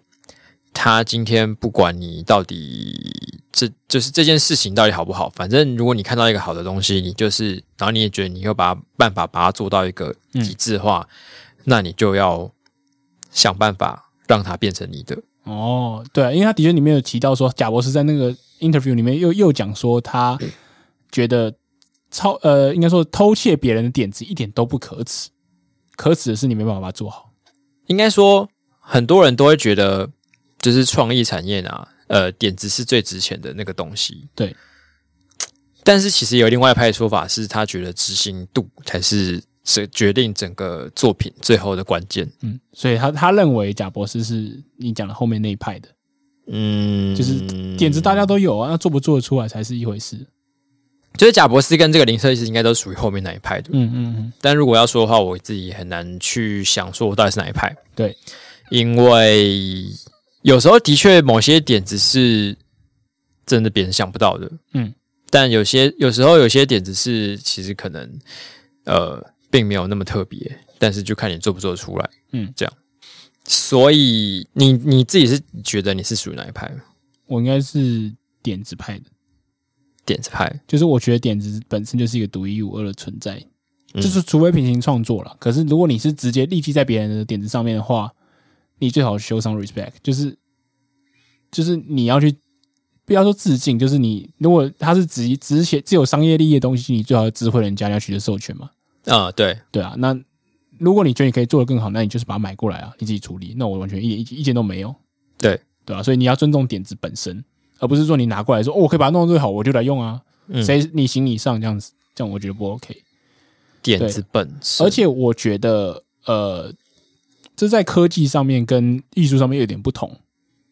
[SPEAKER 2] 他今天不管你到底这就是这件事情到底好不好，反正如果你看到一个好的东西，你就是然后你也觉得你有把它办法把它做到一个
[SPEAKER 1] 嗯
[SPEAKER 2] 极致化，那你就要想办法让它变成你的。
[SPEAKER 1] 哦，对，因为他的确里面有提到说，贾博士在那个 interview 里面又又讲说，他觉得超呃，应该说偷窃别人的点子一点都不可耻，可耻的是你没办法把它做好。
[SPEAKER 2] 应该说，很多人都会觉得，就是创意产业啊，呃，点子是最值钱的那个东西。
[SPEAKER 1] 对，
[SPEAKER 2] 但是其实有另外一派的说法是，他觉得执行度才是这决定整个作品最后的关键。
[SPEAKER 1] 嗯，所以他他认为贾博士是你讲的后面那一派的，
[SPEAKER 2] 嗯，
[SPEAKER 1] 就是点子大家都有啊，那做不做得出来才是一回事。
[SPEAKER 2] 就是贾博士跟这个林设计师应该都属于后面那一派的。
[SPEAKER 1] 嗯嗯嗯，
[SPEAKER 2] 但如果要说的话，我自己很难去想说我到底是哪一派，
[SPEAKER 1] 对，
[SPEAKER 2] 因为有时候的确某些点子是真的别人想不到的，
[SPEAKER 1] 嗯，
[SPEAKER 2] 但有些有时候有些点子是其实可能呃并没有那么特别，但是就看你做不做得出来，
[SPEAKER 1] 嗯，
[SPEAKER 2] 这样。所以你你自己是觉得你是属于哪一派？
[SPEAKER 1] 我应该是点子派的，
[SPEAKER 2] 点子派，
[SPEAKER 1] 就是我觉得点子本身就是一个独一无二的存在，
[SPEAKER 2] 嗯
[SPEAKER 1] 就是除非平行创作了。可是如果你是直接立即在别人的点子上面的话，你最好修上 respect，就是就是你要去不要说致敬，就是你如果他是只只写只有商业利益的东西，你最好要知会人家你要取得授权嘛，
[SPEAKER 2] 啊、对，
[SPEAKER 1] 对啊。那如果你觉得你可以做得更好，那你就是把它买过来啊，你自己处理。那我完全一点意意见都没有，
[SPEAKER 2] 对
[SPEAKER 1] 对啊，所以你要尊重点子本身，而不是说你拿过来说哦，我可以把它弄得最好，我就来用啊。
[SPEAKER 2] 嗯
[SPEAKER 1] 谁你行你上这样子，这样我觉得不 OK。
[SPEAKER 2] 点子本身，
[SPEAKER 1] 而且我觉得，呃，这在科技上面跟艺术上面有点不同。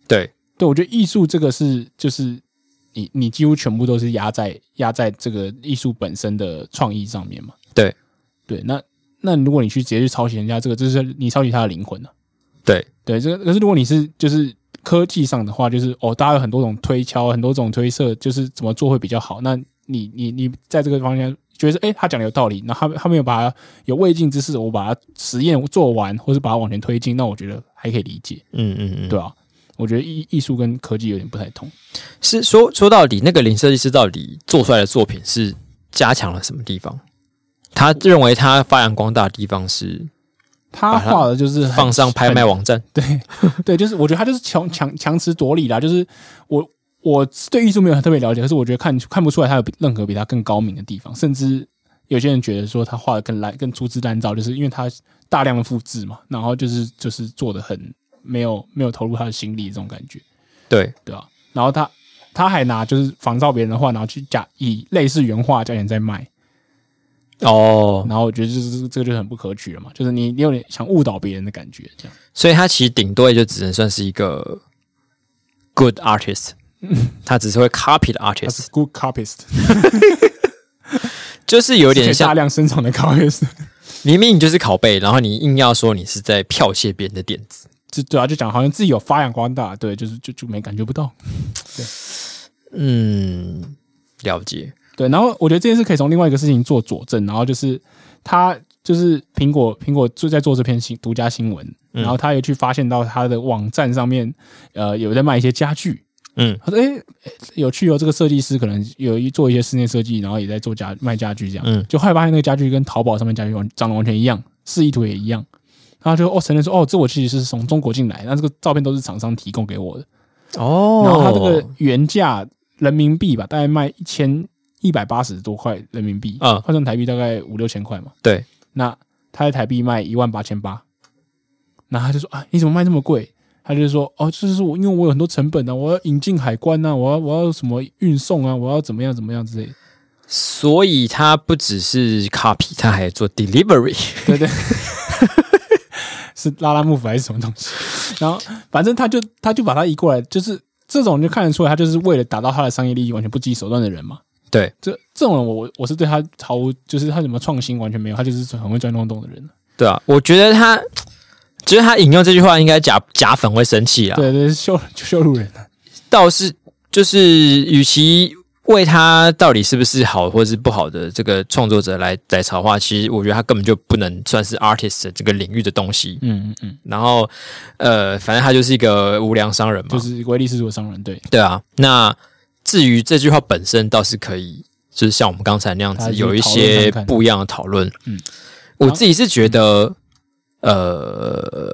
[SPEAKER 2] 对，
[SPEAKER 1] 对我觉得艺术这个是就是你你几乎全部都是压在压在这个艺术本身的创意上面嘛。
[SPEAKER 2] 对
[SPEAKER 1] 对，那那如果你去直接去抄袭人家这个，就是你抄袭他的灵魂了、啊。
[SPEAKER 2] 对，
[SPEAKER 1] 对，这个可是如果你是就是科技上的话，就是哦，大家有很多种推敲，很多种推测，就是怎么做会比较好。那你你你在这个方向觉得哎、诶他讲的有道理，那他他没有把它有未尽之事，我把它实验做完，或是把它往前推进，那我觉得还可以理解，
[SPEAKER 2] 嗯嗯嗯，
[SPEAKER 1] 对吧、我觉得艺艺术跟科技有点不太同。
[SPEAKER 2] 是说说到底，那个林设计师到底做出来的作品是加强了什么地方？他认为他发扬光大的地方是
[SPEAKER 1] 他画的就是很
[SPEAKER 2] 放上拍卖网站，
[SPEAKER 1] 对，就是我觉得他就是强强强词夺理啦。就是我我对艺术没有很特别了解，可是我觉得看看不出来他有比任何比他更高明的地方，甚至有些人觉得说他画的更烂、更粗制滥造，就是因为他大量的复制嘛，然后就是就是做的很没有没有投入他的心力这种感觉，
[SPEAKER 2] 对
[SPEAKER 1] 对吧、然后他他还拿就是仿照别人的话，然后去加以类似原画价钱在卖，
[SPEAKER 2] 哦，
[SPEAKER 1] 然后我觉得就是这个就很不可取了嘛，就是你你有点想误导别人的感觉，这样
[SPEAKER 2] 所以他其实顶多也就只能算是一个 good artist，他只是会 copy 的
[SPEAKER 1] 他
[SPEAKER 2] artist，
[SPEAKER 1] 是 good copyist，
[SPEAKER 2] 就是有
[SPEAKER 1] 有
[SPEAKER 2] 点
[SPEAKER 1] 大
[SPEAKER 2] 像
[SPEAKER 1] 量生产的 copyist。 (laughs)
[SPEAKER 2] 明明你就是拷贝，然后你硬要说你是在剽窃别人的点子，
[SPEAKER 1] 就对啊，就讲好像自己有发扬光大，对，就是就就没感觉不到。
[SPEAKER 2] 嗯，了解，
[SPEAKER 1] 对，然后我觉得这件事可以从另外一个事情做佐证，然后就是他就是苹果苹果就在做这篇新独家新闻，
[SPEAKER 2] 嗯
[SPEAKER 1] 然后他也去发现到他的网站上面，呃，有在卖一些家具。
[SPEAKER 2] 嗯，
[SPEAKER 1] 他说：“哎、诶有趣哦，这个设计师可能有一做一些室内设计，然后也在做家卖家具这样。
[SPEAKER 2] 嗯
[SPEAKER 1] 就后来发现那个家具跟淘宝上面家具完长得完全一样，示意图也一样。然后就哦承认说，哦，这我其实是从中国进来，那这个照片都是厂商提供给我的。
[SPEAKER 2] 哦，
[SPEAKER 1] 然后它这个原价人民币吧，大概卖一千一百八十多块人民币，
[SPEAKER 2] 嗯
[SPEAKER 1] 换算台币大概五六千块嘛。
[SPEAKER 2] 对，
[SPEAKER 1] 那他在台币卖一万八千八，那他就说啊，你怎么卖这么贵？他就说哦，就是我因为我有很多成本啊，我要引进海关啊，我要我要什么运送啊，我要怎么样怎么样之类的。
[SPEAKER 2] 所以他不只是 copy，他还做 delivery。
[SPEAKER 1] 对对， (laughs) 是拉拉木府还是什么东西？然后反正他就他就把他移过来，就是这种就看得出来，他就是为了达到他的商业利益完全不计手段的人嘛。
[SPEAKER 2] 对
[SPEAKER 1] 这这种人我，我我是对他毫无，就是他什么创新完全没有，他就是很会钻空洞的人。
[SPEAKER 2] 对啊，我觉得他，就是他引用这句话，应该假假粉会生气啊。
[SPEAKER 1] 对对，羞羞辱人啊。
[SPEAKER 2] 倒是就是，与其为他到底是不是好或是不好的这个创作者来来吵话，其实我觉得他根本就不能算是 artist 的这个领域的东西。
[SPEAKER 1] 嗯嗯嗯，
[SPEAKER 2] 然后，呃，反正他就是一个无良商人嘛。
[SPEAKER 1] 就是唯利是图的商人，对
[SPEAKER 2] 对啊，那至于这句话本身，倒是可以，就是像我们刚才那样
[SPEAKER 1] 大家
[SPEAKER 2] 子，
[SPEAKER 1] 去
[SPEAKER 2] 有一
[SPEAKER 1] 讨论
[SPEAKER 2] 些
[SPEAKER 1] 看看
[SPEAKER 2] 不一样的讨论。
[SPEAKER 1] 嗯，
[SPEAKER 2] 我自己是觉得，呃，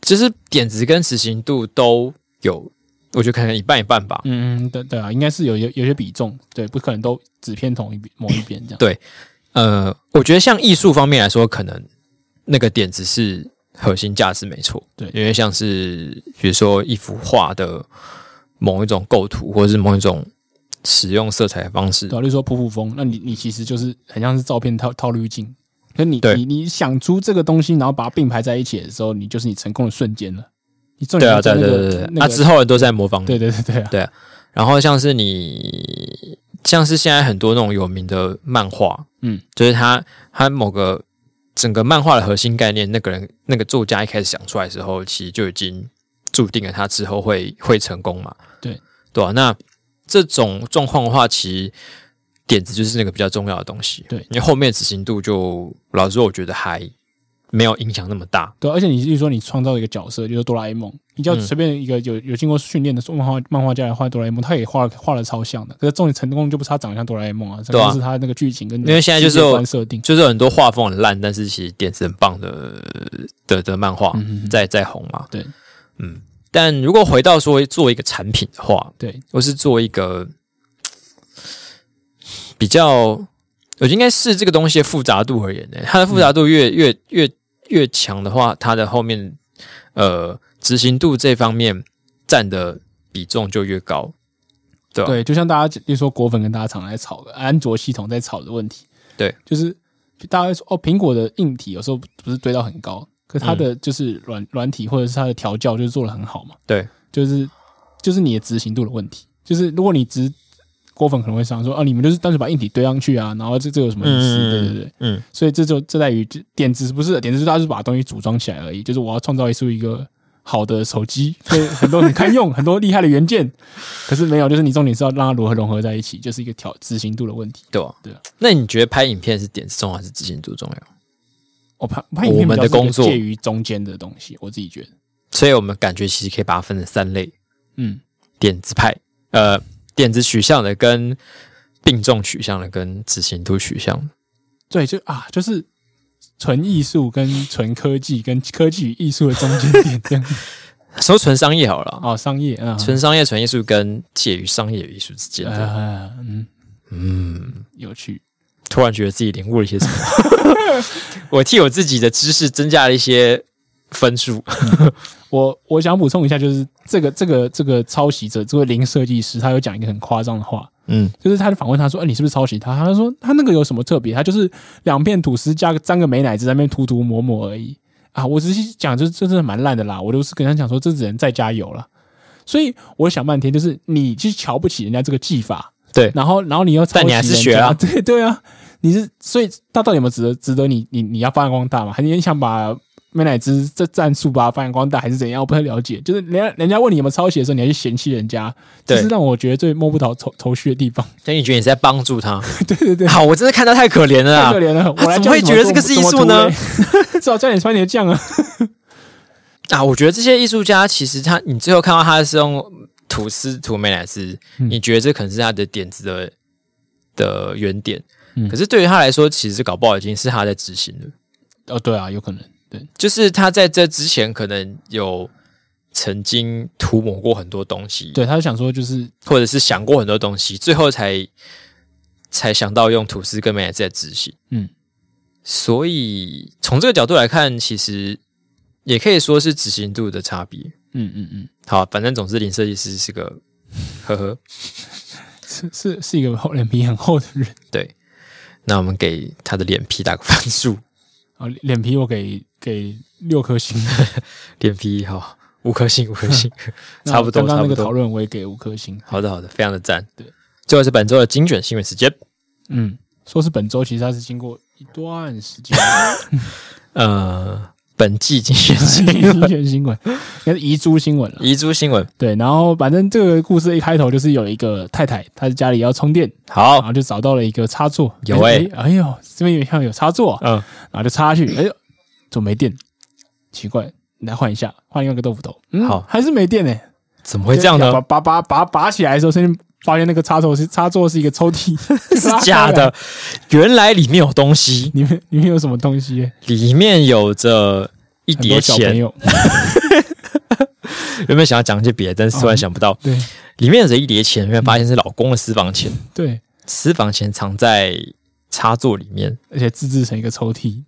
[SPEAKER 2] 就是点子跟执行度都有，我觉得可能一半一半吧。
[SPEAKER 1] 嗯嗯，对对啊，应该是有有有些比重，对，不可能都只偏同一边某一边这样。
[SPEAKER 2] 对
[SPEAKER 1] 嗯
[SPEAKER 2] 呃，我觉得像艺术方面来说，可能那个点子是核心价值没错，
[SPEAKER 1] 对
[SPEAKER 2] 因为像是比如说一幅画的某一种构图，或者是某一种使用色彩的方式，
[SPEAKER 1] 对啊，例如说普普风，那你你其实就是很像是照片套套滤镜，可你
[SPEAKER 2] 对
[SPEAKER 1] 你你想出这个东西，然后把它并排在一起的时候，你就是你成功的瞬间了。你重
[SPEAKER 2] 对
[SPEAKER 1] 点
[SPEAKER 2] 啊，
[SPEAKER 1] 是
[SPEAKER 2] 对
[SPEAKER 1] 在那
[SPEAKER 2] 啊对啊
[SPEAKER 1] 个
[SPEAKER 2] 对啊对啊，
[SPEAKER 1] 那
[SPEAKER 2] 那
[SPEAKER 1] 个
[SPEAKER 2] 之后人都在模仿你，
[SPEAKER 1] 对对对对啊，
[SPEAKER 2] 然后像是你，像是现在很多那种有名的漫画，
[SPEAKER 1] 嗯，
[SPEAKER 2] 就是他他某个整个漫画的核心概念，那个人那个作家一开始想出来的时候，其实就已经注定了他之后会会成功嘛。
[SPEAKER 1] 对，
[SPEAKER 2] 对啊，那这种状况的话，其实点子就是那个比较重要的东西。
[SPEAKER 1] 对
[SPEAKER 2] 因为后面执行度就老实说，我觉得还没有影响那么大。
[SPEAKER 1] 对啊，而且你例如说你创造一个角色，就是哆啦 A 梦，你叫
[SPEAKER 2] 嗯
[SPEAKER 1] 随便一个有有经过训练的漫画漫画家来画哆啦 A 梦，他也画了画的超像的，可是重点成功就不是他长得像哆啦 A 梦啊，成
[SPEAKER 2] 对啊
[SPEAKER 1] 功是他那个剧情跟
[SPEAKER 2] 因为现在就是
[SPEAKER 1] 世界观设定，
[SPEAKER 2] 就是很多画风很烂，但是其实点子很棒的的的漫画，
[SPEAKER 1] 嗯嗯嗯
[SPEAKER 2] 在在红嘛。
[SPEAKER 1] 对，
[SPEAKER 2] 嗯。但如果回到说做一个产品的话，
[SPEAKER 1] 对，
[SPEAKER 2] 或是做一个嘖比较，我觉得应该是这个东西的复杂度而言呢、它的复杂度
[SPEAKER 1] 嗯
[SPEAKER 2] 越、越越越强的话，它的后面呃执行度这方面占的比重就越高。对啊吧
[SPEAKER 1] 对，就像大家就说果粉跟大家常来吵的安卓系统在吵的问题，
[SPEAKER 2] 对，
[SPEAKER 1] 就是大家会说哦，苹果的硬体有时候不是堆到很高，可它
[SPEAKER 2] 嗯
[SPEAKER 1] 的就是软软体或者是它的调教就是做的很好嘛，
[SPEAKER 2] 对，
[SPEAKER 1] 就是就是你的执行度的问题，就是如果你只果粉可能会想说啊，你们就是单纯把硬体堆上去啊，然后这这有什么意思？对对对，
[SPEAKER 2] 嗯，
[SPEAKER 1] 所以这就这在于就点子不是点子，就是大家就是把东西组装起来而已，就是我要创造出一个好的手机，所以很多很堪
[SPEAKER 2] (laughs)
[SPEAKER 1] 用，很多厉害的元件，可是没有，就是你重点是要让它如何融合在一起，就是一个调执行度的问题。
[SPEAKER 2] 对吧
[SPEAKER 1] 对啊
[SPEAKER 2] 那你觉得拍影片是点子重要还是执行度重要？
[SPEAKER 1] 我拍拍影片比较
[SPEAKER 2] 我们的工
[SPEAKER 1] 是
[SPEAKER 2] 作
[SPEAKER 1] 一个介于中间的东西，我自己觉得，
[SPEAKER 2] 所以我们感觉其实可以把它分成三类：
[SPEAKER 1] 嗯，
[SPEAKER 2] 点子派，呃，点子取向的跟病重取向的跟执行度取向的。
[SPEAKER 1] 对，就啊，就是纯艺术跟纯科技跟科技与艺术的中间点这样子
[SPEAKER 2] 说纯商业好了啊，
[SPEAKER 1] 哦，商业啊，
[SPEAKER 2] 纯商业、纯艺术跟介于商业与艺术之间的，
[SPEAKER 1] 呃嗯，
[SPEAKER 2] 嗯，
[SPEAKER 1] 有趣，
[SPEAKER 2] 突然觉得自己领悟了一些
[SPEAKER 1] (laughs)
[SPEAKER 2] 什么，我替我自己的知识增加了一些分数。
[SPEAKER 1] 我我想补充一下，就是这个这个这个抄袭者这位零设计师，他有讲一个很夸张的话，
[SPEAKER 2] 嗯，
[SPEAKER 1] 就是他就反问他说：“哎、你是不是抄袭他？”他说：“他那个有什么特别？他就是两片吐司加个沾个美乃滋在那边涂涂抹抹而已啊！我只是讲，这这真的蛮烂的啦。我就是跟他讲说，这只能再加油了。所以我想半天，就是你去瞧不起人家这个技法，
[SPEAKER 2] 对
[SPEAKER 1] 然后然后你又抄袭
[SPEAKER 2] 但你还是学啊
[SPEAKER 1] 人家 (laughs) 对对啊，你是所以他到底有没有值得值得你你你要发扬光大嘛？还是你想把美乃滋这战术把它发扬光大，还是怎样？我不太了解。就是人家人家问你有没有抄袭的时候，你还去嫌弃人家，这
[SPEAKER 2] 对
[SPEAKER 1] 是让我觉得最摸不着头头绪的地方。
[SPEAKER 2] 所以你觉得你是在帮助他？
[SPEAKER 1] (laughs) 对对
[SPEAKER 2] (laughs)
[SPEAKER 1] 对，
[SPEAKER 2] 好，我真的看他太可怜了
[SPEAKER 1] 太可
[SPEAKER 2] 啊！
[SPEAKER 1] 怜了，我
[SPEAKER 2] 他
[SPEAKER 1] 来
[SPEAKER 2] 怎
[SPEAKER 1] 教
[SPEAKER 2] 么
[SPEAKER 1] 你
[SPEAKER 2] 会觉得这个
[SPEAKER 1] 做
[SPEAKER 2] 是艺术呢？
[SPEAKER 1] 怎么涂嘞 (laughs) 至少教你穿你的酱啊。
[SPEAKER 2] 啊，我觉得这些艺术家其实他，你最后看到他是用吐司涂美乃滋，
[SPEAKER 1] 嗯
[SPEAKER 2] 你觉得这可能是他的点子的的原点，
[SPEAKER 1] 嗯
[SPEAKER 2] 可是对于他来说，其实搞不好已经是他在执行了。
[SPEAKER 1] 哦，对啊，有可能，对
[SPEAKER 2] 就是他在这之前可能有曾经涂抹过很多东西，，
[SPEAKER 1] 对，他就想说就是
[SPEAKER 2] 或者是想过很多东西，最后才才想到用吐司跟美乃滋来执行。
[SPEAKER 1] 嗯，
[SPEAKER 2] 所以从这个角度来看，其实也可以说是执行度的差别。
[SPEAKER 1] 嗯嗯嗯，
[SPEAKER 2] 好，反正总之，林设计师是个呵呵。
[SPEAKER 1] 是是是一个厚脸皮很厚的人
[SPEAKER 2] 对，那我们给他的脸皮打个分数，
[SPEAKER 1] 啊，脸皮我给给六颗
[SPEAKER 2] (laughs)
[SPEAKER 1] 星，
[SPEAKER 2] 脸皮好五颗星，五颗星， (laughs) 差不多，
[SPEAKER 1] 那刚
[SPEAKER 2] 差
[SPEAKER 1] 刚那
[SPEAKER 2] 不
[SPEAKER 1] 个
[SPEAKER 2] 多
[SPEAKER 1] 讨。论我也给五颗星。
[SPEAKER 2] 好的，好的，非常的赞。
[SPEAKER 1] 对，
[SPEAKER 2] 最后是本周的精选新闻时间。
[SPEAKER 1] 嗯，说是本周，其实它是经过一段时
[SPEAKER 2] (laughs)
[SPEAKER 1] 间
[SPEAKER 2] 呃，本季精选新闻
[SPEAKER 1] (laughs) 新鲜新闻，应该是遗珠新闻了。
[SPEAKER 2] 遗珠新闻。
[SPEAKER 1] 对，然后反正这个故事一开头就是有一个太太，她在家里要充电，然 (laughs)
[SPEAKER 2] 好，
[SPEAKER 1] 后就找到了一个插座，
[SPEAKER 2] 有欸
[SPEAKER 1] 哎、哎呦，这边有像有插座啊、
[SPEAKER 2] 嗯，
[SPEAKER 1] 然后就插下去，哎呦，怎么没电？奇怪，你来换一下，换另外一个豆腐头，嗯，
[SPEAKER 2] 好
[SPEAKER 1] 还是没电呢、欸，
[SPEAKER 2] 怎么会这样
[SPEAKER 1] 拔
[SPEAKER 2] 呢？
[SPEAKER 1] 拔拔拔拔起来的时候，瞬间发现那个插头是插座是一个抽屉，
[SPEAKER 2] (laughs) 是
[SPEAKER 1] 拉开
[SPEAKER 2] 假
[SPEAKER 1] 来，
[SPEAKER 2] 的，原来里面有东西，
[SPEAKER 1] 里面里面有什么东西、欸？
[SPEAKER 2] 里面有着一
[SPEAKER 1] 很多
[SPEAKER 2] 叠
[SPEAKER 1] 小朋
[SPEAKER 2] 钱，
[SPEAKER 1] 友，
[SPEAKER 2] 原本想要讲一些别的，但是突然
[SPEAKER 1] 嗯
[SPEAKER 2] 想不到，
[SPEAKER 1] 对
[SPEAKER 2] (laughs) 里面有着一叠钱，会发现是老公的私房钱，
[SPEAKER 1] 对，
[SPEAKER 2] 私房钱藏在插座里面，
[SPEAKER 1] 而且自制成一个抽屉，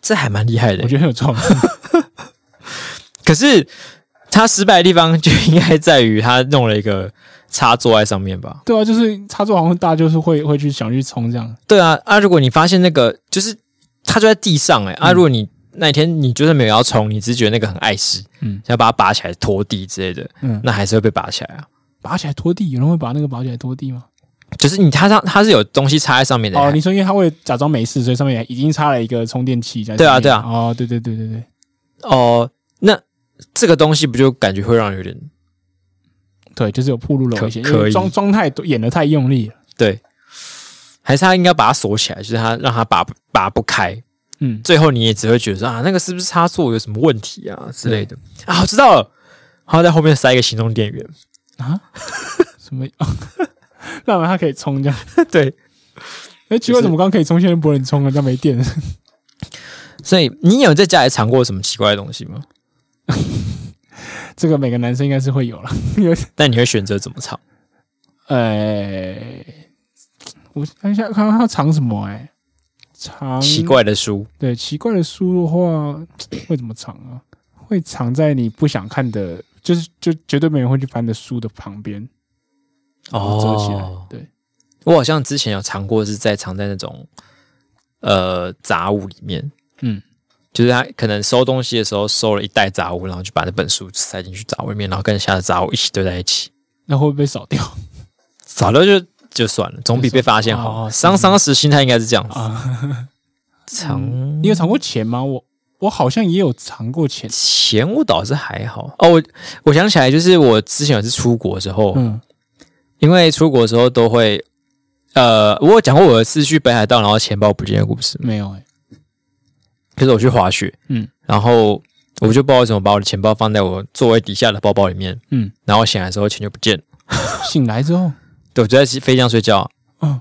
[SPEAKER 2] 这还蛮厉害的
[SPEAKER 1] 我。觉得很有创意。
[SPEAKER 2] 可是他失败的地方就应该在于他弄了一个插座在上面吧？
[SPEAKER 1] 对啊，就是插座好像大家就是会会去想去冲这样，
[SPEAKER 2] 对啊，啊，如果你发现那个就是它就在地上哎、欸，啊，如果你那天你就是没有要冲，你只是觉得那个很碍事，
[SPEAKER 1] 嗯
[SPEAKER 2] 想要把它拔起来拖地之类的，
[SPEAKER 1] 嗯，
[SPEAKER 2] 那还是会被拔起来啊。
[SPEAKER 1] 拔起来拖地，有人会把那个拔起来拖地吗？
[SPEAKER 2] 就是你它上它是有东西插在上面的、
[SPEAKER 1] 哦，你说因为他为了假装没事，所以上面已经插了一个充电器在上面。
[SPEAKER 2] 对啊对啊
[SPEAKER 1] 哦，对对对对对
[SPEAKER 2] 哦那这个东西不就感觉会让人有点
[SPEAKER 1] 对，就是有铺路了
[SPEAKER 2] 可
[SPEAKER 1] 一些，
[SPEAKER 2] 可
[SPEAKER 1] 因为
[SPEAKER 2] 以
[SPEAKER 1] 装装太多演的太用力了。
[SPEAKER 2] 对？还是他应该把它锁起来，就是他让它拔拔不开，
[SPEAKER 1] 嗯，
[SPEAKER 2] 最后你也只会觉得说啊，那个是不是插座有什么问题啊之类的啊？我知道了，然后在后面塞一个行动电
[SPEAKER 1] (laughs)
[SPEAKER 2] 源，
[SPEAKER 1] 啊？什么？ (laughs) 那么他可以充这样？
[SPEAKER 2] 对，
[SPEAKER 1] 哎，奇怪，怎么刚刚可以充，现在不能充了，这样没电 (laughs) 了。
[SPEAKER 2] 所以你有在家里尝过什么奇怪的东西吗？
[SPEAKER 1] 这个每个男生应该是会有了，因为
[SPEAKER 2] 但你会选择怎么尝？
[SPEAKER 1] 呃，我看一下看看他藏什么哎、藏
[SPEAKER 2] 奇怪的书，
[SPEAKER 1] 对奇怪的书的话，会怎么藏啊？会藏在你不想看的，就是就绝对没人会去翻的书的旁边，然后折起来。
[SPEAKER 2] 哦
[SPEAKER 1] 对，
[SPEAKER 2] 我好像之前有尝过，是在藏在那种呃杂物里面，
[SPEAKER 1] 嗯，
[SPEAKER 2] 就是他可能收东西的时候收了一袋杂物，然后就把那本书塞进去杂物里面，然后跟其他的杂物一起堆在一起，
[SPEAKER 1] 那会不会被扫掉
[SPEAKER 2] 少了就就算了，总比被发现好。
[SPEAKER 1] 哦
[SPEAKER 2] 伤伤时心态应该是这样子，
[SPEAKER 1] 啊？
[SPEAKER 2] 藏、
[SPEAKER 1] 你有藏过钱吗？我我好像也有藏过钱。
[SPEAKER 2] 钱我倒是还好哦，我我想起来，就是我之前有一次出国之后，
[SPEAKER 1] 嗯
[SPEAKER 2] 因为出国的时候都会，呃，我有讲过我有一次去北海道，然后钱包不见的故事，
[SPEAKER 1] 没有哎、
[SPEAKER 2] 就是我去滑雪，
[SPEAKER 1] 嗯
[SPEAKER 2] 然后我就不知道为什么把我的钱包放在我座位底下的包包里面，
[SPEAKER 1] 嗯，
[SPEAKER 2] 然后醒来之后钱就不见了，
[SPEAKER 1] 醒来之后，
[SPEAKER 2] 对我就在飞机上睡觉，
[SPEAKER 1] 嗯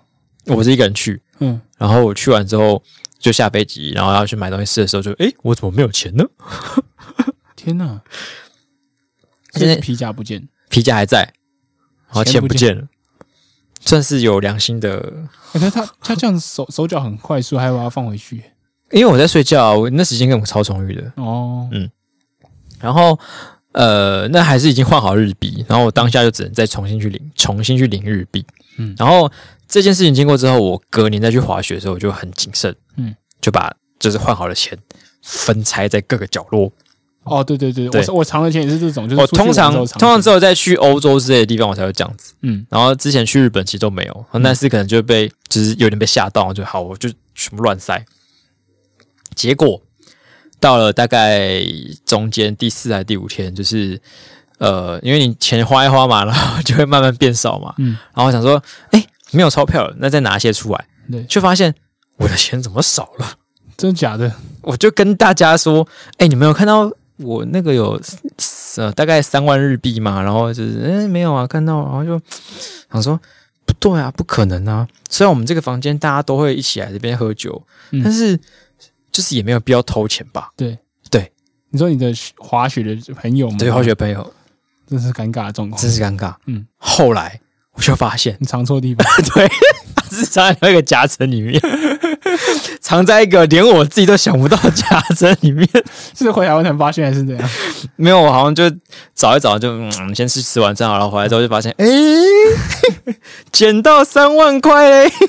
[SPEAKER 2] 我是一个人去，
[SPEAKER 1] 嗯，
[SPEAKER 2] 然后我去完之后就下飞机，然后要去买东西吃的时候就，诶，我怎么没有钱呢？
[SPEAKER 1] 天哪！
[SPEAKER 2] 现在
[SPEAKER 1] 这皮夹不见，
[SPEAKER 2] 皮夹还在，然后
[SPEAKER 1] 钱
[SPEAKER 2] 钱
[SPEAKER 1] 不
[SPEAKER 2] 不见了，算是有良心的
[SPEAKER 1] 可是哎他他这样手 (laughs) 手脚很快速，还要把它放回去。
[SPEAKER 2] 因为我在睡觉啊，我那时间根本超充裕的。
[SPEAKER 1] 哦，
[SPEAKER 2] 然后呃，那还是已经换好日币，然后我当下就只能再重新去领，重新去领日币。
[SPEAKER 1] 嗯
[SPEAKER 2] 然后这件事情经过之后，我隔年再去滑雪的时候，我就很谨慎，
[SPEAKER 1] 嗯，
[SPEAKER 2] 就把就是换好的钱分拆在各个角落。
[SPEAKER 1] 哦，对对对，
[SPEAKER 2] 对
[SPEAKER 1] 我我藏的钱也是这种，就是
[SPEAKER 2] 我
[SPEAKER 1] 出去玩
[SPEAKER 2] 通
[SPEAKER 1] 的时候
[SPEAKER 2] 常
[SPEAKER 1] 藏
[SPEAKER 2] 通
[SPEAKER 1] 的
[SPEAKER 2] 常只有在去欧洲之类的地方，我才会这样子。
[SPEAKER 1] 嗯，
[SPEAKER 2] 然后之前去日本其实都没有，那次可能就被就是有点被吓到，就好我就全部乱塞。结果到了大概中间第四还第五天，就是呃，因为你钱花一花嘛，然后就会慢慢变少嘛。
[SPEAKER 1] 嗯，
[SPEAKER 2] 然后我想说，哎，没有钞票了，那再拿一些出来，
[SPEAKER 1] 对，
[SPEAKER 2] 却发现我的钱怎么少了？
[SPEAKER 1] 真的假的？
[SPEAKER 2] 我就跟大家说，哎，你们有看到我那个有呃大概三万日币嘛？然后就是，嗯，没有啊，看到，然后就 (sniffs) 想说，不对啊，不可能啊！虽然我们这个房间大家都会一起来这边喝酒，
[SPEAKER 1] 嗯
[SPEAKER 2] 但是就是也没有必要偷钱吧？
[SPEAKER 1] 你说你的滑雪的朋友吗？
[SPEAKER 2] 对，滑，雪朋友
[SPEAKER 1] 真是尴尬的状况，
[SPEAKER 2] 真是尴尬。
[SPEAKER 1] 嗯，
[SPEAKER 2] 后来我就
[SPEAKER 1] (laughs)
[SPEAKER 2] 发现，
[SPEAKER 1] 你藏错地
[SPEAKER 2] (laughs)
[SPEAKER 1] 方，
[SPEAKER 2] 对，他是藏在那个夹层里面，藏在一个连我自己都想不到的夹层里面。
[SPEAKER 1] 是回台湾才发现还是怎样？
[SPEAKER 2] 没有，我好像就找一找就，嗯，我们先去吃晚餐好了。然后回来之后就发现，哎、 (laughs) 捡到三万块嘞， (laughs)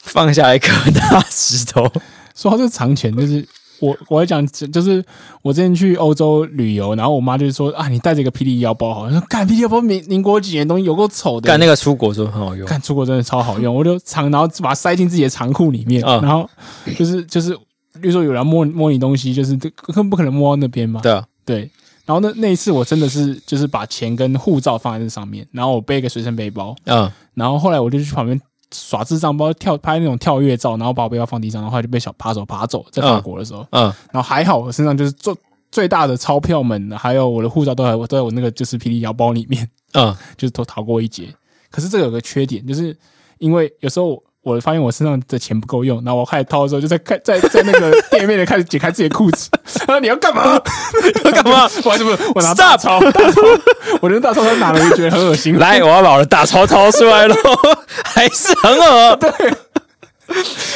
[SPEAKER 2] 放下一颗大石头。
[SPEAKER 1] 说到这个藏钱，就是我我要讲，就是我之前去欧洲旅游，然后我妈就说啊，你带着一个霹雳腰包好了，我说干霹雳腰包民民国几年的东西有够丑的，
[SPEAKER 2] 干那个出国的时候很
[SPEAKER 1] (laughs)
[SPEAKER 2] 好用，
[SPEAKER 1] 看出国真的超好用，我就藏，然后把它塞进自己的长裤里面，
[SPEAKER 2] 嗯
[SPEAKER 1] 然后就是就是，比如说有人摸摸你东西，就是这根本不可能摸到那边嘛，
[SPEAKER 2] 对啊，
[SPEAKER 1] 对。然后那那一次我真的是就是把钱跟护照放在这上面，然后我背一个随身背包，
[SPEAKER 2] 嗯，
[SPEAKER 1] 然后后来我就去旁边耍智障，包跳拍那种跳跃照，然后把我背包放地上，然后后来就被小扒手扒走，在法
[SPEAKER 2] 嗯
[SPEAKER 1] 国的时候，
[SPEAKER 2] 嗯，
[SPEAKER 1] 然后还好我身上就是最最大的钞票们，还有我的护照都在我都在我那个就是霹雳腰包里面。
[SPEAKER 2] 嗯，
[SPEAKER 1] 就是都逃过一劫。可是这个有个缺点，就是因为有时候我发现我身上的钱不够用，然后我开始掏的时候，就在开在在那个店面的开始解开自己的裤子。 (laughs) 他说：“你要 (laughs) 干嘛？
[SPEAKER 2] 要干 (laughs) 嘛？
[SPEAKER 1] (laughs) 我还是不是我拿大钞，大钞，我连大钞都拿了，我就觉得很恶心。
[SPEAKER 2] (laughs) 来，我要把我的大钞掏出来喽， (laughs) 还是很
[SPEAKER 1] (laughs)
[SPEAKER 2] 恶。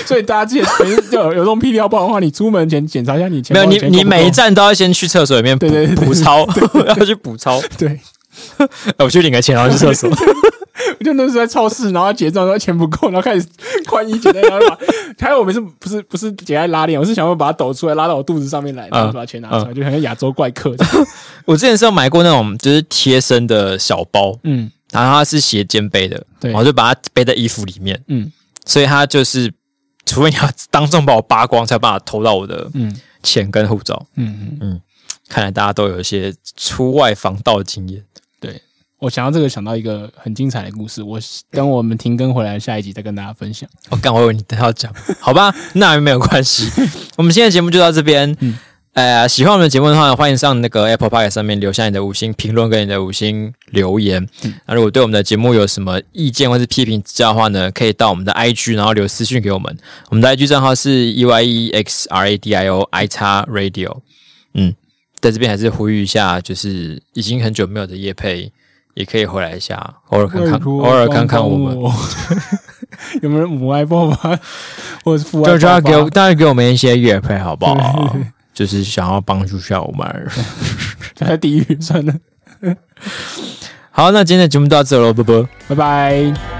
[SPEAKER 1] 所以大家记得有有这种屁尿包的话，你出门前检查一下你钱
[SPEAKER 2] 没
[SPEAKER 1] 包
[SPEAKER 2] 有
[SPEAKER 1] 的
[SPEAKER 2] 你，
[SPEAKER 1] 钱够
[SPEAKER 2] 你
[SPEAKER 1] 不够
[SPEAKER 2] 每一站都要先去厕所里面补
[SPEAKER 1] 对对对
[SPEAKER 2] 补钞， (laughs) 要去补
[SPEAKER 1] (laughs)
[SPEAKER 2] 钞。
[SPEAKER 1] 对，
[SPEAKER 2] 哎我去领个钱，然后去厕所。
[SPEAKER 1] 我就那时候在超市，然后结账，然后钱不够，然后开始宽衣解带，然后把，还有我们是不是不是解开拉链，我是想要把它抖出来，拉到我肚子上面来，
[SPEAKER 2] 嗯
[SPEAKER 1] 然后把钱拿出来，就很像亚洲怪客这样。
[SPEAKER 2] 我之前是有买过那种就是贴身的小包，
[SPEAKER 1] 嗯
[SPEAKER 2] 然后它是斜肩背的，
[SPEAKER 1] 对
[SPEAKER 2] 然后就把它背在衣服里面，
[SPEAKER 1] 嗯
[SPEAKER 2] 所以它就是除非你要当众把我扒光，才有办法偷到我的
[SPEAKER 1] 嗯
[SPEAKER 2] 钱跟护照。
[SPEAKER 1] 嗯嗯，
[SPEAKER 2] 看来大家都有一些出外防盗经验。
[SPEAKER 1] 对我想到这个，想到一个很精彩的故事，我等我们停更回来下一集再跟大家分享。
[SPEAKER 2] 我、哦刚我以为你等一下要讲，好吧，那没有关系。 (laughs) 我们现在节目就到这边。
[SPEAKER 1] 嗯
[SPEAKER 2] 呃，喜欢我们的节目的话，欢迎上那个 Apple Park 上面留下你的五星评论跟你的五星留言。那、如果对我们的节目有什么意见或是批评指教的话呢，可以到我们的 IG，然后留私讯给我们。我们的 IG 账号是 E Y E X R A D I O I X Radio。嗯，在这边还是呼吁一下，就是已经很久没有的叶配，也可以回来一下，偶尔看看，偶尔看看我们。
[SPEAKER 1] (laughs) 有没有人母爱爆发， (laughs) 或者是父爱爆
[SPEAKER 2] 就就要
[SPEAKER 1] 发？
[SPEAKER 2] 给我，当然给我们一些乐配，好不好？就是想要帮助一下我们。
[SPEAKER 1] (laughs) 在地狱算了，
[SPEAKER 2] 好，那今天的节目到这喽，拜拜。
[SPEAKER 1] 拜拜。